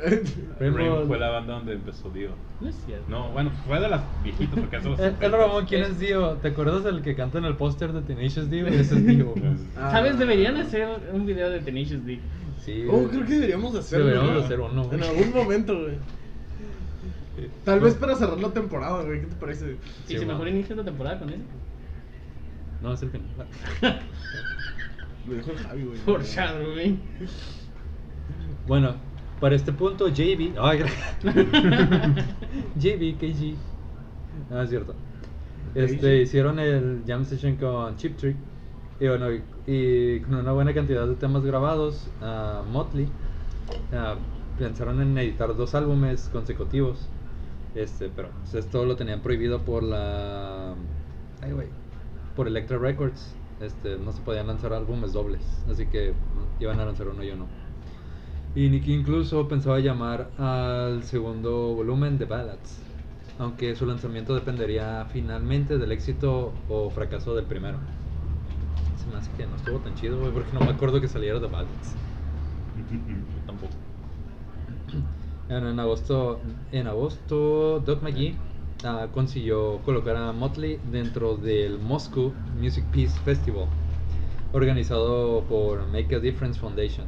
Speaker 1: Rainbow-
Speaker 4: Rainbow, fue la banda donde empezó Dio.
Speaker 2: No es cierto.
Speaker 4: No, bueno, fue de las viejitas porque eso los
Speaker 1: El, el
Speaker 4: 70s.
Speaker 1: Ramón, ¿quién es Dio? ¿Te acuerdas del que canta en el póster de Tenacious D? Ese es Dio.
Speaker 3: Ah.
Speaker 2: ¿Sabes? Deberían hacer un video de Tenacious D.
Speaker 1: Sí.
Speaker 3: Oh, creo que deberíamos hacerlo.
Speaker 1: Deberíamos
Speaker 3: güey.
Speaker 1: hacer uno, güey.
Speaker 3: En algún momento, güey. Tal vez para cerrar la temporada, güey. ¿Qué te parece?
Speaker 2: Y
Speaker 1: Sí,
Speaker 2: si
Speaker 1: ma.
Speaker 2: mejor inician la temporada con él.
Speaker 1: No, es el final.
Speaker 3: Lo dijo el Javi, güey.
Speaker 2: Por Shadowing.
Speaker 1: Bueno, para este punto, JB. Ay, JB, KG. Ah, es cierto. Este,
Speaker 3: KG.
Speaker 1: hicieron el jam session con Chip Trick. Y bueno, y, y con una buena cantidad de temas grabados, ah, Motley ah, pensaron en editar dos álbumes consecutivos. Este, pero pues, esto lo tenían prohibido por la. Ay, güey. Por Electra Records. Este, no se podían lanzar álbumes dobles. Así que mm, iban a lanzar uno y uno. Y Nicky incluso pensaba llamar al segundo volumen The Ballads, aunque su lanzamiento dependería finalmente del éxito o fracaso del primero. Se me hace que no estuvo tan chido, güey, porque no me acuerdo que saliera The Ballads.
Speaker 4: Tampoco.
Speaker 1: En, en agosto, en agosto, Doc McGee ah, consiguió colocar a Motley dentro del Moscow Music Peace Festival, organizado por Make a Difference Foundation.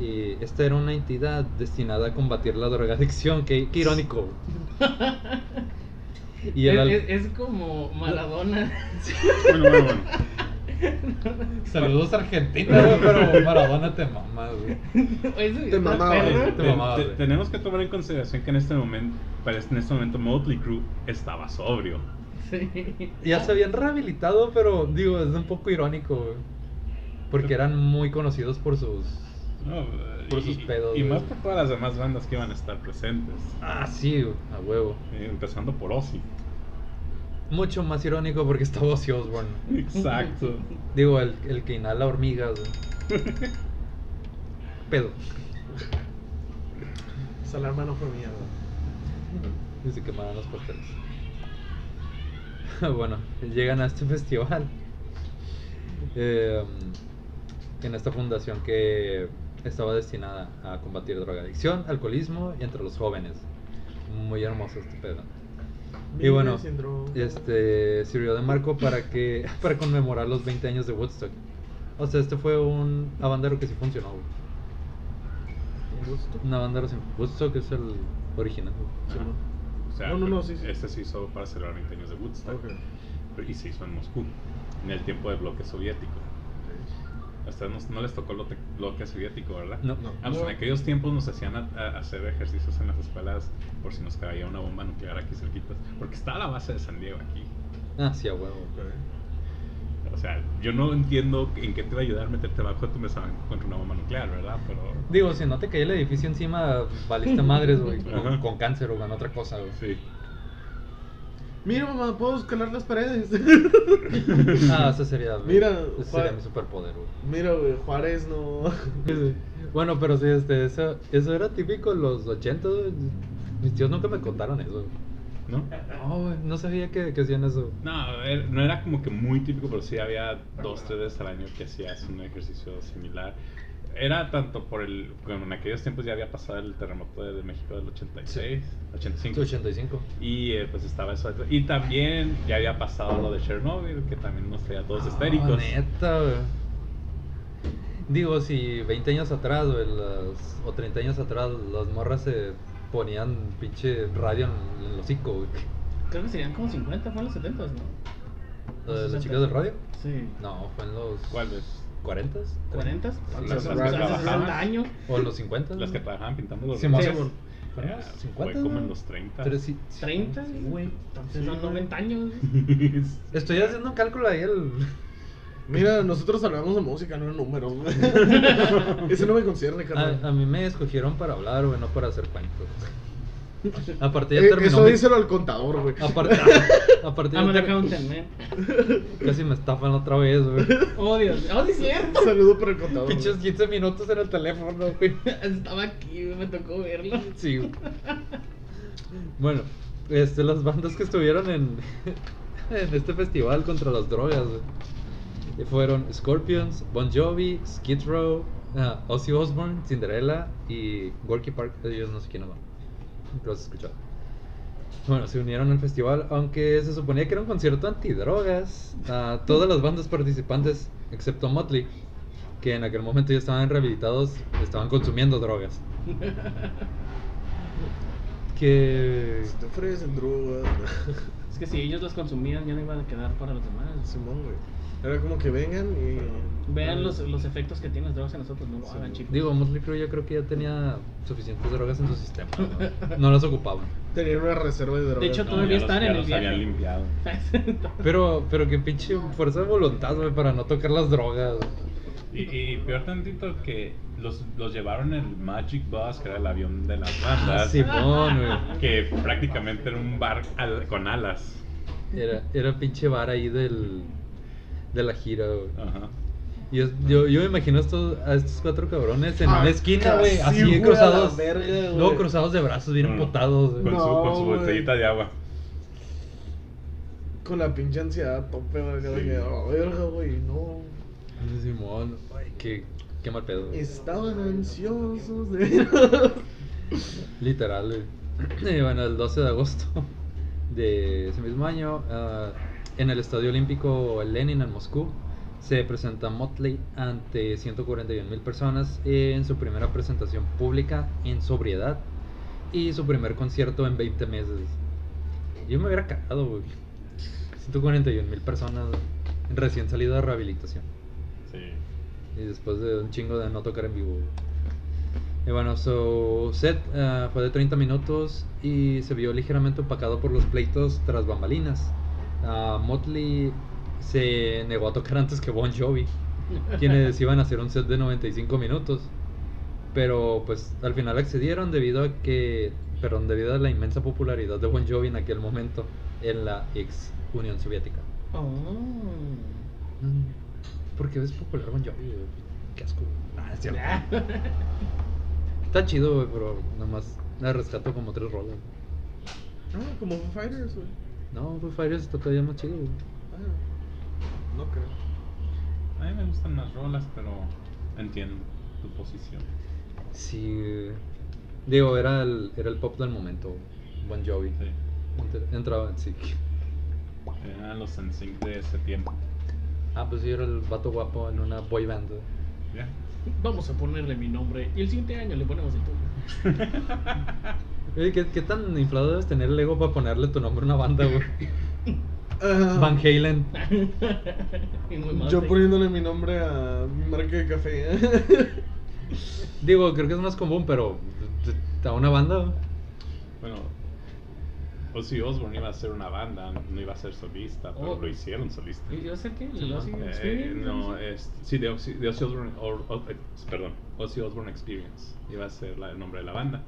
Speaker 1: Y esta era una entidad destinada a combatir la drogadicción, qué, qué irónico. Y el al-
Speaker 2: es, es- es como Maradona.
Speaker 4: Bueno, bueno, bueno.
Speaker 1: Saludos Argentina, güey, pero Maradona te mamas, güey.
Speaker 2: Eso-
Speaker 3: Te mamaba,
Speaker 2: espera.
Speaker 1: Te
Speaker 4: Eh, te-
Speaker 1: mamabas,
Speaker 4: te-
Speaker 1: güey.
Speaker 4: tenemos que tomar en consideración que en este momento, para este- en este momento Motley Crue estaba sobrio.
Speaker 2: Sí.
Speaker 1: Ya se habían rehabilitado, pero digo, es un poco irónico, güey. Porque eran muy conocidos por sus...
Speaker 4: No,
Speaker 1: Por
Speaker 4: y,
Speaker 1: sus pedos,
Speaker 4: y
Speaker 1: güey.
Speaker 4: más por todas las demás bandas que iban a estar presentes.
Speaker 1: Ah, sí, güey, a huevo.
Speaker 4: Eh, empezando por Ozzy.
Speaker 1: Mucho más irónico porque estaba Ozzy Osbourne.
Speaker 4: Exacto.
Speaker 1: Digo, el, el que inhala hormigas, güey. Pedo.
Speaker 3: Esa alarma no fue mía, güey.
Speaker 1: Y se quemaron los portales. bueno, llegan a este festival. Eh, en esta fundación que estaba destinada a combatir drogadicción, alcoholismo y entre los jóvenes. Muy hermoso este pedo. Y
Speaker 3: Vive
Speaker 1: bueno,
Speaker 3: sin droga.
Speaker 1: este sirvió de marco para que para conmemorar los 20 años de Woodstock. O sea, este fue un abandero que sí funcionó. güey. Un abandero sin Woodstock es el original. güey.
Speaker 3: Sí,
Speaker 4: Ajá.
Speaker 3: ¿no?
Speaker 4: O sea,
Speaker 3: No, no, no, sí, sí.
Speaker 4: este se hizo para celebrar 20 años de Woodstock.
Speaker 3: Ok.
Speaker 4: Y se hizo en Moscú, en el tiempo del bloque soviético. A ustedes no, no les tocó el bloque- bloque soviético, ¿verdad?
Speaker 1: No.
Speaker 3: No.
Speaker 4: Ah, pues en aquellos tiempos nos hacían a- a- hacer ejercicios en las escuelas por si nos caía una bomba nuclear aquí cerquitas. Porque está la base de San Diego aquí.
Speaker 1: Ah, sí, a huevo.
Speaker 3: Ok.
Speaker 4: O sea, yo no entiendo en qué te va a ayudar meterte bajo tu mesa contra una bomba nuclear, ¿verdad? Pero
Speaker 1: Digo, si no te caía el edificio encima, valiste madres, güey. Con,
Speaker 4: Ajá.
Speaker 1: con cáncer o con otra cosa, güey.
Speaker 4: sí.
Speaker 3: Mira, mamá, puedo escalar las paredes.
Speaker 1: Ah, esa sería. güey,
Speaker 3: Mira,
Speaker 1: ese
Speaker 3: Juan-
Speaker 1: sería mi superpoder, güey.
Speaker 3: Mira, güey, Juárez no.
Speaker 1: Bueno, pero sí, este, eso, eso era típico en los 80, güey. Mis tíos nunca me contaron eso, güey.
Speaker 4: ¿No?
Speaker 1: No, güey, no sabía que, que hacían eso.
Speaker 4: No, er- no era como que muy típico, pero sí había dos, tres veces al año que hacías un ejercicio similar. Era tanto por el. Bueno, en aquellos tiempos ya había pasado el terremoto de, de México del 86, 85.
Speaker 1: 85.
Speaker 4: Y eh, pues estaba eso. Y también ya había pasado lo de Chernobyl, que también nos traía todos
Speaker 1: Ah,
Speaker 4: histéricos.
Speaker 1: Neta, güey. Digo, si 20 años atrás, güey, las- o 30 años atrás, las morras se ponían pinche radio en el hocico, güey.
Speaker 2: Creo que serían como 50, fueron los 70, ¿no?
Speaker 1: ¿Lo de
Speaker 2: Los
Speaker 1: ¿Las chicas del radio?
Speaker 2: Sí.
Speaker 1: No, fue en los
Speaker 4: ¿Cuál es?
Speaker 1: 40
Speaker 2: ¿40?
Speaker 4: Las-
Speaker 3: las
Speaker 2: Las- las-
Speaker 3: que
Speaker 2: las-
Speaker 4: trabajaban.
Speaker 2: 60 años.
Speaker 1: O en los 50
Speaker 4: Las que trabajaban pintando los
Speaker 1: Sí, más
Speaker 4: rostros.
Speaker 1: o menos.
Speaker 4: Eh,
Speaker 1: ¿Fueron los
Speaker 4: Fue
Speaker 1: 50,
Speaker 4: como
Speaker 1: no?
Speaker 4: en los 30.
Speaker 1: Pero sí-
Speaker 2: 30,
Speaker 1: sí,
Speaker 2: güey. Entonces
Speaker 3: Sí,
Speaker 2: son
Speaker 3: güey.
Speaker 2: 90 años.
Speaker 1: Estoy haciendo un cálculo ahí el...
Speaker 3: Mira, nosotros hablamos de música, no de números, güey. Ese no me concierne, carnal.
Speaker 1: A, a mí me escogieron para hablar, güey, no para hacer cuentos. Aparte ya
Speaker 3: Eh,
Speaker 1: terminó
Speaker 3: eso
Speaker 1: mi-
Speaker 3: díselo al contador, güey.
Speaker 1: Aparte, aparte ya
Speaker 2: I'm an
Speaker 1: ter-
Speaker 2: accountant, man.
Speaker 1: Casi me estafan otra vez, güey.
Speaker 2: Oh, Dios. Oh, sí, es cierto.
Speaker 3: Saludo para el contador. güey.
Speaker 1: Pinches 15 minutos en el teléfono, güey.
Speaker 2: Estaba aquí, güey, me tocó verlo.
Speaker 1: Sí. güey. Bueno, este, las bandas que estuvieron en, en este festival contra las drogas güey, fueron Scorpions, Bon Jovi, Skid Row, ah, Ozzy Osbourne, Cinderella y Gorky Park. Ellos no sé quiénes van. Nunca los he escuchado. Bueno, se unieron al festival, aunque se suponía que era un concierto antidrogas. A todas las bandas participantes, excepto Motley, que en aquel momento ya estaban rehabilitados, estaban consumiendo drogas. Que.
Speaker 3: Si Eh, te ofrecen droga.
Speaker 2: Es que si ellos las consumían, ya no iban a quedar para los demás.
Speaker 3: Simón, güey. Era como que vengan y. Ah.
Speaker 2: Vean los, los efectos que tienen las drogas en nosotros. No lo hagan, chicos.
Speaker 1: Digo, Motley Crue yo creo que ya tenía suficientes drogas en su sistema. No, No las ocupaban.
Speaker 3: Tenían una reserva de droga.
Speaker 2: De hecho,
Speaker 4: No, ya
Speaker 2: Todavía
Speaker 4: los,
Speaker 2: están
Speaker 4: ya
Speaker 2: en el
Speaker 4: los
Speaker 2: viaje.
Speaker 4: habían limpiado.
Speaker 1: Pero, pero que pinche fuerza de voluntad, güey, para no tocar las drogas.
Speaker 4: Y, y peor tantito que los, los llevaron en el Magic Bus, que era el avión de las bandas,
Speaker 1: Ah, Simón, güey.
Speaker 4: que prácticamente era un bar al- con alas.
Speaker 1: Era, era pinche bar ahí del. de la gira, güey.
Speaker 4: Ajá.
Speaker 1: Yo, yo, yo me imagino estos, a estos cuatro cabrones en
Speaker 3: Ah,
Speaker 1: una esquina,
Speaker 3: casi,
Speaker 1: güey, así
Speaker 3: güey, a la
Speaker 1: cruzados.
Speaker 3: verga, güey.
Speaker 1: luego cruzados de brazos, bien
Speaker 4: No, no.
Speaker 1: empotados.
Speaker 4: Con,
Speaker 1: güey.
Speaker 3: No,
Speaker 4: su, con su
Speaker 3: güey.
Speaker 4: botellita de agua.
Speaker 3: Con la pinche ansiedad a tope, güey. que
Speaker 4: Sí.
Speaker 3: dije, "Oh, verga, güey, no.
Speaker 1: Dice Simón, ay, qué, qué mal pedo. güey.
Speaker 3: Estaban ansiosos de veras.
Speaker 1: Literal, güey. Y bueno, el 12 de agosto de ese mismo año, ah, en el Estadio Olímpico Lenin en Moscú, se presenta Motley ante 141 mil personas en su primera presentación pública en sobriedad y su primer concierto en 20 meses. Yo me hubiera cagado, güey. 141 mil personas recién salido de rehabilitación.
Speaker 4: Sí.
Speaker 1: Y después de un chingo de no tocar en vivo. güey. Y bueno, su set ah, fue de 30 minutos y se vio ligeramente opacado por los pleitos tras bambalinas. Ah, Motley se negó a tocar antes que Bon Jovi, quienes iban a hacer un set de 95 minutos. Pero pues al final accedieron debido a que, perdón, debido a la inmensa popularidad de Bon Jovi en aquel momento en la ex Unión Soviética.
Speaker 2: Oh.
Speaker 1: Porque ves popular Bon Jovi, güey. Qué asco. Ah, es cierto. Está chido, güey, pero nada más la rescato como tres rolas.
Speaker 3: Ah, como Foo Fighters, güey.
Speaker 1: No, Foo Fighters está todavía más chido, güey.
Speaker 3: Ah, no creo.
Speaker 4: A mí me gustan más rolas, pero entiendo tu posición.
Speaker 1: Sí. güey. Digo, era el, era el pop del momento, güey. Bon Jovi.
Speaker 4: Sí.
Speaker 1: Ent- Entraba en sí.
Speaker 4: Eran los NSYNC de ese tiempo.
Speaker 1: Ah, pues yo era el vato guapo en una boy band. güey.
Speaker 4: Ya.
Speaker 2: Vamos a ponerle mi nombre y el siguiente año le ponemos el tuyo.
Speaker 1: Oye, ¿qué, qué tan inflado debes tener el ego para ponerle tu nombre a una banda, güey?
Speaker 3: Ah,
Speaker 1: Van Halen.
Speaker 2: Y muy mal,
Speaker 3: yo
Speaker 2: sí.
Speaker 3: poniéndole mi nombre a mi marca de café.
Speaker 1: Digo, creo que es más común, pero pues, a una banda, güey.
Speaker 4: Bueno, Ozzy Osbourne iba a ser una banda, no iba a ser solista, pero
Speaker 2: Oh.
Speaker 4: lo hicieron solista.
Speaker 2: ¿Y yo sé qué?
Speaker 1: Sí,
Speaker 2: ¿Lo sigo?
Speaker 4: Eh,
Speaker 2: Sí,
Speaker 4: no,
Speaker 2: sí.
Speaker 4: es, sí, de Ozzy, de Ozzy Osbourne, or- o- eh, perdón, Ozzy Osbourne Experience iba a ser la- el nombre de la banda.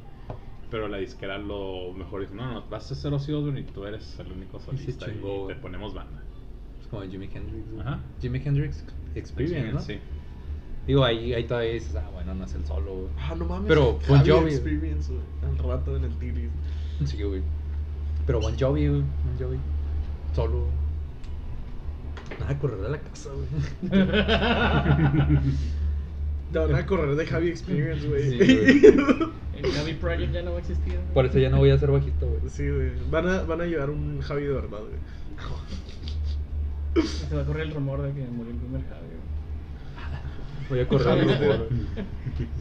Speaker 4: Pero la disquera lo mejor dijo, no, no, vas a ser Ozzy Osbourne y tú eres el único solista y,
Speaker 1: chingó,
Speaker 4: te
Speaker 1: güey.
Speaker 4: ponemos banda.
Speaker 1: Es Pues como Jimi Hendrix. güey.
Speaker 4: Ajá.
Speaker 1: Jimi Hendrix Experience, ¿no?
Speaker 4: Sí.
Speaker 1: Digo, ahí, ahí todavía dices, ah, bueno, no es el solo, güey.
Speaker 3: ah, no mames.
Speaker 1: Pero Bon
Speaker 3: Javi
Speaker 1: Jovi.
Speaker 3: Experience, güey. Al rato en el Tiris.
Speaker 1: Sí, güey. Pero Bon Jovi, güey. Bon Jovi. Solo. güey. Nada, correr a la casa, güey.
Speaker 3: Te van a correr de Javi Experience, güey.
Speaker 1: Sí,
Speaker 2: El Gaby Project ya no va a existir. güey.
Speaker 1: Por eso ya no voy a ser bajista, güey.
Speaker 3: Sí, güey. Van a, van a llevar un Javi de verdad, güey.
Speaker 2: Se va a correr el rumor de que murió el primer Javi. güey.
Speaker 1: Voy a correr a lo mejor.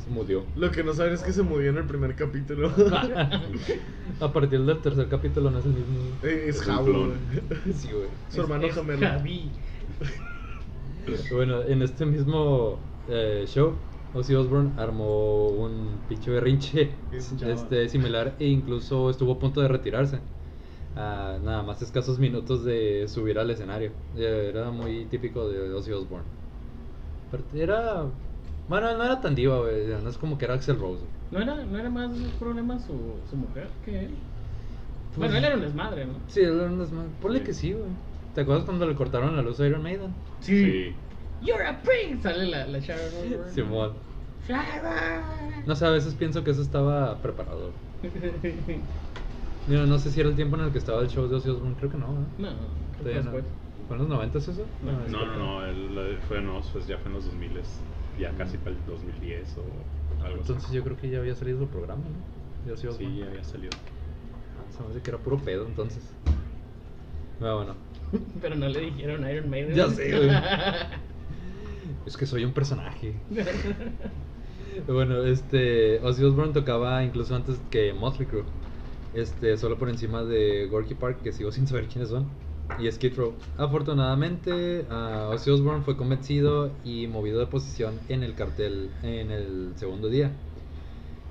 Speaker 1: Se murió.
Speaker 3: Lo que no saben es que se murió en el primer capítulo.
Speaker 1: Ah. A partir del tercer capítulo no es el mismo. güey.
Speaker 3: Eh, es
Speaker 4: Es un
Speaker 3: Javi,
Speaker 4: clon.
Speaker 3: güey.
Speaker 1: Sí, güey.
Speaker 3: Su
Speaker 2: Es-
Speaker 3: hermano
Speaker 2: es
Speaker 3: gemelo.
Speaker 2: Javi.
Speaker 1: Bueno, en este mismo eh, show, Ozzy Osbourne armó un pinche berrinche
Speaker 3: Es un chaval.
Speaker 1: este, similar e incluso estuvo a punto de retirarse. A nada más escasos minutos de subir al escenario. Eh, Era muy típico de Ozzy Osbourne. Pero era. Bueno, no era tan diva, güey, No es como que era Axel Rose. güey.
Speaker 2: ¿No era, ¿No era más un problema su, su mujer que él?
Speaker 1: Pues-
Speaker 2: Bueno, él era un desmadre, ¿no?
Speaker 1: Sí, él era un desmadre. Ponle
Speaker 4: Sí.
Speaker 1: que sí, güey. ¿Te acuerdas cuando le cortaron la luz a Iron Maiden?
Speaker 4: Sí.
Speaker 2: You're a prince. Sale la, la Sharon. Osbourne.
Speaker 1: Simón.
Speaker 2: Sharon.
Speaker 1: No sé, a veces pienso que eso estaba preparado. güey. Mira, no sé si era el tiempo en el que estaba el show de Ozzy Osbourne, creo que no. ¿eh?
Speaker 2: no, creo que
Speaker 1: Todavía no.
Speaker 2: después.
Speaker 1: ¿Fue en los 90 eso?
Speaker 2: No,
Speaker 1: es
Speaker 4: No, no,
Speaker 1: cierto.
Speaker 4: no, el- fue, no, pues ya fue en los 2000, ya casi para el 2010 o algo
Speaker 1: Mm. Entonces
Speaker 4: así.
Speaker 1: yo creo que ya había salido el programa, ¿no? De Ozzy Osbourne.
Speaker 4: Sí, ya había salido.
Speaker 1: Se me hace que era puro pedo entonces. Ah, bueno.
Speaker 2: Pero no le dijeron Iron Maiden.
Speaker 1: Ya sé, Es que soy un personaje. bueno, este. Ozzy Osbourne tocaba incluso antes que Motley Crue. Este, solo por encima de Gorky Park, que sigo sin saber quiénes son. Y Skid Row. Afortunadamente, ah, Ozzy Osbourne fue convencido y movido de posición en el cartel en el segundo día.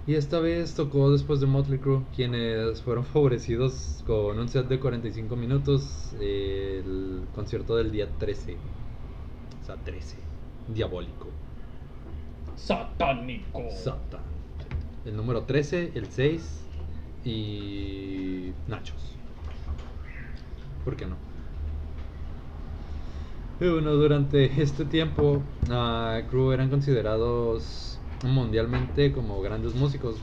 Speaker 1: Y esta vez tocó después de Motley Crue, quienes fueron favorecidos con un set de 45 minutos, eh, el concierto del día 13. O sea, 13. Diabólico.
Speaker 2: Satánico.
Speaker 1: Satan. El número 13, el 6 y Nachos. ¿Por qué no? Y Eh, Bueno, durante este tiempo, ah, Crew eran considerados mundialmente como grandes músicos.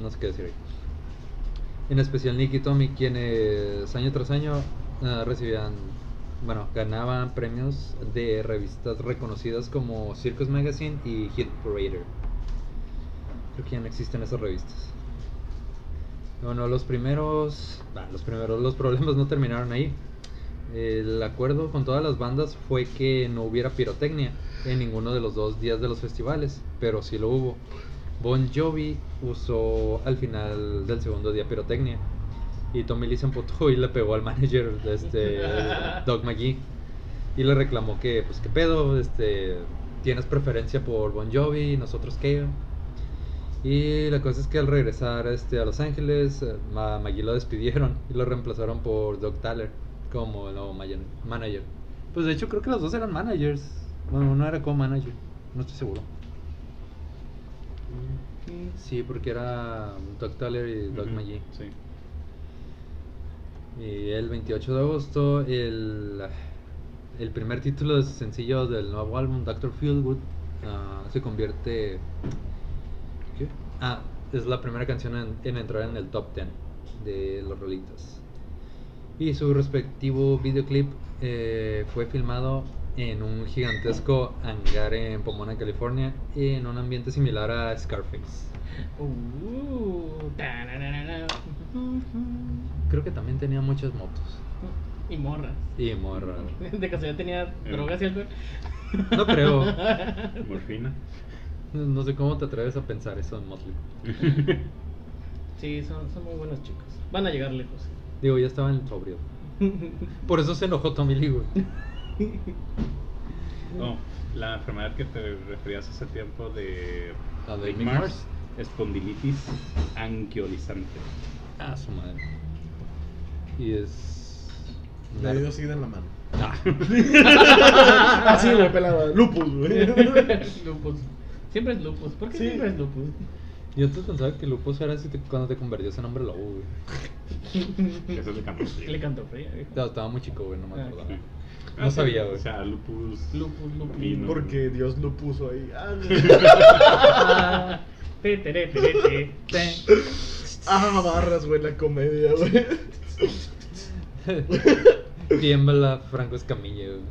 Speaker 1: No sé qué decir. ahí. En especial Nick y Tommy, quienes año tras año ah, recibían, bueno, ganaban premios de revistas reconocidas como Circus Magazine y Hit Parader. Creo que ya no existen esas revistas. Bueno, los primeros, bah, los primeros, los problemas no terminaron ahí. El acuerdo con todas las bandas fue que no hubiera pirotecnia en ninguno de los dos días de los festivales, pero sí lo hubo. Bon Jovi usó al final del segundo día pirotecnia y Tommy Lee se emputó y le pegó al manager, este, Doug McGee, y le reclamó que, pues, qué pedo, este, tienes preferencia por Bon Jovi, nosotros qué. Y la cosa es que al regresar este, a Los Ángeles, eh, a Maggie lo despidieron y lo reemplazaron por Doug Tyler como el nuevo mayan- manager. Pues de hecho creo que los dos eran managers. Bueno, uno era co-manager, no estoy seguro. Sí, porque era Doug Tyler y Doug
Speaker 4: Ujú,
Speaker 1: Magee.
Speaker 4: Sí.
Speaker 1: Y el 28 de agosto, el, el primer título de sencillo del nuevo álbum, Dr. Feelgood, ah, se convierte. ¿Qué? Ah, es la primera canción en, en entrar en el top 10 de los rolitas. Y su respectivo videoclip eh, fue filmado en un gigantesco hangar en Pomona, California, en un ambiente similar a Scarface.
Speaker 2: Uh, tararara.
Speaker 1: Creo que también tenía muchas motos
Speaker 2: y morras.
Speaker 1: y morra.
Speaker 2: De casualidad tenía
Speaker 4: Eh.
Speaker 2: drogas y alcohol.
Speaker 1: No creo.
Speaker 4: Morfina.
Speaker 1: No sé cómo te atreves a pensar eso en Motley.
Speaker 2: Sí, son, son muy buenos chicos. Van a llegar lejos.
Speaker 1: Digo, ya estaba en sobrio. Por eso se enojó Tommy Lee, güey.
Speaker 4: No, la enfermedad que te referías hace tiempo de.
Speaker 1: La de
Speaker 4: Rick
Speaker 1: Mick
Speaker 4: Mars,
Speaker 1: Mars.
Speaker 4: Espondilitis anquiolizante.
Speaker 1: Ah, su madre. Y es.
Speaker 3: Le dio sida en la mano.
Speaker 1: Ah,
Speaker 3: Así, güey, pelada. Lupus, güey.
Speaker 2: lupus. Siempre es lupus. ¿Por qué
Speaker 3: Sí.
Speaker 2: siempre es lupus?
Speaker 1: Yo antes pensaba que Lupus era así te- cuando te convertías en hombre lobo, güey.
Speaker 4: Eso es el campo.
Speaker 2: Le cantó fría. viejo.
Speaker 1: No, estaba muy chico, güey, no me
Speaker 2: Ah.
Speaker 1: acordaba. No sabía, güey.
Speaker 4: O sea, lupus.
Speaker 2: Lupus, lupus.
Speaker 4: Vino.
Speaker 3: Porque Dios lo puso ahí. Ah,
Speaker 2: Ah, te, te, te, te, te.
Speaker 3: ah, barras, güey, la comedia, güey.
Speaker 1: Tiembla Franco Escamilla, güey.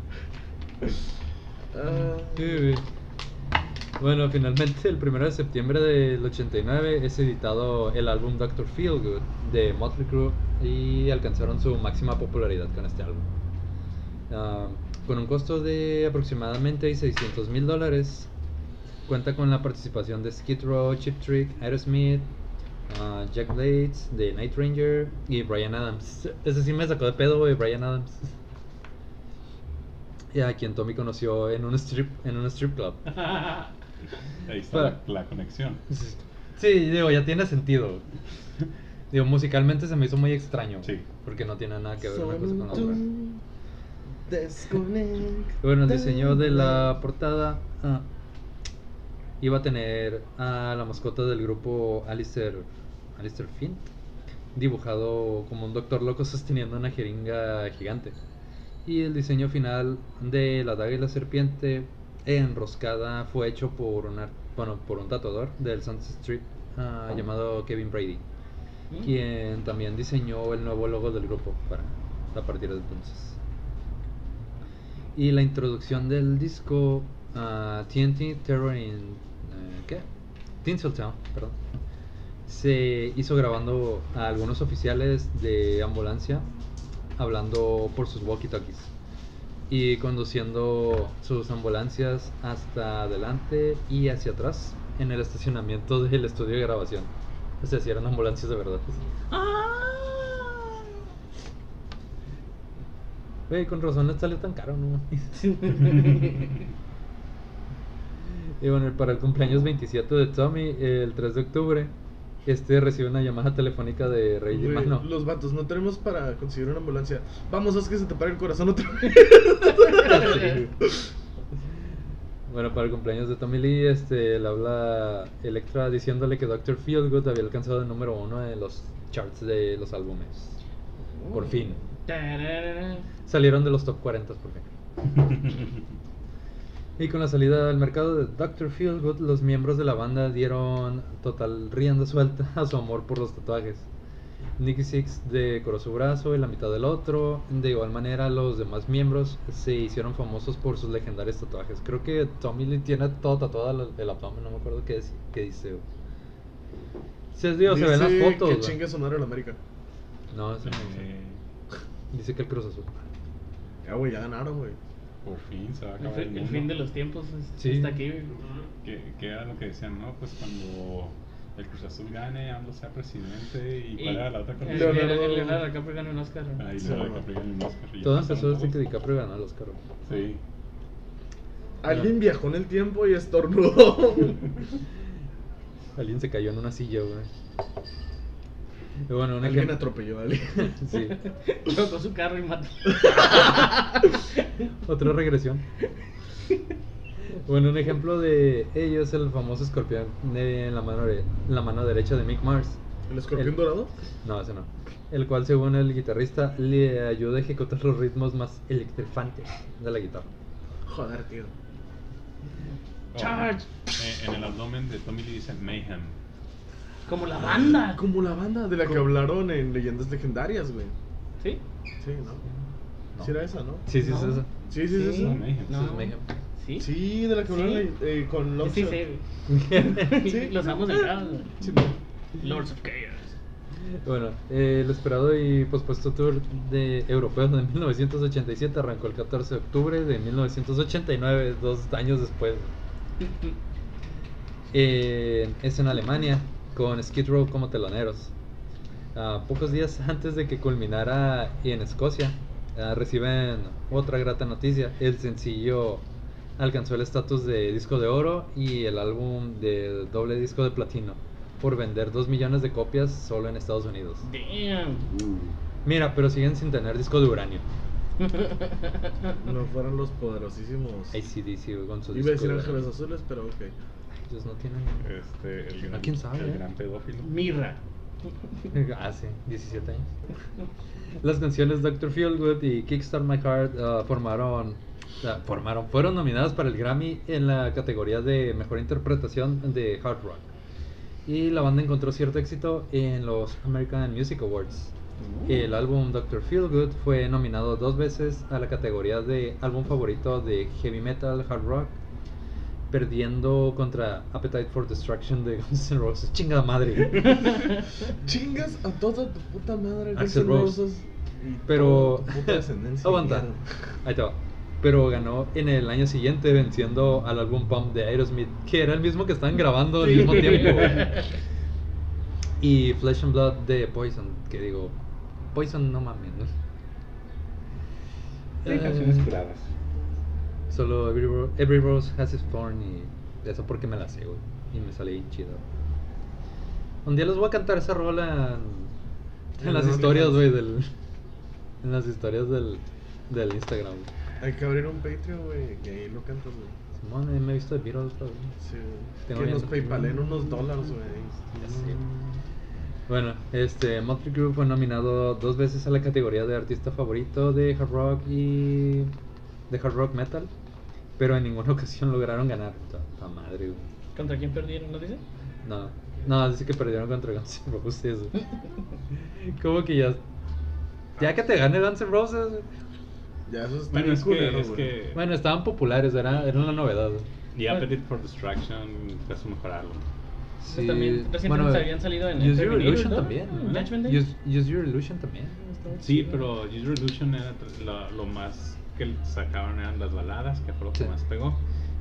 Speaker 3: Ah,
Speaker 1: Sí, güey. Bueno, finalmente el 1 de septiembre del 89 es editado el álbum Dr. Feelgood de Motley Crue y alcanzaron su máxima popularidad con este álbum. Ah, con un costo de aproximadamente 600 mil dólares, cuenta con la participación de Skid Row, Chip Trick, Aerosmith, ah, Jack Blades, The Night Ranger y Brian Adams. Ese sí me sacó de pedo, güey, Brian Adams. Y a quien Tommy conoció en un strip, en un strip club.
Speaker 4: Ahí está
Speaker 1: Para-
Speaker 4: la- la, conexión.
Speaker 1: Sí, digo, ya tiene sentido. Digo, musicalmente se me hizo muy extraño.
Speaker 4: Sí.
Speaker 1: Porque no tiene nada que ver una cosa con la
Speaker 3: Solo
Speaker 1: otra.
Speaker 3: tú desconecta.
Speaker 1: Bueno, el diseño de la portada ah, iba a tener a la mascota del grupo Alistair, Alistair Finn, dibujado como un doctor loco sosteniendo una jeringa gigante. Y el diseño final de la daga y la serpiente enroscada fue hecho por un, ar- bueno, por un tatuador del Sunset Street ah, llamado Kevin Brady, quien también diseñó el nuevo logo del grupo para, a partir de entonces. Y la introducción del disco ah, TNT Terror in eh, ¿qué? Tinseltown, perdón. Se hizo grabando a algunos oficiales de ambulancia hablando por sus walkie-talkies y conduciendo sus ambulancias hasta adelante y hacia atrás en el estacionamiento del estudio de grabación. O sea, si eran ambulancias de verdad. pues,
Speaker 2: Ah.
Speaker 1: Güey, con razón no salió tan caro, ¿no? Y bueno, para el cumpleaños 27 de Tommy, el 3 de octubre, este recibe una llamada telefónica de Ray
Speaker 3: Güey,
Speaker 1: Dimano.
Speaker 3: Los vatos, no tenemos para conseguir una ambulancia. Vamos, haz que se te pare el corazón otra vez.
Speaker 1: Bueno, para el cumpleaños de Tommy Lee, este, le habla Electra diciéndole que Dr. Feelgood había alcanzado el número uno en los charts de los álbumes. Por fin.
Speaker 2: Tararara.
Speaker 1: Salieron de los top 40 por fin. Y con la salida al mercado de Dr. Feelgood, los miembros de la banda dieron total rienda suelta a su amor por los tatuajes. Nicky Six decoró su brazo y la mitad del otro. De igual manera, los demás miembros se hicieron famosos por sus legendarios tatuajes. Creo que Tommy Lee tiene todo tatuado la- el abdomen, no me acuerdo qué, es- qué dice. güey. Sí, es- digo, se ven las
Speaker 3: Dice
Speaker 1: fotos.
Speaker 3: Que
Speaker 1: güey.
Speaker 3: chingue su madre en América.
Speaker 1: No, eso no dice.
Speaker 4: Eh,
Speaker 1: Dice que el Cruz Azul.
Speaker 3: Ya, güey, ya ganaron, güey.
Speaker 4: por fin se va a
Speaker 2: El,
Speaker 4: acabar
Speaker 2: fi-
Speaker 4: el,
Speaker 2: el
Speaker 4: mundo.
Speaker 2: fin de los tiempos es-
Speaker 1: Sí.
Speaker 2: está aquí. güey.
Speaker 4: que, que era lo que decían, ¿no? Pues cuando el Cruz Azul gane, AMLO sea presidente y cuál era la otra
Speaker 2: El,
Speaker 4: condición.
Speaker 3: Leonardo-
Speaker 2: el, el Leonardo DiCaprio ganó un Oscar. güey.
Speaker 4: Ahí
Speaker 3: Sí,
Speaker 4: lo
Speaker 3: bueno.
Speaker 4: de en el Oscar. y ya
Speaker 1: Todo
Speaker 4: pasaron
Speaker 1: empezó desde que
Speaker 4: todos.
Speaker 1: DiCaprio ganó el Oscar. güey.
Speaker 4: Sí.
Speaker 3: Alguien viajó en el tiempo y estornudó.
Speaker 1: Alguien se cayó en una silla, güey. Y bueno, un
Speaker 3: Alguien
Speaker 1: ejem-
Speaker 3: atropelló a alguien.
Speaker 1: Sí.
Speaker 2: Chocó su carro y mató.
Speaker 1: Otra regresión. Bueno, un ejemplo de ello es el famoso escorpión de- en la mano, de- en la mano derecha de Mick Mars.
Speaker 3: ¿El escorpión
Speaker 1: El-
Speaker 3: dorado?
Speaker 1: No, ese no. El cual, según el guitarrista, le ayuda a ejecutar los ritmos más electrifantes de la guitarra.
Speaker 3: Joder, tío.
Speaker 4: Oh,
Speaker 2: Charge.
Speaker 4: eh, en el abdomen de Tommy Lee dice Mayhem.
Speaker 2: Como la banda.
Speaker 3: Como la banda de la que hablaron en Leyendas Legendarias, güey.
Speaker 2: ¿Sí?
Speaker 3: Sí, ¿no?
Speaker 1: No.
Speaker 3: Sí era esa, ¿no?
Speaker 1: Sí, sí, es
Speaker 2: No.
Speaker 1: eso.
Speaker 3: Sí, sí, sí.
Speaker 2: Sí.
Speaker 3: sí.
Speaker 4: Mayhem.
Speaker 2: No.
Speaker 1: Eso es Mayhem.
Speaker 2: ¿Sí?
Speaker 3: Sí, de la que hablaron
Speaker 2: Sí.
Speaker 3: eh, con
Speaker 2: Sí,
Speaker 3: Love
Speaker 2: sí,
Speaker 3: Shot. Sí.
Speaker 2: sí. Los amos del caos. güey.
Speaker 3: Sí, no.
Speaker 2: Lords of Chaos.
Speaker 1: Bueno, eh, el esperado y pospuesto tour de europeos de 1987 arrancó el 14 de octubre de 1989, dos años después. Eh, es en Alemania, con Skid Row como teloneros. Ah, pocos días antes de que culminara en Escocia, ah, reciben otra grata noticia. El sencillo alcanzó el estatus de disco de oro y el álbum de doble disco de platino por vender 2 millones de copias solo en Estados Unidos.
Speaker 2: Damn.
Speaker 1: Mira, pero siguen sin tener disco de uranio.
Speaker 3: No fueron los poderosísimos.
Speaker 1: ACDC güey, con su
Speaker 3: Iba a
Speaker 1: disco
Speaker 3: decir
Speaker 1: de
Speaker 3: Ángeles
Speaker 1: uranio.
Speaker 3: Azules, pero ok.
Speaker 1: Ellos no tienen...
Speaker 4: Este, el gran,
Speaker 1: Ah, quién sabe,
Speaker 4: el
Speaker 1: eh.
Speaker 4: gran pedófilo.
Speaker 2: Mirra.
Speaker 1: Hace 17 Ah, años. Las canciones Dr. Feelgood y Kickstart My Heart ah, formaron, ah, formaron, fueron nominadas para el Grammy en la categoría de Mejor Interpretación de Hard Rock. Y la banda encontró cierto éxito en los American Music Awards. El álbum Dr. Feelgood fue nominado dos veces a la categoría de álbum favorito de heavy metal, hard rock, perdiendo contra Appetite for Destruction de Guns N' Roses. Chingada madre.
Speaker 3: Chingas a toda tu puta madre, Guns
Speaker 1: Axl
Speaker 3: N'
Speaker 1: Ah, Rose.
Speaker 3: Roses, y
Speaker 1: Pero-
Speaker 3: toda tu puta descendencia.
Speaker 1: Aguanta.
Speaker 3: mierda.
Speaker 1: Ahí te va. Pero ganó en el año siguiente venciendo al álbum Pump de Aerosmith, que era el mismo que estaban grabando al mismo tiempo. güey. Y Flesh and Blood de Poison, que digo, Poison no mames, ¿no?
Speaker 4: Sí,
Speaker 1: Eh,
Speaker 4: canciones curadas.
Speaker 1: Solo Every, Ro- Every Rose Has Its Thorn y eso porque me la sé, güey. Y me sale bien chido. Un día les voy a cantar esa rola en, en las
Speaker 3: En el
Speaker 1: historias,
Speaker 3: OnlyFans.
Speaker 1: güey, del... En las historias del, del Instagram, güey.
Speaker 3: Hay que abrir un Patreon, güey, que ahí lo cantas, güey.
Speaker 1: Simón, eh, me he visto de Beatles, pero-
Speaker 3: Sí, güey.
Speaker 1: Tengo
Speaker 3: Que nos
Speaker 1: bien-
Speaker 3: paypalen unos dólares, güey.
Speaker 1: Ya sé. Bueno, este, Motley Crue fue nominado dos veces a la categoría de artista favorito de hard rock y de hard rock metal, pero en ninguna ocasión lograron ganar. Ta- ta madre, güey.
Speaker 2: ¿Contra quién perdieron? ¿No dice?
Speaker 1: No, no, dice que perdieron contra Guns N' Roses. güey. Como que ya, ya que te gane Guns N' Roses. güey.
Speaker 3: Ya eso está
Speaker 4: Bueno,
Speaker 3: bien
Speaker 4: es que,
Speaker 3: culero,
Speaker 4: es
Speaker 3: güey.
Speaker 4: que
Speaker 1: Bueno, estaban populares, era, era una novedad. güey.
Speaker 4: The Appetite for Destruction fue su mejor álbum.
Speaker 1: Sí,
Speaker 2: Pues también recientemente
Speaker 1: bueno,
Speaker 2: habían salido en
Speaker 1: Use Your
Speaker 2: Terminator,
Speaker 1: Illusion
Speaker 2: ¿no?
Speaker 1: también.
Speaker 2: En Judgment Day.
Speaker 1: Use, Use Your Illusion también.
Speaker 4: Sí, pero Use Your Illusion era tr- la- lo más que sacaban eran las baladas, que fue lo que
Speaker 1: Sí.
Speaker 4: más pegó.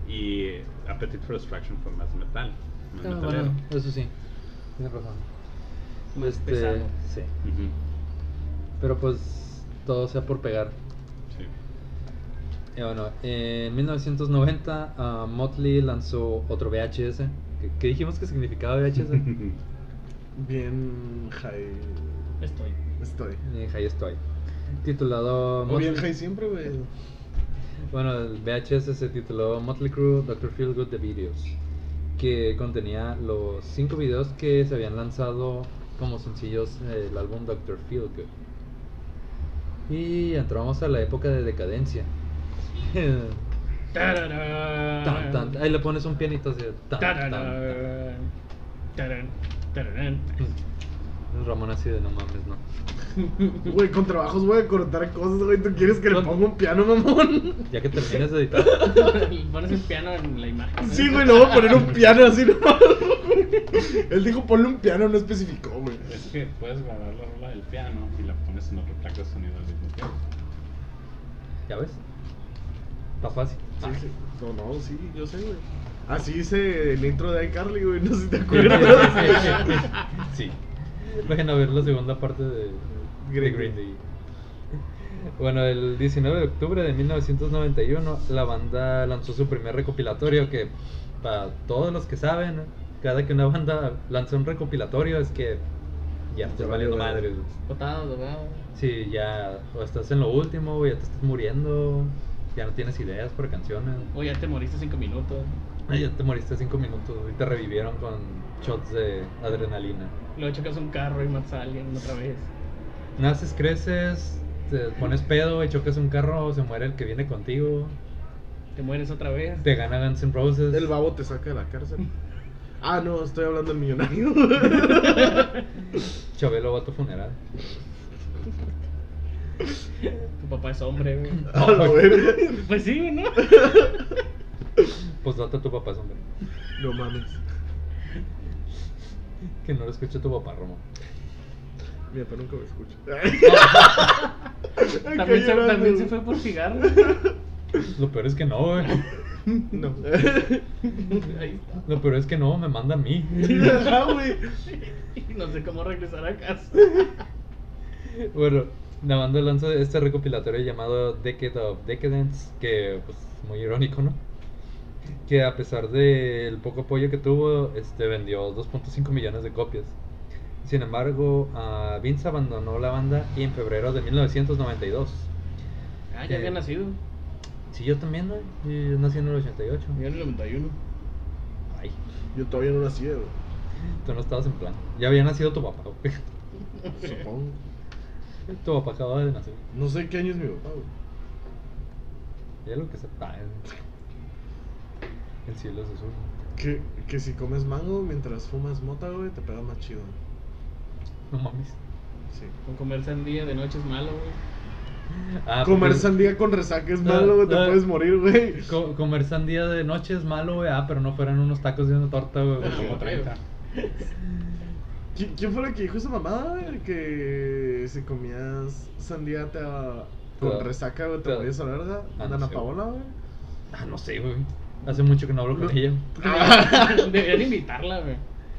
Speaker 4: Y Appetite for Destruction fue más metal. Más
Speaker 1: Ah,
Speaker 4: metalero.
Speaker 1: bueno, eso sí. Tienes razón.
Speaker 2: Más
Speaker 1: Este,
Speaker 2: pesado.
Speaker 1: sí.
Speaker 4: Ujú,
Speaker 1: Pero pues todo sea por pegar.
Speaker 4: sí.
Speaker 1: Y bueno, en 1990 ah, Motley lanzó otro VHS. ¿Qué, qué dijimos que significaba VHS?
Speaker 3: Bien high.
Speaker 2: Estoy.
Speaker 3: Estoy.
Speaker 1: Eh, ahí estoy. Titulado
Speaker 3: O bien
Speaker 1: Motley-
Speaker 3: high siempre, güey.
Speaker 1: Bueno, el VHS se tituló Motley Crue Dr. Feelgood The Videos, que contenía los cinco videos que se habían lanzado como sencillos del álbum Dr. Feelgood. Y entramos a la época de decadencia.
Speaker 2: Tarará.
Speaker 1: Tan, tan. Ahí le pones un pianito así. de tan, tan, tan.
Speaker 2: Tarará. Tarán, tararán.
Speaker 1: Ramón así de no mames, no.
Speaker 3: Güey, con trabajos voy a cortar cosas, güey. ¿Tú quieres que le
Speaker 1: No.
Speaker 3: ponga un piano, mamón?
Speaker 1: Ya que termines de editar.
Speaker 2: Pones el piano en la imagen.
Speaker 3: Sí, güey, le voy a poner un piano así, no. Él dijo ponle un piano, no especificó, güey.
Speaker 4: Es que puedes grabar la rola del piano y la pones en otro track de sonido al mismo tiempo.
Speaker 1: ¿Ya ves? Está fácil.
Speaker 3: Sí,
Speaker 1: Ah.
Speaker 3: sí. No, no, sí, yo sé, güey. Así hice el intro de iCarly, güey. No sé si te
Speaker 1: Sí, sí,
Speaker 3: acuerdas.
Speaker 1: sí, sí. Sí. Vayan a ver la segunda parte de de
Speaker 3: Green
Speaker 1: Green
Speaker 3: Day.
Speaker 1: Day. Bueno, el 19 de octubre de 1991 la banda lanzó su primer recopilatorio que para todos los que saben, cada que una banda lanza un recopilatorio es que ya estás
Speaker 3: Ya
Speaker 1: valiendo
Speaker 3: valió
Speaker 1: madre.
Speaker 3: madre.
Speaker 1: güey.
Speaker 2: Botado, botado.
Speaker 1: Sí, ya o estás en lo último, güey, ya te estás muriendo, ya no tienes ideas para canciones.
Speaker 2: O ya te moriste cinco minutos.
Speaker 1: Ay, Ya te moriste cinco minutos güey, y te revivieron con shots de adrenalina.
Speaker 2: Luego chocas un carro y matas a alguien otra vez.
Speaker 1: Naces, creces, te pones pedo y chocas un carro, se muere el que viene contigo,
Speaker 2: Te mueres otra vez.
Speaker 1: te gana Guns N' Roses.
Speaker 3: El babo te saca de la cárcel. Ah, no, estoy hablando del millonario.
Speaker 1: Chabelo va a tu funeral.
Speaker 2: Tu papá es hombre, güey.
Speaker 3: A la verga.
Speaker 2: Pues sí, güey, ¿no?
Speaker 1: Pues date a tu papá, hombre.
Speaker 3: No mames.
Speaker 1: Que no lo escuche tu papá, Romo.
Speaker 3: Mi papá nunca me escucha. Ay,
Speaker 2: También, se,
Speaker 3: qué llorando,
Speaker 2: también se
Speaker 3: güey.
Speaker 2: fue por cigarro.
Speaker 1: Lo peor es que no, güey.
Speaker 3: No.
Speaker 2: Ahí está.
Speaker 1: Lo peor es que no, me manda a mí.
Speaker 3: Ajá, güey.
Speaker 2: Y no sé cómo regresar a casa.
Speaker 1: Bueno, la banda lanza este recopilatorio llamado Decade of Decadence, que pues muy irónico, ¿no? Que a pesar del poco apoyo que tuvo, este vendió 2.5 millones de copias. Sin embargo, ah, Vince abandonó la banda y en febrero de 1992.
Speaker 2: Ah, ya había
Speaker 1: Eh,
Speaker 2: nacido.
Speaker 1: Sí, yo también, ¿no? Yo nací en el 88.
Speaker 2: Yo en el 91.
Speaker 1: Ay,
Speaker 3: Yo todavía no nací, eh, güey.
Speaker 1: tú no estabas en plan. Ya había nacido tu papá, güey.
Speaker 3: Supongo.
Speaker 1: Tu papá acababa de nacer.
Speaker 3: No sé qué año es mi papá, güey.
Speaker 1: Ya lo que se está. El cielo es azul.
Speaker 3: Que, que si comes mango mientras fumas mota, güey, te pega más chido.
Speaker 1: No mames.
Speaker 3: Sí.
Speaker 2: Con comer sandía de noche es malo, güey.
Speaker 1: Ah,
Speaker 3: Comer
Speaker 1: porque-
Speaker 3: sandía con resaca es
Speaker 1: Ah,
Speaker 3: malo, güey. Te
Speaker 1: ah.
Speaker 3: puedes morir, güey.
Speaker 1: Co- comer sandía de noche es malo, güey. Ah, pero no fueran unos tacos de una torta, güey.
Speaker 4: Como
Speaker 2: ok.
Speaker 4: 30.
Speaker 3: ¿Qui- ¿Quién fue el que dijo esa mamada, güey? El Que si comías sandía te daba- con
Speaker 1: Te-
Speaker 3: resaca, güey, te
Speaker 1: te-
Speaker 3: morías a la verga.
Speaker 1: Ah, no
Speaker 3: Ana
Speaker 1: sé,
Speaker 3: Paola, güey.
Speaker 1: Ah, no sé, güey. Hace mucho que no hablo con
Speaker 3: No.
Speaker 1: ella.
Speaker 2: Ah. Deberían invitarla, güey.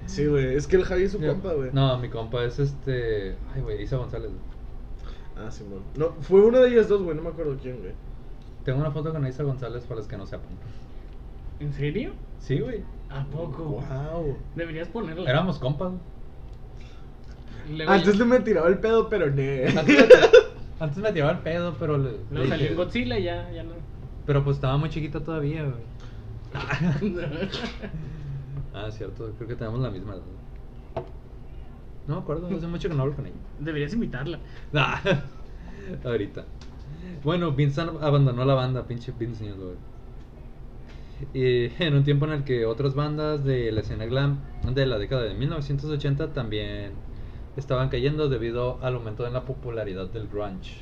Speaker 3: Sí, güey. Es que el Javi es su compa, güey.
Speaker 1: No, mi compa es este. Ay, güey, Isa González. güey.
Speaker 3: Ah, sí, güey. No, fue una de ellas dos, güey. No me acuerdo quién, güey.
Speaker 1: Tengo una foto con Isa González para los que no sepan.
Speaker 2: ¿En serio?
Speaker 1: Sí, güey.
Speaker 2: ¿A poco?
Speaker 3: Wow.
Speaker 2: Deberías ponerla.
Speaker 1: Éramos compas. güey.
Speaker 2: Luego-
Speaker 3: Antes le Ah, me tiraba el pedo, pero ne.
Speaker 1: Antes, me- antes me tiraba el pedo, pero le. le
Speaker 2: luego salió
Speaker 1: dije-
Speaker 2: en Godzilla y ya, ya no.
Speaker 1: pero pues estaba muy chiquita todavía, güey. Ah, cierto. Creo que tenemos la misma edad. No me acuerdo. Hace mucho que no hablo con ella.
Speaker 2: Deberías invitarla.
Speaker 1: Nah, ahorita. Bueno, Vince ab- abandonó la banda, pinche Vince Neil, güey. Y en un tiempo en el que otras bandas de la escena glam de la década de 1980 también estaban cayendo debido al aumento en la popularidad del grunge.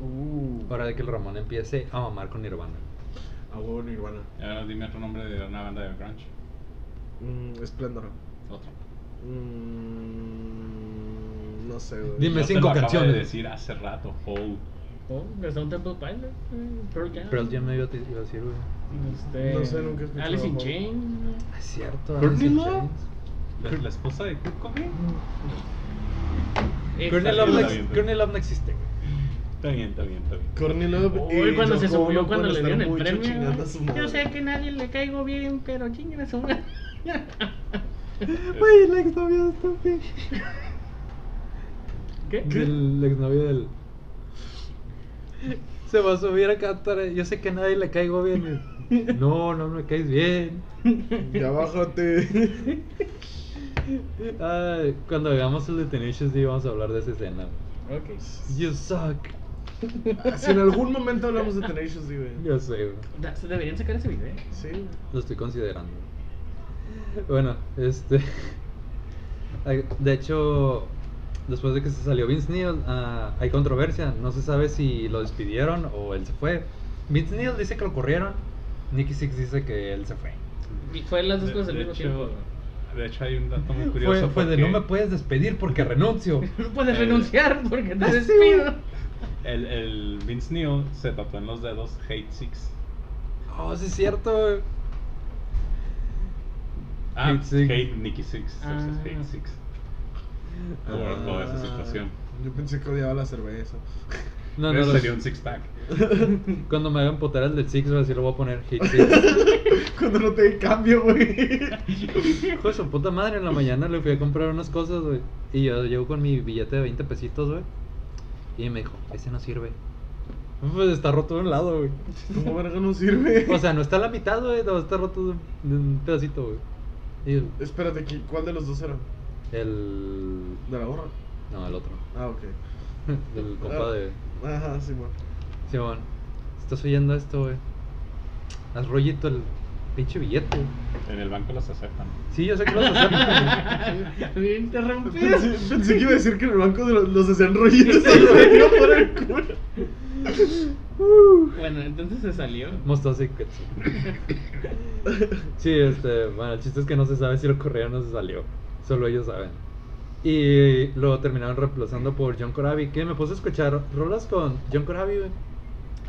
Speaker 2: Uh.
Speaker 1: Hora de que el Ramón empiece a mamar con Nirvana.
Speaker 3: A huevo Nirvana.
Speaker 4: Y ahora dime otro nombre de una banda de grunge.
Speaker 3: Mm, Esplendor.
Speaker 4: Otro.
Speaker 3: Mm, no sé, güey.
Speaker 1: Dime
Speaker 4: Yo te
Speaker 1: cinco
Speaker 4: lo acabo
Speaker 1: canciones.
Speaker 4: de decir hace rato, Hole.
Speaker 2: Oh, está un Temple Pilot. Pearl Jam.
Speaker 1: Pero yo me iba a te- iba a decir, güey.
Speaker 2: Este,
Speaker 3: No sé, nunca he escuchado
Speaker 2: Alice in
Speaker 3: Hole.
Speaker 2: Chains.
Speaker 1: Ah, Es cierto,
Speaker 4: Courtney
Speaker 1: Alice in
Speaker 4: Love.
Speaker 1: Chains.
Speaker 4: ¿La, la esposa de Kurt Cobain?
Speaker 2: Eh,
Speaker 1: Courtney Love
Speaker 4: Love
Speaker 1: no
Speaker 4: la
Speaker 1: ex-
Speaker 4: vi.
Speaker 1: Courtney Love no existe, güey.
Speaker 4: Está bien, está bien, está bien.
Speaker 3: Courtney Love
Speaker 2: Uy,
Speaker 3: y
Speaker 2: cuando se
Speaker 3: Yoko
Speaker 2: subió,
Speaker 3: Ono
Speaker 2: cuando
Speaker 3: pueden
Speaker 2: le
Speaker 3: estar
Speaker 2: dieron el
Speaker 3: mucho
Speaker 2: premio.
Speaker 3: chingando a su
Speaker 2: güey. Yo
Speaker 3: madre.
Speaker 2: sé que nadie le caigo bien, pero chinguen a su madre.
Speaker 1: Güey, la exnovia de Stumpy.
Speaker 2: ¿Qué?
Speaker 1: Del exnovio del. Se va a subir acá Tara. Yo sé que a nadie le caigo bien. No, no me caes bien.
Speaker 3: Ya bájate.
Speaker 1: Ay, cuando hagamos el de Tenacious D vamos a hablar de esa escena.
Speaker 2: Ok.
Speaker 1: You suck.
Speaker 3: Si en algún momento hablamos de Tenacious D, güey.
Speaker 1: Yo sé, güey.
Speaker 2: Da- se deberían sacar ese video. ¿eh?
Speaker 3: Sí, güey.
Speaker 1: Lo estoy considerando. Bueno, este. hay- De hecho, después de que se salió Vince Neil, ah, hay controversia. No se sabe si lo despidieron o él se fue. Vince Neil dice que lo corrieron. Nicky Six dice que él se fue.
Speaker 2: Y Fue las dos
Speaker 4: De-
Speaker 2: cosas al
Speaker 4: de
Speaker 2: mismo
Speaker 4: hecho,
Speaker 2: tiempo.
Speaker 4: De hecho, hay un dato muy
Speaker 1: Fue,
Speaker 4: curioso.
Speaker 1: fue de
Speaker 4: porque
Speaker 1: no me puedes despedir porque renuncio.
Speaker 2: No puedes
Speaker 4: Eh,
Speaker 2: renunciar porque
Speaker 4: Ah,
Speaker 2: te
Speaker 1: sí,
Speaker 2: despido.
Speaker 4: el, el Vince Neil se tatuó en los dedos Hate Six.
Speaker 1: Oh, sí es cierto. güey.
Speaker 4: Ah,
Speaker 1: Hate Six.
Speaker 4: Hate Nicky Six. versus
Speaker 2: Ah.
Speaker 4: Hate Six. Por toda
Speaker 1: Ah.
Speaker 4: esa situación.
Speaker 3: Ah, Yo pensé que odiaba la cerveza.
Speaker 1: No, no,
Speaker 4: Ese
Speaker 1: los-
Speaker 4: sería un six pack.
Speaker 1: Cuando me hagan potar el del Six, voy a decir, lo voy a poner Hit Six.
Speaker 3: Cuando no te di cambio, güey.
Speaker 1: Hijo de su puta madre, en la mañana le fui a comprar unas cosas, güey. Y yo llego con mi billete de 20 pesitos, güey. Y me dijo, ese no sirve. Pues está roto de un lado, güey.
Speaker 3: ¿Cómo verga no sirve?
Speaker 1: O sea, no está a la mitad, güey. No, está roto de un, de un pedacito, güey. Y el-
Speaker 3: Espérate, ¿qui- ¿cuál de los dos era?
Speaker 1: el.
Speaker 3: ¿De la gorra?
Speaker 1: No, el otro.
Speaker 3: Ah, ok. Ah,
Speaker 1: Del compa de.
Speaker 3: Ajá, sí, bueno.
Speaker 1: Simón, estás oyendo esto, güey. Haz rollito el pinche billete, güey.
Speaker 4: En el banco los aceptan.
Speaker 1: Sí, yo sé que lo vas a hacer. güey.
Speaker 2: Me interrumpido.
Speaker 3: Pensé, pensé que iba a decir que en el banco de los, los hacían rollitos y se metió por el culo.
Speaker 1: Uh.
Speaker 2: Bueno, entonces se salió.
Speaker 1: Mostaza y ketchup. Sí, este, bueno, el chiste es que no se sabe si lo corrieron o no se salió. Solo ellos saben. Y lo terminaron reemplazando por John Corabi, que me puse a escuchar rolas con John Corabi, güey.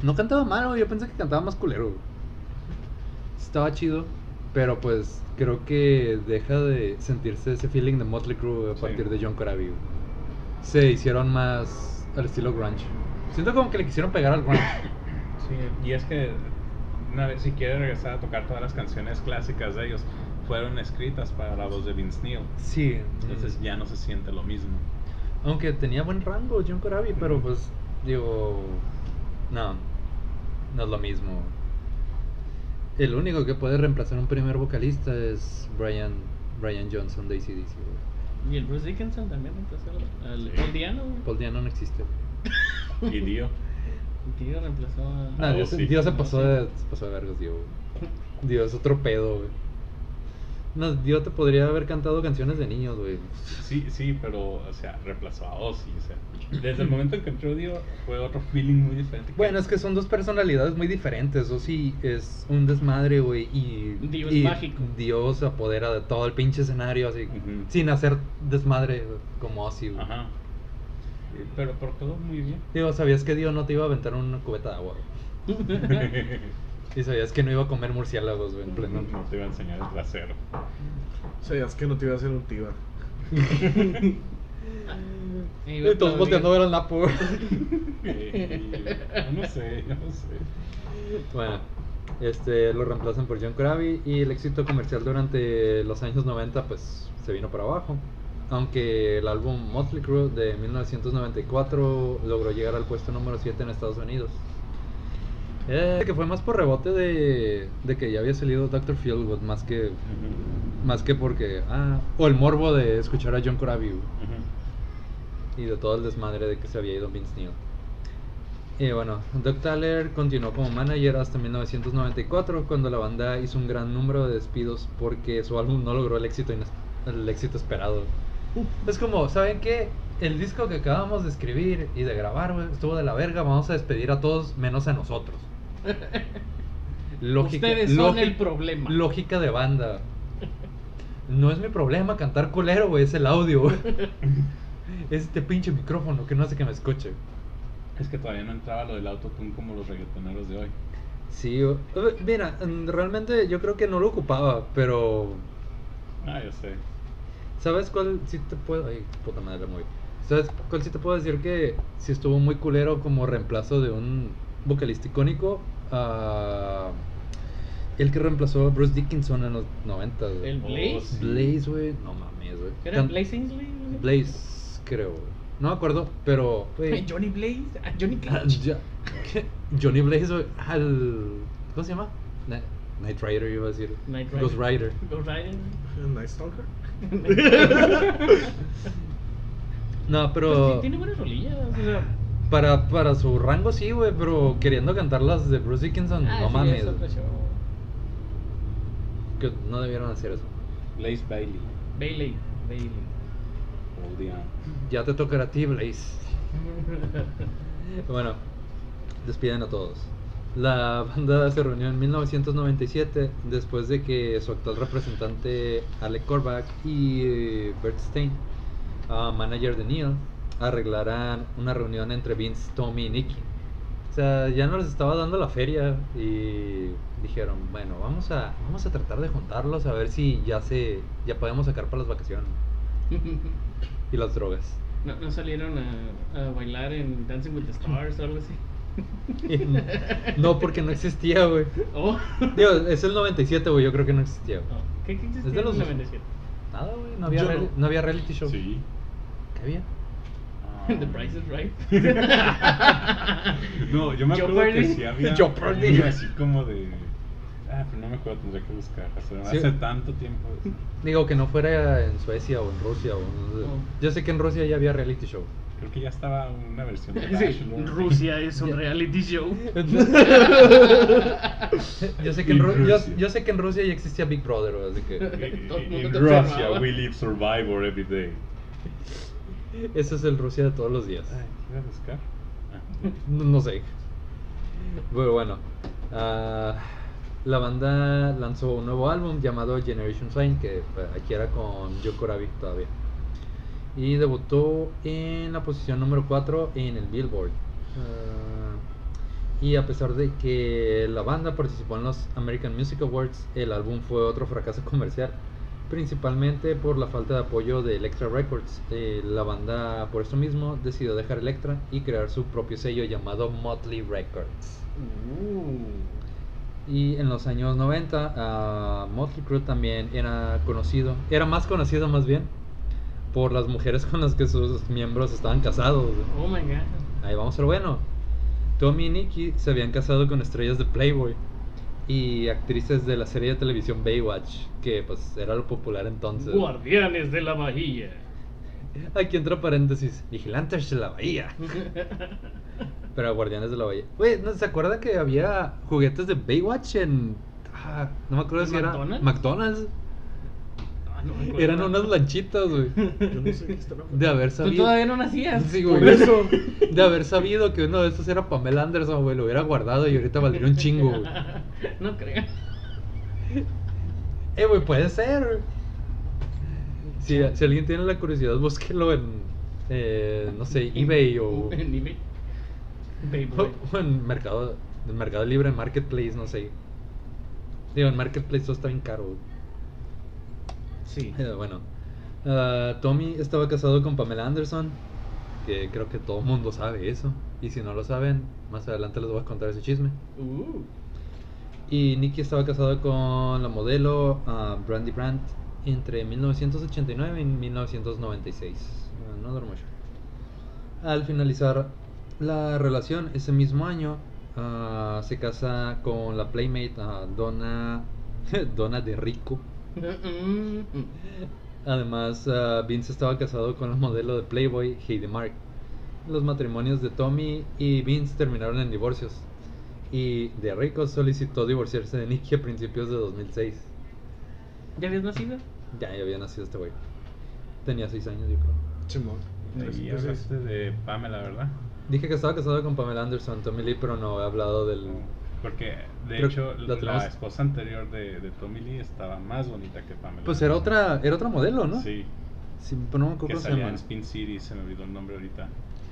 Speaker 1: No cantaba mal, güey, yo pensé que cantaba más culero. güey. Estaba chido, pero pues creo que deja de sentirse ese feeling de Motley Crue güey, a
Speaker 4: Sí.
Speaker 1: partir de John Corabi. güey. Se hicieron más al estilo grunge. Siento como que le quisieron pegar al grunge.
Speaker 4: Sí, y es que una vez si quiere regresar a tocar todas las canciones clásicas de ellos, fueron escritas para la voz de Vince Neil.
Speaker 1: Sí.
Speaker 4: Entonces ya no se siente lo mismo.
Speaker 1: Aunque tenía buen rango John Corabi, pero pues, digo, no, no es lo mismo. El único que puede reemplazar un primer vocalista es Brian, Brian Johnson de ACDC. güey.
Speaker 2: Y el Bruce Dickinson también reemplazó al- al Paul Diano. güey.
Speaker 1: Paul Diano no existe.
Speaker 4: Y Dio.
Speaker 2: El tío reemplazó a.
Speaker 1: No,
Speaker 4: Ah,
Speaker 1: Dios,
Speaker 4: sí.
Speaker 1: Dios se
Speaker 2: Ah,
Speaker 1: pasó
Speaker 2: sí.
Speaker 1: de, se pasó de vergas, Dios. Dios, es otro pedo, güey. No, Dios te podría haber cantado canciones de niños, güey.
Speaker 4: Sí, sí, pero, o sea, reemplazó a Ozzy. O sea, desde el momento en que entró Dio, fue otro feeling muy diferente.
Speaker 1: Bueno, es que son dos personalidades muy diferentes. O sí, es un desmadre, güey. Y
Speaker 2: Dios
Speaker 1: y
Speaker 2: mágico.
Speaker 1: Dios se apodera de todo el pinche escenario, así.
Speaker 4: Ujú.
Speaker 1: Sin hacer desmadre güey, como así, güey.
Speaker 4: Ajá. Eh, Pero por todo muy bien.
Speaker 1: Digo, sabías que Dios no te iba a aventar una cubeta de agua. güey? Y sabías que no iba a comer murciélagos, güey, en pleno.
Speaker 4: no te iba a enseñar el trasero.
Speaker 3: Sabías que no te iba a hacer un tiba.
Speaker 2: Y
Speaker 1: Y todos volteando a ver al Napo, güey.
Speaker 4: Eh, no sé, no sé.
Speaker 1: Bueno, este, lo reemplazan por John Krabi y el éxito comercial durante los años 90 pues se vino para abajo. Aunque el álbum Motley Crue de 1994 logró llegar al puesto número 7 en Estados Unidos. Eh, que fue más por rebote de, de que ya había salido Dr. Fieldwood, más que,
Speaker 4: Ujú,
Speaker 1: más que porque... Ah, o el morbo de escuchar a John Corabi güey
Speaker 4: ujú.
Speaker 1: y de todo el desmadre de que se había ido Vince Neil. Y bueno, Doug Thaler continuó como manager hasta 1994, cuando la banda hizo un gran número de despidos porque su álbum no logró el éxito, ines- el éxito esperado. Es como, ¿saben qué? El disco que acabamos de escribir y de grabar güey, estuvo de la verga, vamos a despedir a todos menos a nosotros. Lógica,
Speaker 2: Ustedes son
Speaker 1: lógi-
Speaker 2: el problema.
Speaker 1: lógica de banda. No es mi problema cantar culero, güey, es el audio, güey. Es este pinche micrófono que no hace que me escuche.
Speaker 4: Es que todavía no entraba lo del autotune como los reggaetoneros de hoy.
Speaker 1: Sí, o- eh, mira, mm, realmente yo creo que no lo ocupaba, pero
Speaker 4: Ah, yo sé.
Speaker 1: ¿sabes cuál sí te puedo? Ay, puta madre, la moví. ¿Sabes cuál sí te puedo decir que sí estuvo muy culero como reemplazo de un vocalista icónico a el que reemplazó a Bruce Dickinson en los 90, güey.
Speaker 2: El Blaze.
Speaker 4: sí.
Speaker 1: Blaze, güey, no mames, güey.
Speaker 2: ¿Era
Speaker 1: Can-
Speaker 2: Blaze Ainsley?
Speaker 1: Blaze, creo. güey. No me acuerdo, pero güey,
Speaker 2: Johnny Blaze. ah, Johnny
Speaker 1: Ah,
Speaker 2: Cage.
Speaker 1: ya- ¿qué? Johnny Blaze, güey, al. ¿Cómo se llama? Na- Knight Rider, iba a decir.
Speaker 2: Knight
Speaker 1: Ghost Rider.
Speaker 2: Ghost Rider.
Speaker 3: Nice Stalker.
Speaker 1: No,
Speaker 2: Pues, sí,
Speaker 1: pero.
Speaker 6: Pues
Speaker 2: Pues tiene buenas rolillas. O sea,
Speaker 1: Para, para su rango sí, güey, pero queriendo cantar las de Bruce Dickinson,
Speaker 6: Ah,
Speaker 1: no
Speaker 6: sí,
Speaker 1: mames.
Speaker 6: es otro show.
Speaker 1: Que no debieron hacer eso.
Speaker 4: Blaze Bailey.
Speaker 6: Bailey. Bailey.
Speaker 4: All the Am.
Speaker 1: Ya te tocará a ti, Blaze. bueno, despiden a todos. La banda se reunió en 1997 después de que su actual representante Alec Korbach y eh, Bert Stein, ah, manager de Neil, arreglaran una reunión entre Vince, Tommy y Nicky. O sea, ya no les estaba dando la feria y dijeron, bueno, vamos a, vamos a tratar de juntarlos a ver si ya se ya podemos sacar para las vacaciones y las drogas.
Speaker 2: ¿No, no salieron a, a bailar en Dancing with the Stars o algo así?
Speaker 1: No, porque no existía, güey.
Speaker 2: Oh.
Speaker 1: Digo, es el 97, güey. Yo creo que no existía. güey.
Speaker 2: No. ¿Qué, qué
Speaker 1: Es de los-
Speaker 2: 97?
Speaker 1: Nada, güey. No, había
Speaker 3: Yo
Speaker 1: reali-
Speaker 3: no.
Speaker 1: no había reality show.
Speaker 4: Sí.
Speaker 1: ¿Qué había?
Speaker 2: The Price is Right.
Speaker 4: No, yo me acuerdo que
Speaker 2: Jeopardy.
Speaker 4: sí había
Speaker 1: Jeopardy.
Speaker 4: uno así como de... Ah, pero no me acuerdo, tendría que buscar. Hace,
Speaker 1: Sí.
Speaker 4: hace tanto tiempo.
Speaker 1: Digo, que no fuera en Suecia o en Rusia. O
Speaker 2: No.
Speaker 1: Yo sé que en Rusia ya había reality show.
Speaker 4: Creo que ya estaba una versión de
Speaker 2: Sí,
Speaker 4: Bachelor.
Speaker 2: Rusia es un reality show.
Speaker 1: yo, sé que en
Speaker 4: Y
Speaker 1: Ru- yo,
Speaker 4: Rusia.
Speaker 1: yo sé que en Rusia ya existía Big Brother, güey, así que
Speaker 2: Todo el
Speaker 4: In,
Speaker 2: mundo
Speaker 4: in
Speaker 2: te
Speaker 4: Russia,
Speaker 2: observaba.
Speaker 4: we live survivor every day.
Speaker 1: ese es el Rusia de todos los días.
Speaker 4: Ay, ¿qué iba a buscar? Ah.
Speaker 1: No, no sé. Pero bueno. ah, la banda lanzó un nuevo álbum llamado Generation Sign, que pues, aquí era con Yoko Rabbit todavía. Y debutó en la posición número 4 en el Billboard. Ah, y a pesar de que la banda participó en los American Music Awards, el álbum fue otro fracaso comercial. Principalmente por la falta de apoyo de Elektra Records. Eh, la banda, por eso mismo, decidió dejar Elektra y crear su propio sello llamado Motley Records. Y en los años 90, ah, Motley Crue también era conocido, era más conocido más bien, por las mujeres con las que sus miembros estaban casados.
Speaker 2: Oh my god.
Speaker 1: Ahí vamos a lo bueno. Tommy y Nicky se habían casado con estrellas de Playboy y actrices de la serie de televisión Baywatch, que pues era lo popular entonces.
Speaker 2: Guardianes de la Bahía.
Speaker 1: Aquí entra paréntesis, vigilantes de la bahía. Pero guardianes de la bahía. Güey, ¿no se acuerda que había juguetes de Baywatch en... ah, no me acuerdo
Speaker 2: ¿En
Speaker 1: si era...
Speaker 2: McDonald's?
Speaker 1: McDonald's.
Speaker 2: Ah, no me acuerdo.
Speaker 1: Eran unas lanchitas, güey.
Speaker 3: Yo no sé qué están
Speaker 1: De haber
Speaker 6: Tú
Speaker 1: sabido...
Speaker 6: todavía no nacías.
Speaker 1: Sí, güey.
Speaker 3: Por eso.
Speaker 1: De haber sabido que uno de estos era Pamela Anderson, güey. Lo hubiera guardado y ahorita valdría un chingo, güey.
Speaker 2: No creo.
Speaker 1: Eh, güey, puede ser. Si, si alguien tiene la curiosidad, búsquelo en, eh, no sé, eBay o,
Speaker 2: En eBay. Oh, Payboy.
Speaker 1: o en Mercado, en mercado Libre, en Marketplace, no sé. Digo, en Marketplace todo está bien caro. güey.
Speaker 2: Sí.
Speaker 1: Eh, bueno, ah, Tommy estaba casado con Pamela Anderson, que creo que todo el mundo sabe eso. Y si no lo saben, más adelante les voy a contar ese chisme.
Speaker 2: Uh,
Speaker 1: Y Nicky estaba casado con la modelo ah, Brandy Brandt entre 1989 y 1996. Ah, No duró mucho. Al finalizar la relación ese mismo año, ah, se casa con la Playmate ah, Donna, Donna de Rico.
Speaker 6: Mm, mm, mm.
Speaker 1: Además, ah, Vince estaba casado con la modelo de Playboy, Heidi Mark. Los matrimonios de Tommy y Vince terminaron en divorcios. Y De Rico solicitó divorciarse de Nicky a principios de 2006.
Speaker 2: ¿Ya habías nacido?
Speaker 1: Ya, ya había nacido este güey. Tenía 6 años, yo creo.
Speaker 3: Chimón.
Speaker 4: Ahí
Speaker 3: Entonces,
Speaker 4: hablaste este de Pamela, ¿verdad?
Speaker 1: Dije que estaba casado con Pamela Anderson, Tommy Lee, pero no he hablado del.
Speaker 4: Porque, de
Speaker 1: Creo
Speaker 4: hecho,
Speaker 1: que la
Speaker 4: la,
Speaker 1: tenemos-
Speaker 4: esposa anterior de, de Tommy Lee estaba más bonita que Pamela.
Speaker 1: Pues era otra, era otra modelo, ¿no?
Speaker 4: Sí,
Speaker 1: Sí, pero no me acuerdo
Speaker 4: que
Speaker 1: cómo se
Speaker 4: salía
Speaker 1: llama.
Speaker 4: en Spin City, se me olvidó el nombre ahorita.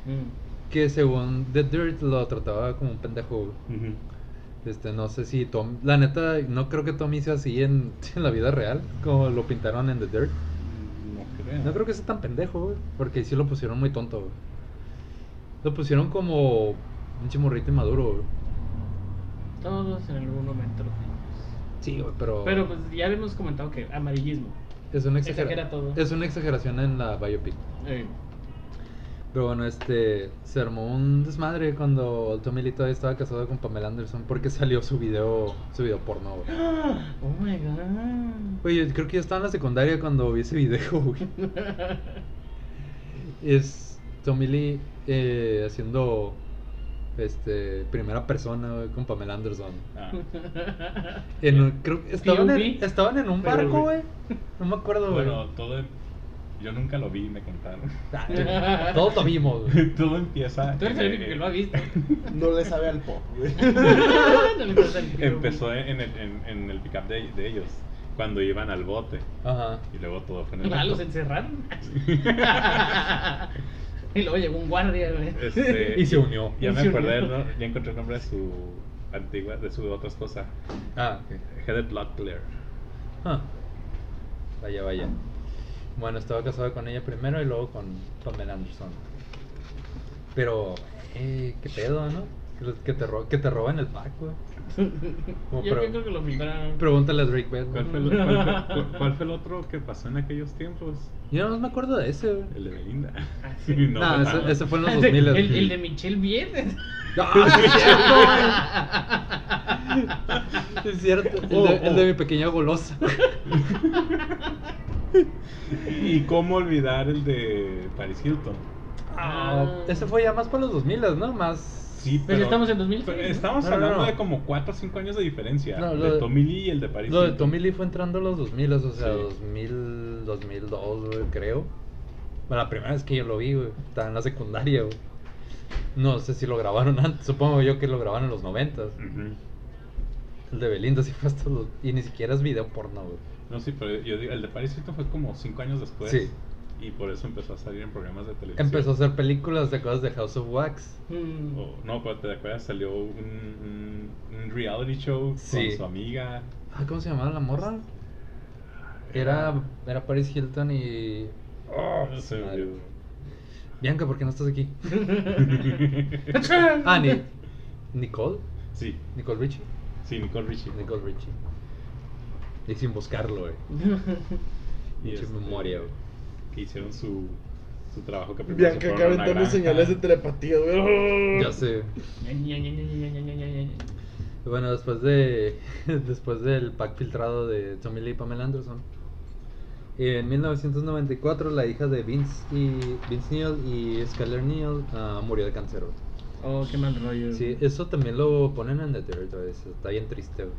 Speaker 2: Mm.
Speaker 1: Que según The Dirt lo trataba como un pendejo. Este, no sé si Tom. La neta, no creo que Tommy sea así en, en la vida real, como lo pintaron en The Dirt.
Speaker 4: No creo.
Speaker 1: No creo que sea tan pendejo, güey, porque sí lo pusieron muy tonto. güey. Lo pusieron como un chimorrito inmaduro, güey.
Speaker 2: Todos en algún momento lo tenemos.
Speaker 1: Sí, güey, pero.
Speaker 2: Pero pues ya habíamos comentado que amarillismo.
Speaker 1: es una exagera-
Speaker 2: exagera todo.
Speaker 1: Es una exageración en la biopic.
Speaker 2: Eh,
Speaker 1: Pero bueno, este. Se armó un desmadre cuando Tommy Lee todavía estaba casado con Pamela Anderson porque salió su video, su video porno, güey.
Speaker 2: Oh my god.
Speaker 1: Oye, creo que yo estaba en la secundaria cuando vi ese video, güey. Es. Tommy Lee eh, haciendo este, primera persona güey, con Pamela Anderson.
Speaker 4: Ah,
Speaker 1: En un- creo que estaban, en,
Speaker 2: POV.
Speaker 1: estaban en un
Speaker 2: Pero,
Speaker 1: barco,
Speaker 2: güey.
Speaker 1: güey. No me acuerdo, güey.
Speaker 4: bueno, todo. em, Yo nunca lo vi, me contaron.
Speaker 1: Ah, tú- todos lo vimos, güey.
Speaker 4: todo empieza.
Speaker 6: Tú eres el único que lo ha visto.
Speaker 7: No le sabe al pop, güey.
Speaker 6: No le importa el
Speaker 4: Empezó en el, en, en el pickup de, de ellos, cuando iban al bote.
Speaker 1: Ajá.
Speaker 4: Y luego todo fue en el
Speaker 2: Ah, los
Speaker 4: bote.
Speaker 2: encerraron.
Speaker 6: Y luego llegó un guardia, güey.
Speaker 4: Este,
Speaker 1: Y se unió.
Speaker 4: Ya
Speaker 2: Y
Speaker 4: me
Speaker 2: se
Speaker 4: acordé,
Speaker 2: unió.
Speaker 4: ¿no? ya encontré el nombre de su antigua, de su otra esposa.
Speaker 1: Ah, ok.
Speaker 4: Heather Locklear.
Speaker 1: Ah. Vaya, vaya. Bueno, estaba casado con ella primero y luego con Pamela Anderson. Pero, eh, qué pedo, ¿no? Que, los- que te, ro- que te roban el pack, güey. Como
Speaker 2: Yo
Speaker 1: pre-
Speaker 2: creo que lo filtraron.
Speaker 1: Pregúntale a Drake Bell,
Speaker 4: ¿Cuál fue, el, cuál fue- cu- cuál fue el otro que pasó en aquellos tiempos?
Speaker 1: Yo no me acuerdo de ese, güey.
Speaker 4: El de Belinda.
Speaker 2: Ah, sí.
Speaker 4: Sí,
Speaker 1: No,
Speaker 4: no,
Speaker 1: ese, ese fue
Speaker 2: Ah,
Speaker 1: en los
Speaker 6: El de-
Speaker 1: 2000.
Speaker 6: el, el de Michelle Viernes.
Speaker 1: ¡Ah, sí es cierto! güey! Es cierto. El, de,
Speaker 4: Oh,
Speaker 1: el de
Speaker 4: oh.
Speaker 1: mi pequeña golosa.
Speaker 4: ¿Y cómo olvidar el de Paris Hilton?
Speaker 1: Ah, ese fue ya más para los 2000, ¿no? Más.
Speaker 4: Sí, pero,
Speaker 6: Pero estamos en 2006,
Speaker 4: pero
Speaker 2: pues
Speaker 6: ¿no?
Speaker 4: Pues Estamos
Speaker 1: No, no,
Speaker 4: hablando
Speaker 1: no.
Speaker 4: de como 4 o 5 años de diferencia.
Speaker 1: No, lo
Speaker 4: de
Speaker 1: de-
Speaker 4: Tommy Lee y el de Paris
Speaker 1: Lo de
Speaker 4: Hilton.
Speaker 1: Tommy Lee fue entrando a los 2000, o sea,
Speaker 4: Sí.
Speaker 1: 2000, 2002, güey, creo. Bueno, la primera vez que yo lo vi, güey, estaba en la secundaria, güey. No sé si lo grabaron antes, supongo yo que lo grabaron en los 90.
Speaker 4: Ujú.
Speaker 1: El de Belinda sí fue hasta los... Y ni siquiera es video porno, güey.
Speaker 4: No, sí, pero yo digo, el de Paris Hilton fue como 5 años después.
Speaker 1: Sí.
Speaker 4: Y por eso empezó a salir en programas de televisión.
Speaker 1: Empezó a hacer películas de cosas de House of Wax.
Speaker 6: Mm.
Speaker 2: Oh.
Speaker 4: O- no, pero te acuerdas, salió un, un- un reality show
Speaker 1: Sí.
Speaker 4: con su amiga.
Speaker 1: Ah, ¿cómo se llamaba la morra? Era, era Paris Hilton y...
Speaker 4: Oh, se me
Speaker 1: madre.
Speaker 4: olvidó.
Speaker 1: Bianca, ¿por qué no estás aquí? ah, ni... Nicole.
Speaker 4: sí,
Speaker 1: Nicole Richie.
Speaker 4: sí, Nicole Richie.
Speaker 1: Nicole Richie. Y sin buscarlo, güey.
Speaker 4: Y
Speaker 1: Mucha
Speaker 4: este-
Speaker 1: memoria, güey.
Speaker 4: Que hicieron su, su trabajo que primero
Speaker 3: Bianca
Speaker 4: se
Speaker 3: acá
Speaker 4: fueron a una
Speaker 3: aventando
Speaker 4: granja.
Speaker 3: señales
Speaker 1: este-
Speaker 3: de telepatía, güey.
Speaker 1: Ya sé.
Speaker 6: Ña, Ña, Ña, Ña, Ña, Ña, Ña, Ña, Ña, Ña.
Speaker 1: Bueno, después de después del pack filtrado de Tommy Lee y Pamela Anderson. En 1994, la hija de Vince, y, Vince Neil y Skyler Neil ah, murió de cáncer. güey.
Speaker 2: Oh, qué mal rollo.
Speaker 1: Sí, eso también lo ponen en The Dirt, güey, eso Está bien triste, güey.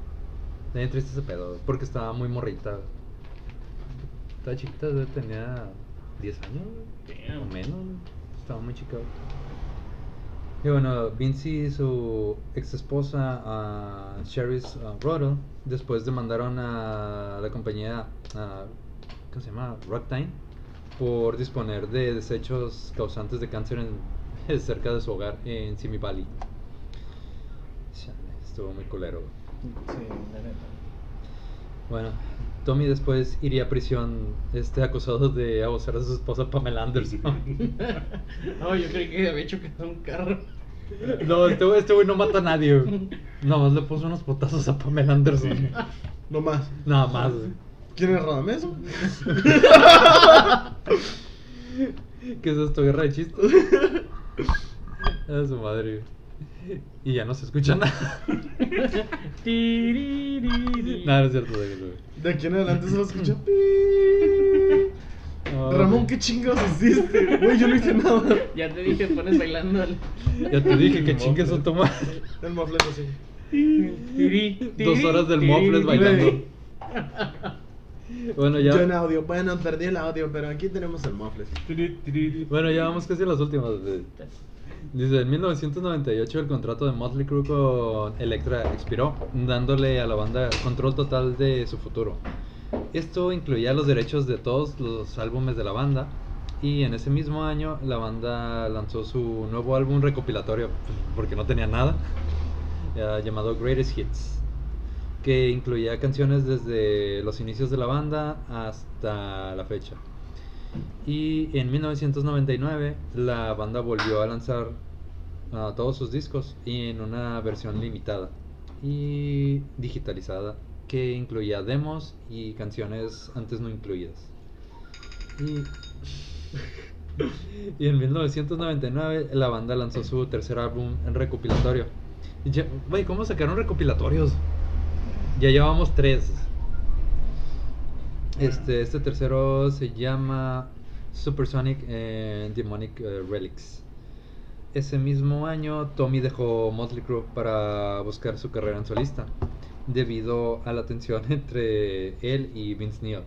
Speaker 1: Está bien triste ese pedo, güey, porque estaba muy morrita. güey. Estaba chiquita, güey, tenía 10 años, güey, o menos. güey. Estaba muy chica. güey. Y bueno, Vince y su ex esposa, ah, Cherise ah, Roddle, después demandaron a la compañía, ah, ¿cómo se llama? Rocktime, por disponer de desechos causantes de cáncer en, cerca de su hogar en Simi Valley. Chale, Estuvo muy culero. güey.
Speaker 7: Sí, la neta.
Speaker 1: Bueno, Tommy después iría a prisión este, acusado de abusar de su esposa Pamela Anderson.
Speaker 2: Oh,
Speaker 6: No, yo creí que había chocado un carro.
Speaker 1: no, este güey este güey no mata a nadie. güey. Nomás le puso unos potazos a Pamela Anderson.
Speaker 3: No más.
Speaker 1: Nada más. güey.
Speaker 3: ¿Quién es Radamés? güey?
Speaker 1: ¿Qué es esto? ¿Guerra de chistes? A su madre. güey. Y ya no se escucha nada.
Speaker 2: Tiririri.
Speaker 1: Nada, no es cierto. déjalo, güey.
Speaker 3: De aquí en adelante se lo escucha.
Speaker 1: Mm. No,
Speaker 3: Ramón,
Speaker 1: güey.
Speaker 3: ¿qué chingados hiciste? Güey, yo no hice nada.
Speaker 6: Ya te dije, pones bailando al.
Speaker 1: Ya te dije que chingues a tu madre.
Speaker 3: El mofleto, sí.
Speaker 2: Tiri,
Speaker 1: Dos
Speaker 2: tiri,
Speaker 1: horas del
Speaker 2: tiri,
Speaker 1: Mofles
Speaker 2: tiri.
Speaker 1: bailando. Bueno,
Speaker 3: Yo en
Speaker 1: ya.
Speaker 3: audio, bueno, perdí el audio, pero aquí tenemos el mofles.
Speaker 4: Tiri, tiri.
Speaker 1: Bueno, ya vamos casi a las últimas. güey. Dice, en 1998 el contrato de Motley Crue con Electra expiró, dándole a la banda control total de su futuro. Esto incluía los derechos de todos los álbumes de la banda y en ese mismo año la banda lanzó su nuevo álbum recopilatorio, porque no tenía nada, eh, llamado Greatest Hits, que incluía canciones desde los inicios de la banda hasta la fecha. Y en 1999 la banda volvió a lanzar ah, todos sus discos y en una versión limitada y digitalizada que incluía demos y canciones antes no incluidas. Y, y en 1999 la banda lanzó su tercer álbum en recopilatorio. Y ya- Güey, ¿cómo sacaron recopilatorios? Ya llevamos tres. Este, este tercero se llama Supersonic and Demonic eh, Relics. Ese mismo año, Tommy dejó Motley Crue para buscar su carrera en solista, debido a la tensión entre él y Vince Neil.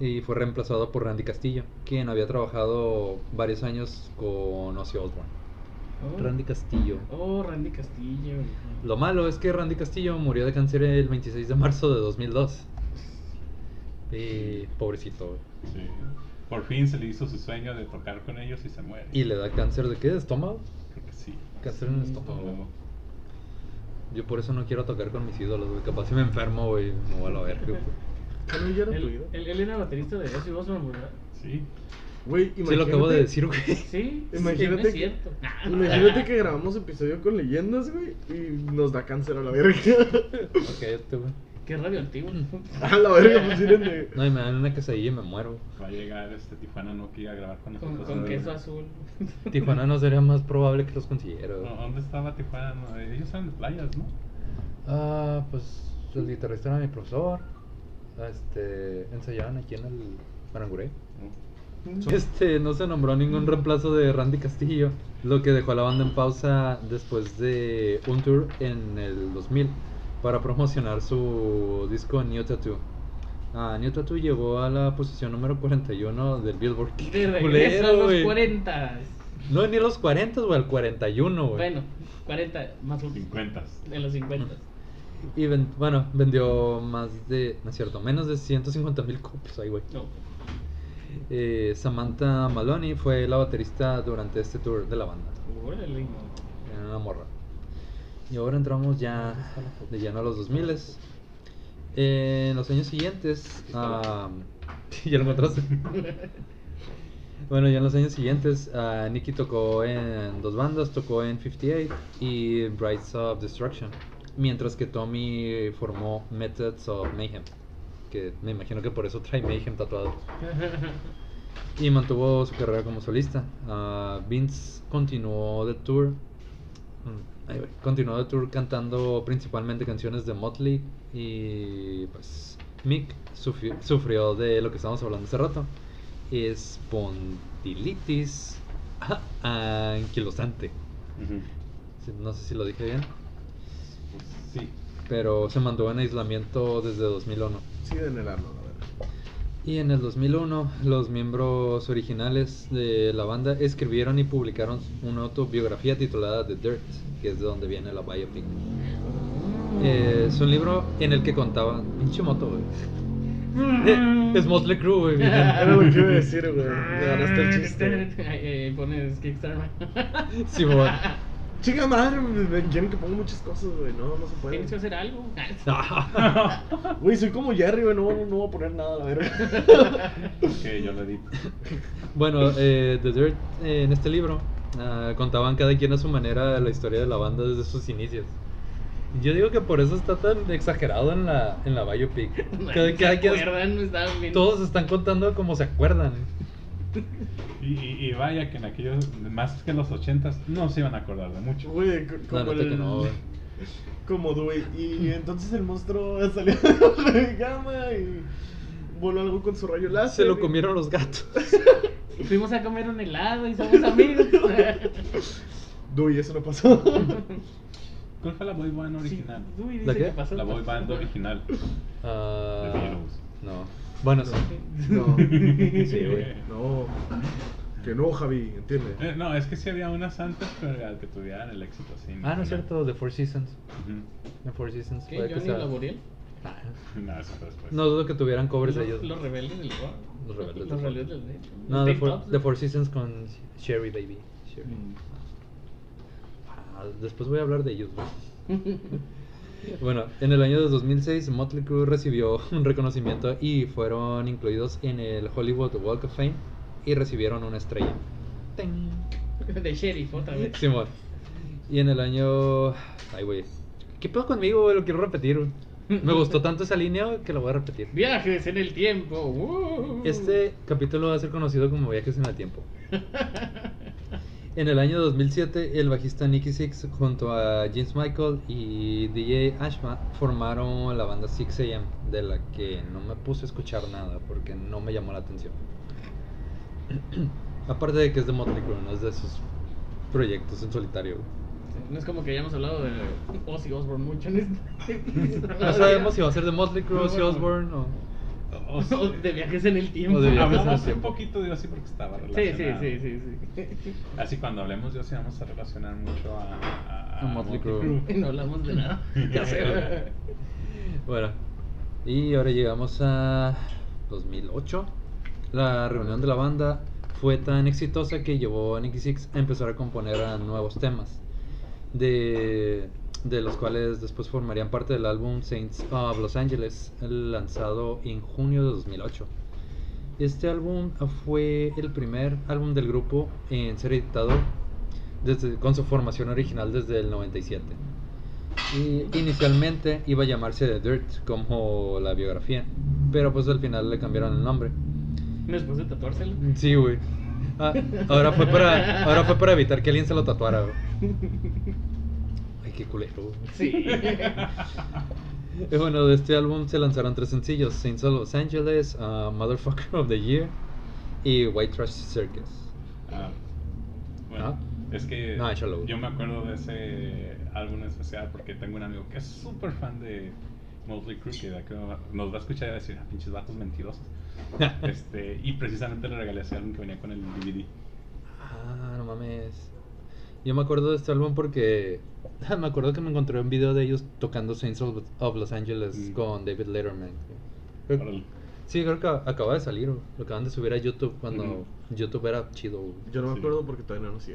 Speaker 1: Y fue reemplazado por Randy Castillo, quien había trabajado varios años con Ozzy Osbourne.
Speaker 6: Oh.
Speaker 1: Randy Castillo.
Speaker 6: Oh, Randy Castillo.
Speaker 1: Lo malo es que Randy Castillo murió de cáncer el 26 de marzo de 2002. Y pobrecito. güey.
Speaker 4: Sí. Por fin se le hizo su sueño de tocar con ellos y se muere.
Speaker 1: ¿Y le da cáncer de qué? ¿De estómago?
Speaker 4: Creo que sí.
Speaker 1: Cáncer en el estómago. güey.
Speaker 4: Todo.
Speaker 1: Yo por eso no quiero tocar con mis ídolos, güey. Capaz si me enfermo, güey. Me voy a la verga, güey.
Speaker 3: ¿Cómo ya era tu
Speaker 2: Él,
Speaker 3: ídolo?
Speaker 2: él, él era baterista de Ozzy Osbourne, ¿verdad?
Speaker 4: Sí.
Speaker 3: Güey,
Speaker 1: Sí, lo acabo de
Speaker 3: imagínate-
Speaker 1: decir, güey.
Speaker 2: Sí,
Speaker 3: Imagínate
Speaker 2: sí, no es
Speaker 3: que-
Speaker 2: cierto.
Speaker 3: Imagínate que grabamos episodio con leyendas, güey, y nos da cáncer a la verga.
Speaker 1: Ok, este, güey.
Speaker 6: Qué radioactivo.
Speaker 3: a la verga, pues miren, güey.
Speaker 1: No, y me dan una quesadilla y me muero.
Speaker 4: Va a llegar este Tijuana Noki a grabar con
Speaker 6: Con,
Speaker 4: nosotros.
Speaker 6: con
Speaker 4: ¿no?
Speaker 6: queso azul.
Speaker 1: Tijuana no sería más probable que los consiguiera, güey.
Speaker 4: No, ¿Dónde estaba Tijuana? No, Ellos eran de playas, ¿no?
Speaker 1: Ah, pues el guitarrista era mi profesor. Este, ensayaban aquí en el Maranguré. Este, no se nombró ningún reemplazo de Randy Castillo, lo que dejó a la banda en pausa después de un tour en el 2000 para promocionar su disco New Tattoo. Ah, New Tattoo llegó a la posición número 41 del Billboard.
Speaker 6: De regreso
Speaker 1: Culero,
Speaker 6: a los
Speaker 1: güey.
Speaker 6: 40.
Speaker 1: No, ni los 40, güey, al 41, güey.
Speaker 6: Bueno, 40 más un-
Speaker 4: 50.
Speaker 6: en los 50.
Speaker 1: Y ven- bueno, vendió más de, no es cierto, menos de 150 mil copias, ahí, güey.
Speaker 6: No.
Speaker 1: Eh, Samantha Maloney fue la baterista durante este tour de la banda.
Speaker 6: Órale.
Speaker 1: en una morra. Y ahora entramos ya de lleno a los 2000. Eh, en los años siguientes... ah, ¿Ya lo encontraste? bueno, ya en los años siguientes, ah, Nicky tocó en dos bandas, tocó en 58 y Brides of Destruction. Mientras que Tommy formó Methods of Mayhem, que me imagino que por eso trae Mayhem tatuado y mantuvo su carrera como solista. Ah, Vince continuó de tour. mm, ahí voy. Continuó de tour cantando principalmente canciones de Motley y pues Mick sufri- sufrió de lo que estábamos hablando hace rato, espondilitis anquilosante.
Speaker 4: Ujú.
Speaker 1: Sí, No sé si lo dije bien,
Speaker 4: Pues, sí.
Speaker 1: pero se mandó en aislamiento desde 2001.
Speaker 3: Sí, en el arma, la verga.
Speaker 1: Y en el 2001, los miembros originales de la banda escribieron y publicaron una autobiografía titulada The Dirt, que es de donde viene la biopic.
Speaker 6: Mm.
Speaker 1: Eh, es un libro en el que contaban... Pinche moto, güey. Eh,
Speaker 6: Mm.
Speaker 1: es Motley Crue, güey.
Speaker 3: Era lo que iba a decir, güey.
Speaker 1: Ah,
Speaker 3: Le ganaste el chiste.
Speaker 6: Eh, pones Kickstarter.
Speaker 1: Sí, güey.
Speaker 3: Chica madre, me quieren que ponga muchas cosas, güey. No, no se
Speaker 6: Tienes que
Speaker 3: puede.
Speaker 6: hacer algo.
Speaker 3: Güey, soy como Jerry, güey. No, no voy a poner nada, la verga.
Speaker 4: Ok, yo lo edito.
Speaker 1: Bueno, eh, The Dirt, eh, en este libro, ah, contaban cada quien a su manera la historia de la banda desde sus inicios. Yo digo que por eso está tan exagerado en la, en la biopic. Cada,
Speaker 6: ¿Se
Speaker 1: cada quien-
Speaker 6: acuerdan? Estaban bien.
Speaker 1: Todos están contando como se acuerdan.
Speaker 4: Y, y- y vaya que en aquellos, más que en los 80s, no se iban a acordar de mucho.
Speaker 3: Güey, co-
Speaker 1: La
Speaker 3: como
Speaker 1: neta
Speaker 3: el...
Speaker 1: que no, güey.
Speaker 3: Como Dewey. Y entonces el monstruo salió de la gama y... Voló algo con su rayo
Speaker 1: Se
Speaker 3: láser.
Speaker 1: lo
Speaker 3: y-
Speaker 1: comieron los gatos.
Speaker 6: Fuimos a comer un helado y somos amigos.
Speaker 3: Dewey, eso no pasó.
Speaker 4: ¿Cuál fue la boy band original?
Speaker 6: Uy,
Speaker 1: ¿La
Speaker 6: dice
Speaker 1: qué?
Speaker 6: que pasó.
Speaker 4: La boy band original.
Speaker 1: Ah,
Speaker 4: The Beatles.
Speaker 1: no. Bueno, sí.
Speaker 3: no.
Speaker 4: Eh.
Speaker 1: Sí, güey.
Speaker 3: No. Que no, Javi, entiende.
Speaker 4: Eh, no, es que sí había unas antes, pero al que tuvieran el éxito así.
Speaker 1: Ah, no
Speaker 4: ninguna.
Speaker 1: es cierto, The Four Seasons.
Speaker 4: Ujú.
Speaker 1: The Four Seasons.
Speaker 6: ¿Qué?
Speaker 1: puede que
Speaker 6: ¿Johnny
Speaker 1: sea-
Speaker 6: Laboriel?
Speaker 1: Ah,
Speaker 4: No, eso fue después.
Speaker 1: No dudo que tuvieran covers de
Speaker 6: Los,
Speaker 1: ellos.
Speaker 6: los rebeldes del rock.
Speaker 1: Los
Speaker 6: Los
Speaker 1: rebeldes del rock.
Speaker 6: rebeldes del rock.
Speaker 1: No,
Speaker 6: Los
Speaker 1: The
Speaker 6: Pink
Speaker 1: Four,
Speaker 6: Flops.
Speaker 1: The Four Seasons con Sherry Baby. Sherry.
Speaker 4: Mm.
Speaker 1: Ah, después voy a hablar de ellos. güey. Bueno, en el año de 2006 Motley Crue recibió un reconocimiento y fueron incluidos en el Hollywood Walk of Fame y recibieron una estrella. ¡Ting!
Speaker 6: De sheriff otra vez.
Speaker 1: Simón. Y en el año. Ay, güey. ¿Qué pedo conmigo, güey? Lo quiero repetir. güey. Me gustó tanto esa línea güey, que la voy a repetir.
Speaker 6: Viajes en el tiempo. uh. ¡wow!
Speaker 1: Este capítulo va a ser conocido como Viajes en el Tiempo. En el año 2007, el bajista Nicky Six junto a James Michael y DJ Ashma formaron la banda 6AM, de la que no me puse a escuchar nada porque no me llamó la atención. Aparte de que es de Motley Crue, no es de sus proyectos en solitario. güey.
Speaker 6: No es como que hayamos hablado de Ozzy Osbourne mucho en este episodio.
Speaker 1: No sabemos si va a ser de Motley Crue,
Speaker 6: No,
Speaker 1: Ozzy
Speaker 6: bueno.
Speaker 1: Osbourne o...
Speaker 4: O sea,
Speaker 6: O de viajes en el tiempo.
Speaker 1: O de viajes en el
Speaker 4: hablamos un
Speaker 1: tiempo.
Speaker 4: poquito de Ozzy porque estaba
Speaker 6: Sí, sí,
Speaker 4: relacionado.
Speaker 6: sí, sí,
Speaker 4: Así cuando hablemos de Ozzy vamos a relacionar mucho a, a,
Speaker 1: A Motley Crue.
Speaker 6: sí. No hablamos de nada. Ya sé.
Speaker 1: Bueno, y ahora llegamos a 2008. La reunión de la banda fue tan exitosa que llevó a Nicky Six a empezar a componer a nuevos temas, de, de los cuales después formarían parte del álbum Saints of Los Angeles, lanzado en junio de 2008. Este álbum fue el primer álbum del grupo en ser editado desde, con su formación original desde el 97. Y inicialmente iba a llamarse The Dirt como la biografía, pero pues al final le cambiaron el nombre.
Speaker 6: Después de tatuárselo.
Speaker 1: Sí, güey. Ah, ahora, fue para, ahora fue para evitar que alguien se lo tatuara, güey. Ay, qué culero, güey.
Speaker 6: Sí.
Speaker 1: Eh, Bueno, de este álbum se lanzaron tres sencillos: Saints of Los Angeles, ah, Motherfucker of the Year y White Trash Circus.
Speaker 4: Ah, bueno, es que
Speaker 1: ¿Ah? No, échalo, güey.
Speaker 4: yo me acuerdo de ese álbum en especial porque tengo un amigo que es súper fan de Motley Crue que de acá nos va a escuchar y va a decir, "Ah, pinches vatos mentirosos. este, y precisamente le regalé ese álbum que venía con el DVD.
Speaker 1: Ah, no mames. Yo me acuerdo de este álbum porque me acuerdo que me encontré un video de ellos tocando Saints of, of Los Angeles
Speaker 4: Mm.
Speaker 1: con David Letterman. Creo-
Speaker 4: Órale.
Speaker 1: Sí, creo que acaba de salir, güey. lo acaban de subir a YouTube cuando
Speaker 4: Ujú.
Speaker 1: YouTube era chido. güey.
Speaker 3: Yo no me
Speaker 4: Sí.
Speaker 3: acuerdo porque todavía no nací.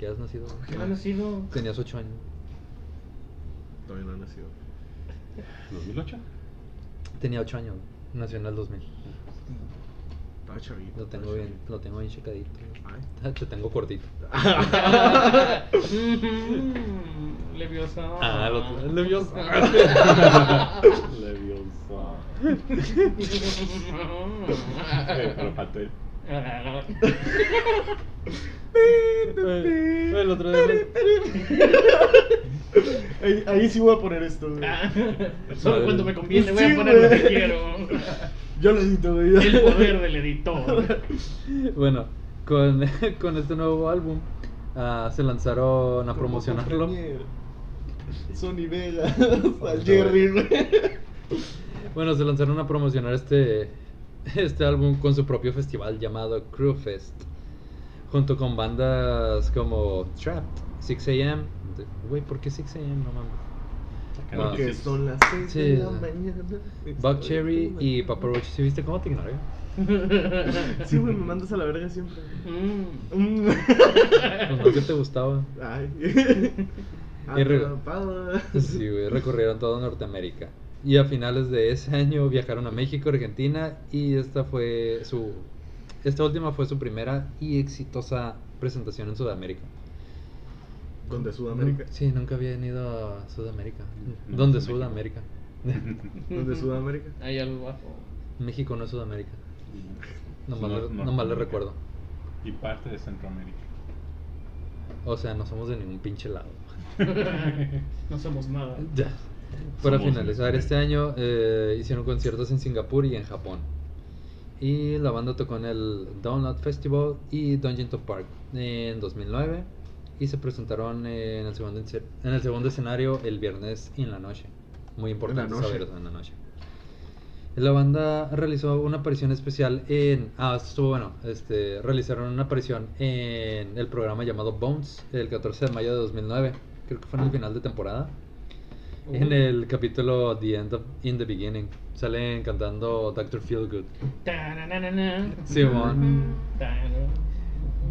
Speaker 1: ¿Ya has nacido? güey?
Speaker 6: No no, sí, no.
Speaker 1: Tenías 8 años.
Speaker 3: Todavía no he nacido.
Speaker 4: ¿2008?
Speaker 1: Tenía 8 años, güey. nació en el 2000.
Speaker 3: Estaba chavito.
Speaker 1: Lo tengo
Speaker 3: estaba
Speaker 1: bien, lo tengo bien checadito.
Speaker 3: chavito. Ay.
Speaker 1: Te tengo cortito.
Speaker 6: Mm, Leviosa.
Speaker 1: Ah, lo tengo Ah.
Speaker 4: Leviosa. Eh, Pero faltó el...
Speaker 1: El otro día me-
Speaker 3: Ahí, ahí sí voy a poner esto, güey.
Speaker 2: Ah.
Speaker 6: Solo cuando me conviene voy
Speaker 3: Ah. Sí,
Speaker 6: a poner lo que
Speaker 3: güey.
Speaker 6: quiero.
Speaker 3: Yo lo edito, güey.
Speaker 6: El poder del editor.
Speaker 1: Bueno, con, con este nuevo álbum ah, se lanzaron a promocionarlo.
Speaker 7: Sony Vela, al Jerry, güey.
Speaker 1: Bueno, se lanzaron a promocionar este, este álbum con su propio festival llamado Crewfest. Junto con bandas como Trapped, 6am. de- Güey, ¿por qué 6am? No mames.
Speaker 4: Claro,
Speaker 1: Porque
Speaker 4: sí.
Speaker 3: son las seis
Speaker 1: Sí.
Speaker 3: de la mañana.
Speaker 1: Buck Cherry y Papa Roach. ¿Sí viste cómo te ignoré?
Speaker 3: Sí, güey, me mandas a la verga siempre.
Speaker 6: Mm.
Speaker 3: Mm.
Speaker 1: Pues no, que te gustaba.
Speaker 3: Ay.
Speaker 1: Y re-
Speaker 3: Atrapado.
Speaker 1: Sí, güey, recorrieron toda Norteamérica. Y a finales de ese año viajaron a México, Argentina y esta fue su esta última fue su primera y exitosa presentación en Sudamérica.
Speaker 3: Donde Sudamérica.
Speaker 1: Sí, nunca había ido a Sudamérica.
Speaker 4: No,
Speaker 1: ¿Dónde
Speaker 4: México.
Speaker 1: Sudamérica?
Speaker 3: Donde Sudamérica.
Speaker 6: Hay algo bajo.
Speaker 1: México no es Sudamérica. No
Speaker 4: No,
Speaker 1: mal,
Speaker 4: no,
Speaker 1: no mal le
Speaker 4: Norteamérica.
Speaker 1: recuerdo.
Speaker 4: Y parte de Centroamérica.
Speaker 1: O sea, no somos de ningún pinche lado.
Speaker 6: No somos nada.
Speaker 1: Ya. Para
Speaker 4: Somos
Speaker 1: finalizar este año, eh, hicieron conciertos en Singapur y en Japón. Y la banda tocó en el Download Festival y Dungeon Top Park en 2009. Y se presentaron en el segundo, ence- en el segundo escenario el viernes y en la noche. Muy importante
Speaker 3: noche.
Speaker 1: saber eso, en la noche. La banda realizó una aparición especial en. Ah, esto estuvo bueno. Este, realizaron una aparición en el programa llamado Bones el 14 de mayo de 2009. Creo que fue en el final de temporada. En el capítulo The End of, in the Beginning salen cantando Dr. Feelgood.
Speaker 6: Tananana.
Speaker 1: Simón.
Speaker 6: Tanana.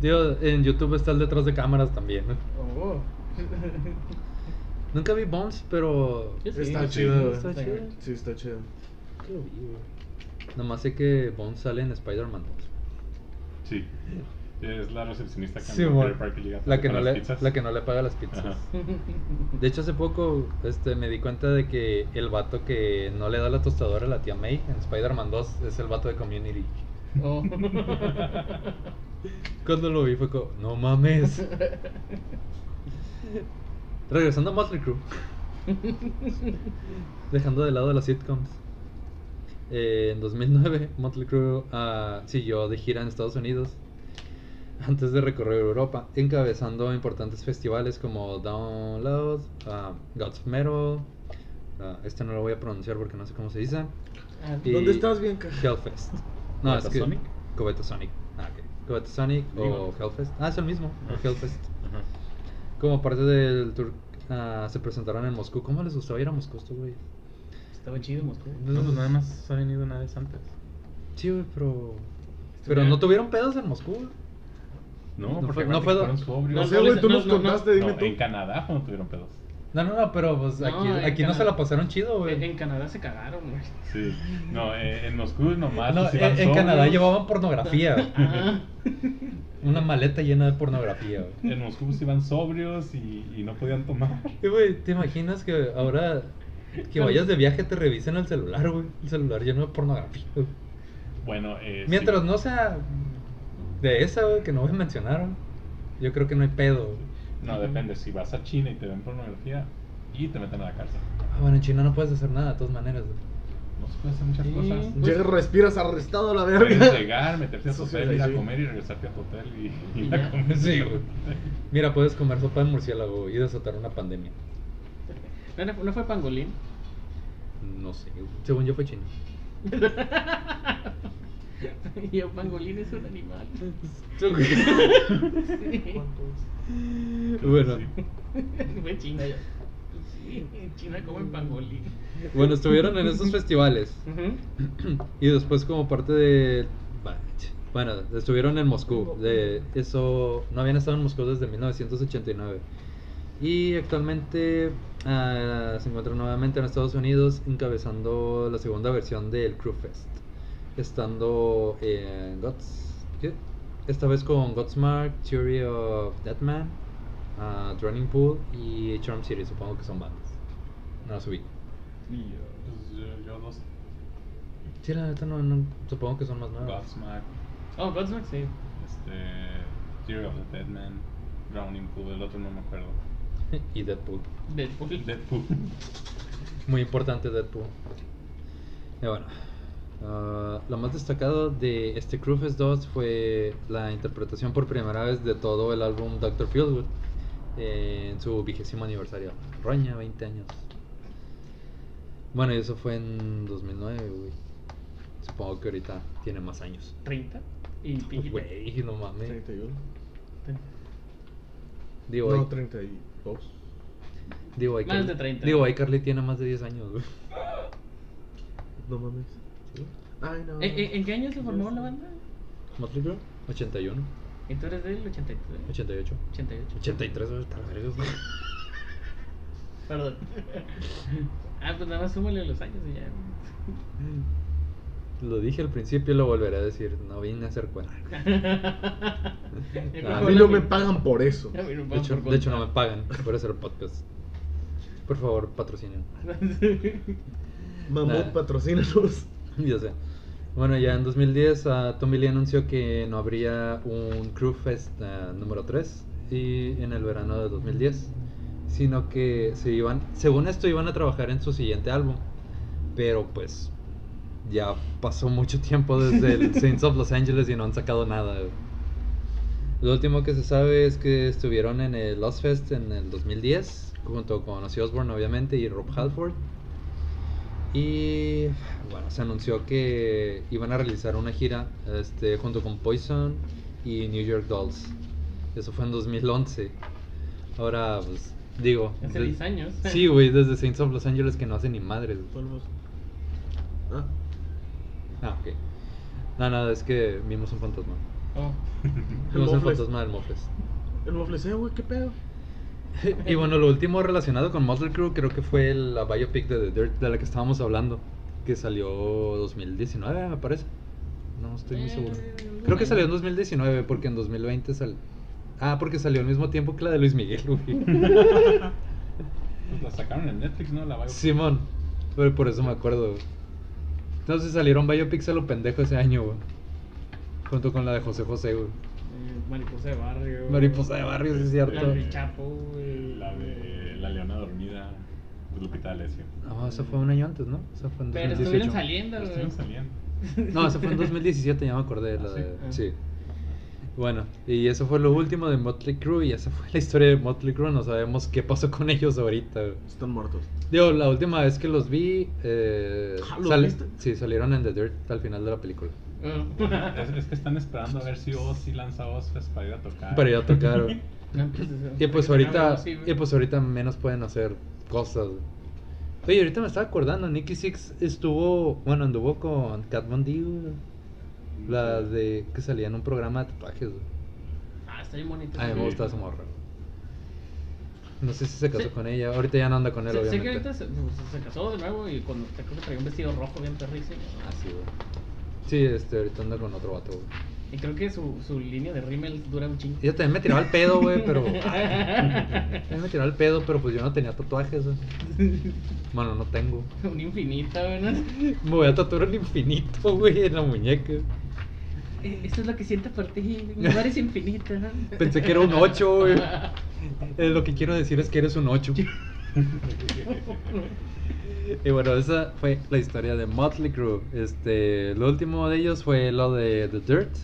Speaker 1: Digo, en YouTube está el detrás de cámaras también. ¿no?
Speaker 6: Oh.
Speaker 1: Nunca vi Bones, pero.
Speaker 6: Yo sí.
Speaker 3: Está chido, güey.
Speaker 1: Está chido.
Speaker 3: Sí, está chido.
Speaker 1: Nomás sé que Bones sale en Spider-Man 2.
Speaker 4: Sí. Es la recepcionista que
Speaker 1: Sí,
Speaker 4: anda en
Speaker 1: mo-
Speaker 4: Perry Parker llega
Speaker 1: La
Speaker 4: tarde
Speaker 1: que,
Speaker 4: con
Speaker 1: no
Speaker 4: las
Speaker 1: le,
Speaker 4: pizzas.
Speaker 1: la que no le paga las pizzas.
Speaker 4: Ajá.
Speaker 1: De hecho, hace poco este, me di cuenta de que el vato que no le da la tostadora a la tía May en Spider-Man 2 es el vato de Community.
Speaker 6: Oh.
Speaker 1: Cuando lo vi fue como, no mames. Regresando a Motley Crue. Dejando de lado las sitcoms. Eh, en 2009, Motley Crue ah, siguió de gira en Estados Unidos antes de recorrer Europa, encabezando importantes festivales como Download, ah, Gods of Metal, ah, este no lo voy a pronunciar porque no sé cómo se dice.
Speaker 6: Ah,
Speaker 1: y
Speaker 3: ¿Dónde estás, Bianca?
Speaker 1: Hellfest. No, es que
Speaker 4: ¿Cobetasonic?
Speaker 1: Cobetasonic. Ah, ok. Cobetasonic
Speaker 4: Digo.
Speaker 1: o Hellfest. Ah, es el mismo, o Hellfest.
Speaker 4: Ajá.
Speaker 1: Como parte del tour ah, se presentaron en Moscú. ¿Cómo les gustaba ir a Moscú estos güeyes?
Speaker 6: Estaba chido Moscú.
Speaker 1: No, pues, nada
Speaker 6: más ha venido una vez antes.
Speaker 1: Sí, güey, pero... Pero no tuvieron pedos en Moscú. güey.
Speaker 4: No,
Speaker 1: No
Speaker 4: porque
Speaker 1: fue- no
Speaker 4: aparte
Speaker 1: fue-
Speaker 4: fueron sobrios.
Speaker 3: No
Speaker 2: No,
Speaker 3: sé,
Speaker 2: no,
Speaker 3: güey,
Speaker 2: no,
Speaker 3: tú nos
Speaker 2: no, no.
Speaker 3: contaste, dime
Speaker 4: No,
Speaker 3: tú.
Speaker 4: en Canadá fue donde tuvieron pedos.
Speaker 1: No, no, no, pero pues
Speaker 6: No,
Speaker 1: aquí,
Speaker 6: en
Speaker 1: aquí no se
Speaker 6: Canadá.
Speaker 1: la pasaron chido, güey.
Speaker 2: En, en Canadá se cagaron, güey.
Speaker 4: Sí. No, eh, en Moscú nomás.
Speaker 1: No,
Speaker 4: pues,
Speaker 1: en,
Speaker 4: iban
Speaker 1: en Canadá
Speaker 4: sobrios.
Speaker 1: llevaban pornografía. güey.
Speaker 6: Ah,
Speaker 1: Una maleta llena de pornografía, güey.
Speaker 4: En Moscú se iban sobrios y, y no podían tomar.
Speaker 1: Y, güey, ¿te imaginas que ahora que vayas de viaje te revisen el celular, güey? El celular lleno de pornografía. güey.
Speaker 4: Bueno, eh, sí.
Speaker 1: Mientras no sea de esa, güey, que no voy a mencionar, güey, yo creo que no hay pedo. güey.
Speaker 4: No, depende. Si vas a China y te ven pornografía y te meten a la cárcel.
Speaker 1: Ah, bueno, en China no puedes hacer nada, de todas maneras, güey.
Speaker 4: No se puede hacer muchas
Speaker 6: Sí.
Speaker 4: cosas.
Speaker 3: Llegas, respiras arrestado a la
Speaker 4: Puedes
Speaker 3: verga.
Speaker 4: llegar, meterte a tu
Speaker 3: Eso sí,
Speaker 4: hotel, ir a
Speaker 3: sí.
Speaker 4: comer y regresarte a tu hotel y, y
Speaker 6: Y
Speaker 4: ir a
Speaker 6: ya.
Speaker 4: comer.
Speaker 1: Sí, güey. Mira, puedes comer sopa de murciélago y desatar una pandemia.
Speaker 2: No, no, no fue pangolín.
Speaker 1: No sé, güey. según yo fue China.
Speaker 6: y el pangolín es un animal. Sí.
Speaker 1: Bueno,
Speaker 6: Fue China. Sí, en China
Speaker 1: Mm.
Speaker 6: comen pangolín.
Speaker 1: bueno, estuvieron en esos festivales. Y después como parte de... Bueno, estuvieron en Moscú. De eso no habían estado en Moscú desde 1989. Y actualmente ah, se encuentra nuevamente en Estados Unidos encabezando la segunda versión del Crew Fest. Estando en Gods... ¿qué? Esta vez con Godsmark, Theory of Deadman, ah, Drowning Pool y Charm City. Supongo que son bandas. No las ubico.
Speaker 4: Y yo, pues, yo, yo dos.
Speaker 1: Sí, la neta no, no- Supongo que son más nuevas.
Speaker 4: Godsmack,
Speaker 2: Oh, Godsmack, sí.
Speaker 4: este. Theory of the Deadman, Drowning Pool, el otro no me acuerdo.
Speaker 1: Y Deadpool.
Speaker 6: Deadpool.
Speaker 4: Deadpool. Pues
Speaker 1: Muy importante Deadpool. Y bueno. ah, lo más destacado de este Crufest 2 fue la interpretación por primera vez de todo el álbum Dr. Fieldwood eh, en su vigésimo aniversario. Roña, 20 años. Bueno, y eso fue en 2009, güey. Supongo que ahorita tiene más años.
Speaker 2: 30. Y piquita.
Speaker 1: Pues, Güey, no mames.
Speaker 3: 31.
Speaker 1: Digo,
Speaker 3: No,
Speaker 1: ahí-
Speaker 3: 32.
Speaker 1: digo, ahí
Speaker 2: Más
Speaker 1: Carly-
Speaker 2: de 30.
Speaker 1: Digo, ahí Carly tiene más de 10 años, güey.
Speaker 3: No mames. Ay, no.
Speaker 2: ¿En, Eh, en, en qué año se formó la banda?
Speaker 1: ¿Motley Crue? 81,
Speaker 2: ¿Y tú eres del 83?
Speaker 1: 88,
Speaker 2: 88.
Speaker 1: 83, güey, está verga, güey.
Speaker 2: Perdón. Ah, pues nada más súmale los años y ya.
Speaker 1: Lo dije al principio y lo volveré a decir. No vine a hacer cuenta.
Speaker 2: Yo
Speaker 1: Ah,
Speaker 3: A
Speaker 2: creo
Speaker 3: mí
Speaker 2: que
Speaker 3: no
Speaker 2: la-
Speaker 3: me pagan por eso.
Speaker 6: Ya vieron,
Speaker 1: De
Speaker 6: vamos
Speaker 1: hecho,
Speaker 6: por
Speaker 1: de hecho, no
Speaker 6: contra.
Speaker 1: me pagan por hacer podcast. Por favor, patrocinen.
Speaker 3: Mamut,
Speaker 1: Nah.
Speaker 3: patrocínanos.
Speaker 1: Ya sé. Bueno, ya en 2010 ah, Tommy Lee anunció que no habría un Crew Fest ah, número 3 y en el verano de 2010, sino que se iban, según esto iban a trabajar en su siguiente álbum, pero pues ya pasó mucho tiempo desde el Saints of Los Angeles y no han sacado nada. güey. Lo último que se sabe es que estuvieron en el Lost Fest en el 2010, junto con Ozzy Osbourne obviamente y Rob Halford. Y bueno, se anunció que iban a realizar una gira este, junto con Poison y New York Dolls. Eso fue en 2011. Ahora, pues, digo.
Speaker 2: Hace
Speaker 1: de-
Speaker 2: 10 años.
Speaker 1: Sí, güey, desde Saints of Los Angeles que no hacen ni madres. güey.
Speaker 3: Ah,
Speaker 1: Ah, ok. No, nada, es que vimos un fantasma.
Speaker 2: Oh.
Speaker 3: El
Speaker 1: Vimos un
Speaker 3: Mofles.
Speaker 1: fantasma del Mofles.
Speaker 3: el mofleseo, güey, qué pedo.
Speaker 1: y bueno, lo último relacionado con Motley Crue creo que fue la biopic de The Dirt de la que estábamos hablando, que salió 2019, me parece. Eh, No estoy muy seguro. Creo que salió en 2019 porque en 2020 salió... Ah, porque salió al mismo tiempo que la de Luis Miguel, güey.
Speaker 4: Pues la sacaron en Netflix, ¿no? La biopic.
Speaker 1: Simón. Pero por eso me acuerdo. güey. Entonces salieron biopics a lo pendejo ese año, güey. Junto con la de José José, güey.
Speaker 2: Eh, Mariposa de barrio.
Speaker 1: Mariposa de barrio, sí es
Speaker 2: La
Speaker 1: cierto.
Speaker 2: del Chapo, güey.
Speaker 4: La de La Leona Dormida, Lupita Alessio.
Speaker 1: No, eso fue un año antes, ¿no? Eso fue en
Speaker 2: Pero
Speaker 1: 2018.
Speaker 2: estuvieron saliendo,
Speaker 4: Pero
Speaker 2: güey.
Speaker 4: estuvieron saliendo.
Speaker 1: No, eso fue en 2017, ya me acordé.
Speaker 4: ¿Ah,
Speaker 1: La
Speaker 4: sí?
Speaker 1: de-
Speaker 2: Ah.
Speaker 1: sí. Bueno, y eso fue lo último de Motley Crue y esa fue la historia de Motley Crue. No sabemos qué pasó con ellos ahorita. güey.
Speaker 3: Están muertos.
Speaker 1: Digo, la última vez que los vi, eh,
Speaker 3: Ah, ¿los viste?
Speaker 1: sí, salieron en The Dirt al final de la película.
Speaker 2: Oh.
Speaker 4: Es, es que están esperando a ver si Ozzy lanza Ozfest para ir a tocar.
Speaker 1: Para ir a tocar. güey. y pues ahorita,
Speaker 6: Sí, güey.
Speaker 1: y pues ahorita menos pueden hacer cosas. güey. Oye, ahorita me estaba acordando, Nicky Six estuvo, bueno, anduvo con Kat Von D, güey. la de que salía en un programa de tatuajes. güey.
Speaker 6: Ah, está bien bonito.
Speaker 1: A mí me
Speaker 4: Sí.
Speaker 1: gusta esa morra. No sé si se casó
Speaker 6: Sí.
Speaker 1: con ella. Ahorita ya no anda con él,
Speaker 6: Sé, sé que
Speaker 1: obviamente.
Speaker 6: ahorita se, pues, se- se casó de nuevo y cuando te acuerdas traía un vestido rojo bien perrísimo.
Speaker 1: Ah, sí, güey. Sí, este, ahorita anda con otro vato, güey.
Speaker 6: Y creo que su, su línea de rímel dura un chingo.
Speaker 1: Ella también me tiraba el pedo, güey, pero. También me tiraba el pedo, pero pues yo no tenía tatuajes, güey. Bueno, no tengo.
Speaker 6: un infinita, ¿verdad?
Speaker 1: Me voy a tatuar el infinito, güey, en la muñeca.
Speaker 6: Eh, Eso es lo que siento por ti. Mi amor es infinita.
Speaker 1: Pensé que era un 8, güey. Eh, lo que quiero decir es que eres un 8. y bueno, esa fue la historia de Motley Crue. Este, lo último de ellos fue lo de The Dirt.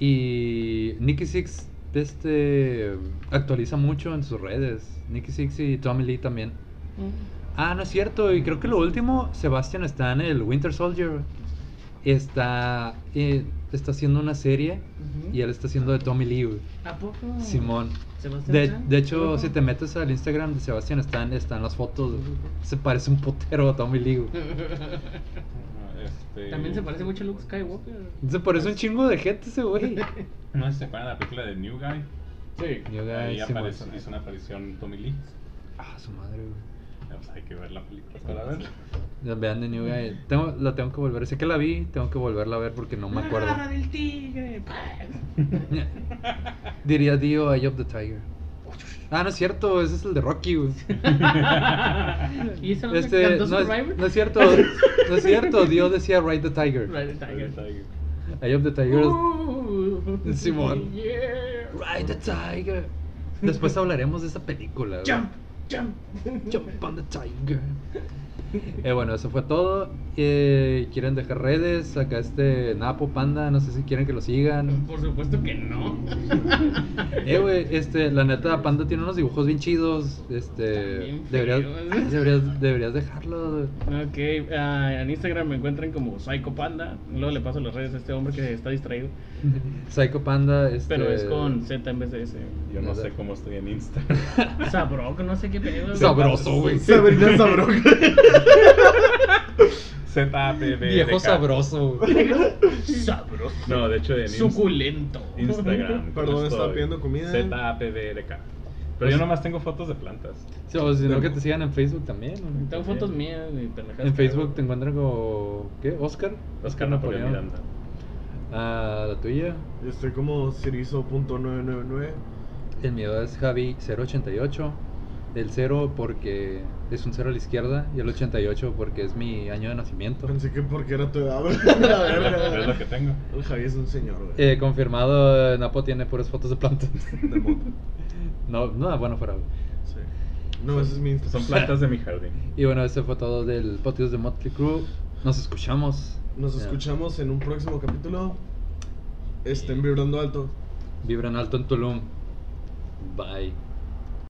Speaker 1: Y Nicky Six este, actualiza mucho en sus redes. Nicky Six y Tommy Lee también. Ah, no es cierto. Y creo que lo último, Sebastian está en el Winter Soldier. Está, eh, está haciendo una serie y él está haciendo de Tommy Lee. güey.
Speaker 6: ¿A
Speaker 2: Oh.
Speaker 6: poco?
Speaker 1: Simón.
Speaker 6: Sebastián
Speaker 1: De,
Speaker 6: Stan,
Speaker 1: de
Speaker 6: ¿a
Speaker 1: hecho,
Speaker 6: poco?
Speaker 1: si te metes al Instagram de Sebastián están, están las fotos. güey. Se parece un putero a Tommy Lee. güey.
Speaker 4: Ah, este-
Speaker 6: También se parece mucho a Luke Skywalker.
Speaker 1: Se parece un chingo de gente ese güey.
Speaker 4: No sé si se acuerdan de la película de New Guy.
Speaker 6: Sí.
Speaker 1: Yo,
Speaker 4: Ahí
Speaker 1: güey, Simón.
Speaker 4: aparece, hizo una aparición Tommy Lee.
Speaker 1: Ah, su madre, güey.
Speaker 4: Eh, Pues hay que ver la película para verla.
Speaker 1: La Vean de New Guy. Tengo- la tengo que volver. Sé que la vi, tengo que volverla a ver porque no me acuerdo.
Speaker 6: Ah, La garra del tigre. pues.
Speaker 1: Diría Dio, Eye of the Tiger. Ah, no es cierto, ese es el de Rocky, güey.
Speaker 6: ¿Y eso no se
Speaker 1: Este,
Speaker 6: cantó
Speaker 1: no,
Speaker 6: Survivor?
Speaker 1: es, no es cierto, no es cierto, Dio decía Ride the Tiger.
Speaker 6: Ride the Tiger.
Speaker 1: Eye of the Tiger. es-
Speaker 6: Uh,
Speaker 1: Simón.
Speaker 6: yeah.
Speaker 1: Ride the Tiger. Después hablaremos de esa película. güey.
Speaker 6: Jump, jump.
Speaker 1: Jump on the Tiger. Eh, bueno, eso fue todo. Eh, ¿Quieren dejar redes? Acá este Napo Panda, no sé si quieren que lo sigan.
Speaker 6: Por supuesto que no.
Speaker 1: Eh, güey, este, la neta, Panda tiene unos dibujos bien chidos. Este,
Speaker 6: Están bien
Speaker 1: deberías,
Speaker 6: feos.
Speaker 1: deberías, deberías dejarlo.
Speaker 2: Ok, ah, en Instagram me encuentran como Psycho Panda. Luego le paso las redes a este hombre que está distraído.
Speaker 1: Psycho Panda, este.
Speaker 2: Pero es con Z en vez de S.
Speaker 4: Yo no sé cómo estoy en Instagram.
Speaker 2: Sabroco, no sé qué pedo.
Speaker 1: Sabroso, güey.
Speaker 3: Sabrina Sabroca.
Speaker 4: ZAPB.
Speaker 1: Viejo sabroso, güey.
Speaker 2: Sabroso.
Speaker 4: No, de hecho en Inst-
Speaker 2: Suculento.
Speaker 4: Instagram. ¿cómo
Speaker 3: Perdón, estaba
Speaker 4: estoy?
Speaker 3: pidiendo comida.
Speaker 4: ZAPBRK.
Speaker 1: Pues
Speaker 4: Pero yo nomás tengo fotos de plantas.
Speaker 1: Sí, O si no, que te sigan en Facebook también. güey.
Speaker 2: Tengo fotos mías y pendejadas.
Speaker 1: En Facebook te encuentran como. ¿Qué? ¿Oscar?
Speaker 4: Oscar Napoleón Miranda.
Speaker 1: Ah, la tuya.
Speaker 3: Yo estoy como Cirizo.999.
Speaker 1: El mío es Javi088. El 0 porque es un 0 a la izquierda y el 88 porque es mi año de nacimiento.
Speaker 3: Pensé que porque era tu edad. La
Speaker 4: Es lo
Speaker 3: verga.
Speaker 4: que tengo.
Speaker 3: El Javi es un señor, güey.
Speaker 1: Eh, confirmado, eh, Napo tiene puras fotos de plantas.
Speaker 3: De moto.
Speaker 1: No, no, bueno, fuera. güey.
Speaker 3: Sí. No, ese es mi Insta.
Speaker 4: Son plantas de mi jardín.
Speaker 1: Y bueno, ese fue todo del podcast de Motley Crue. Nos escuchamos.
Speaker 3: Nos
Speaker 1: Ya.
Speaker 3: escuchamos en un próximo capítulo. Estén vibrando alto.
Speaker 1: Vibran alto en Tulum. Bye.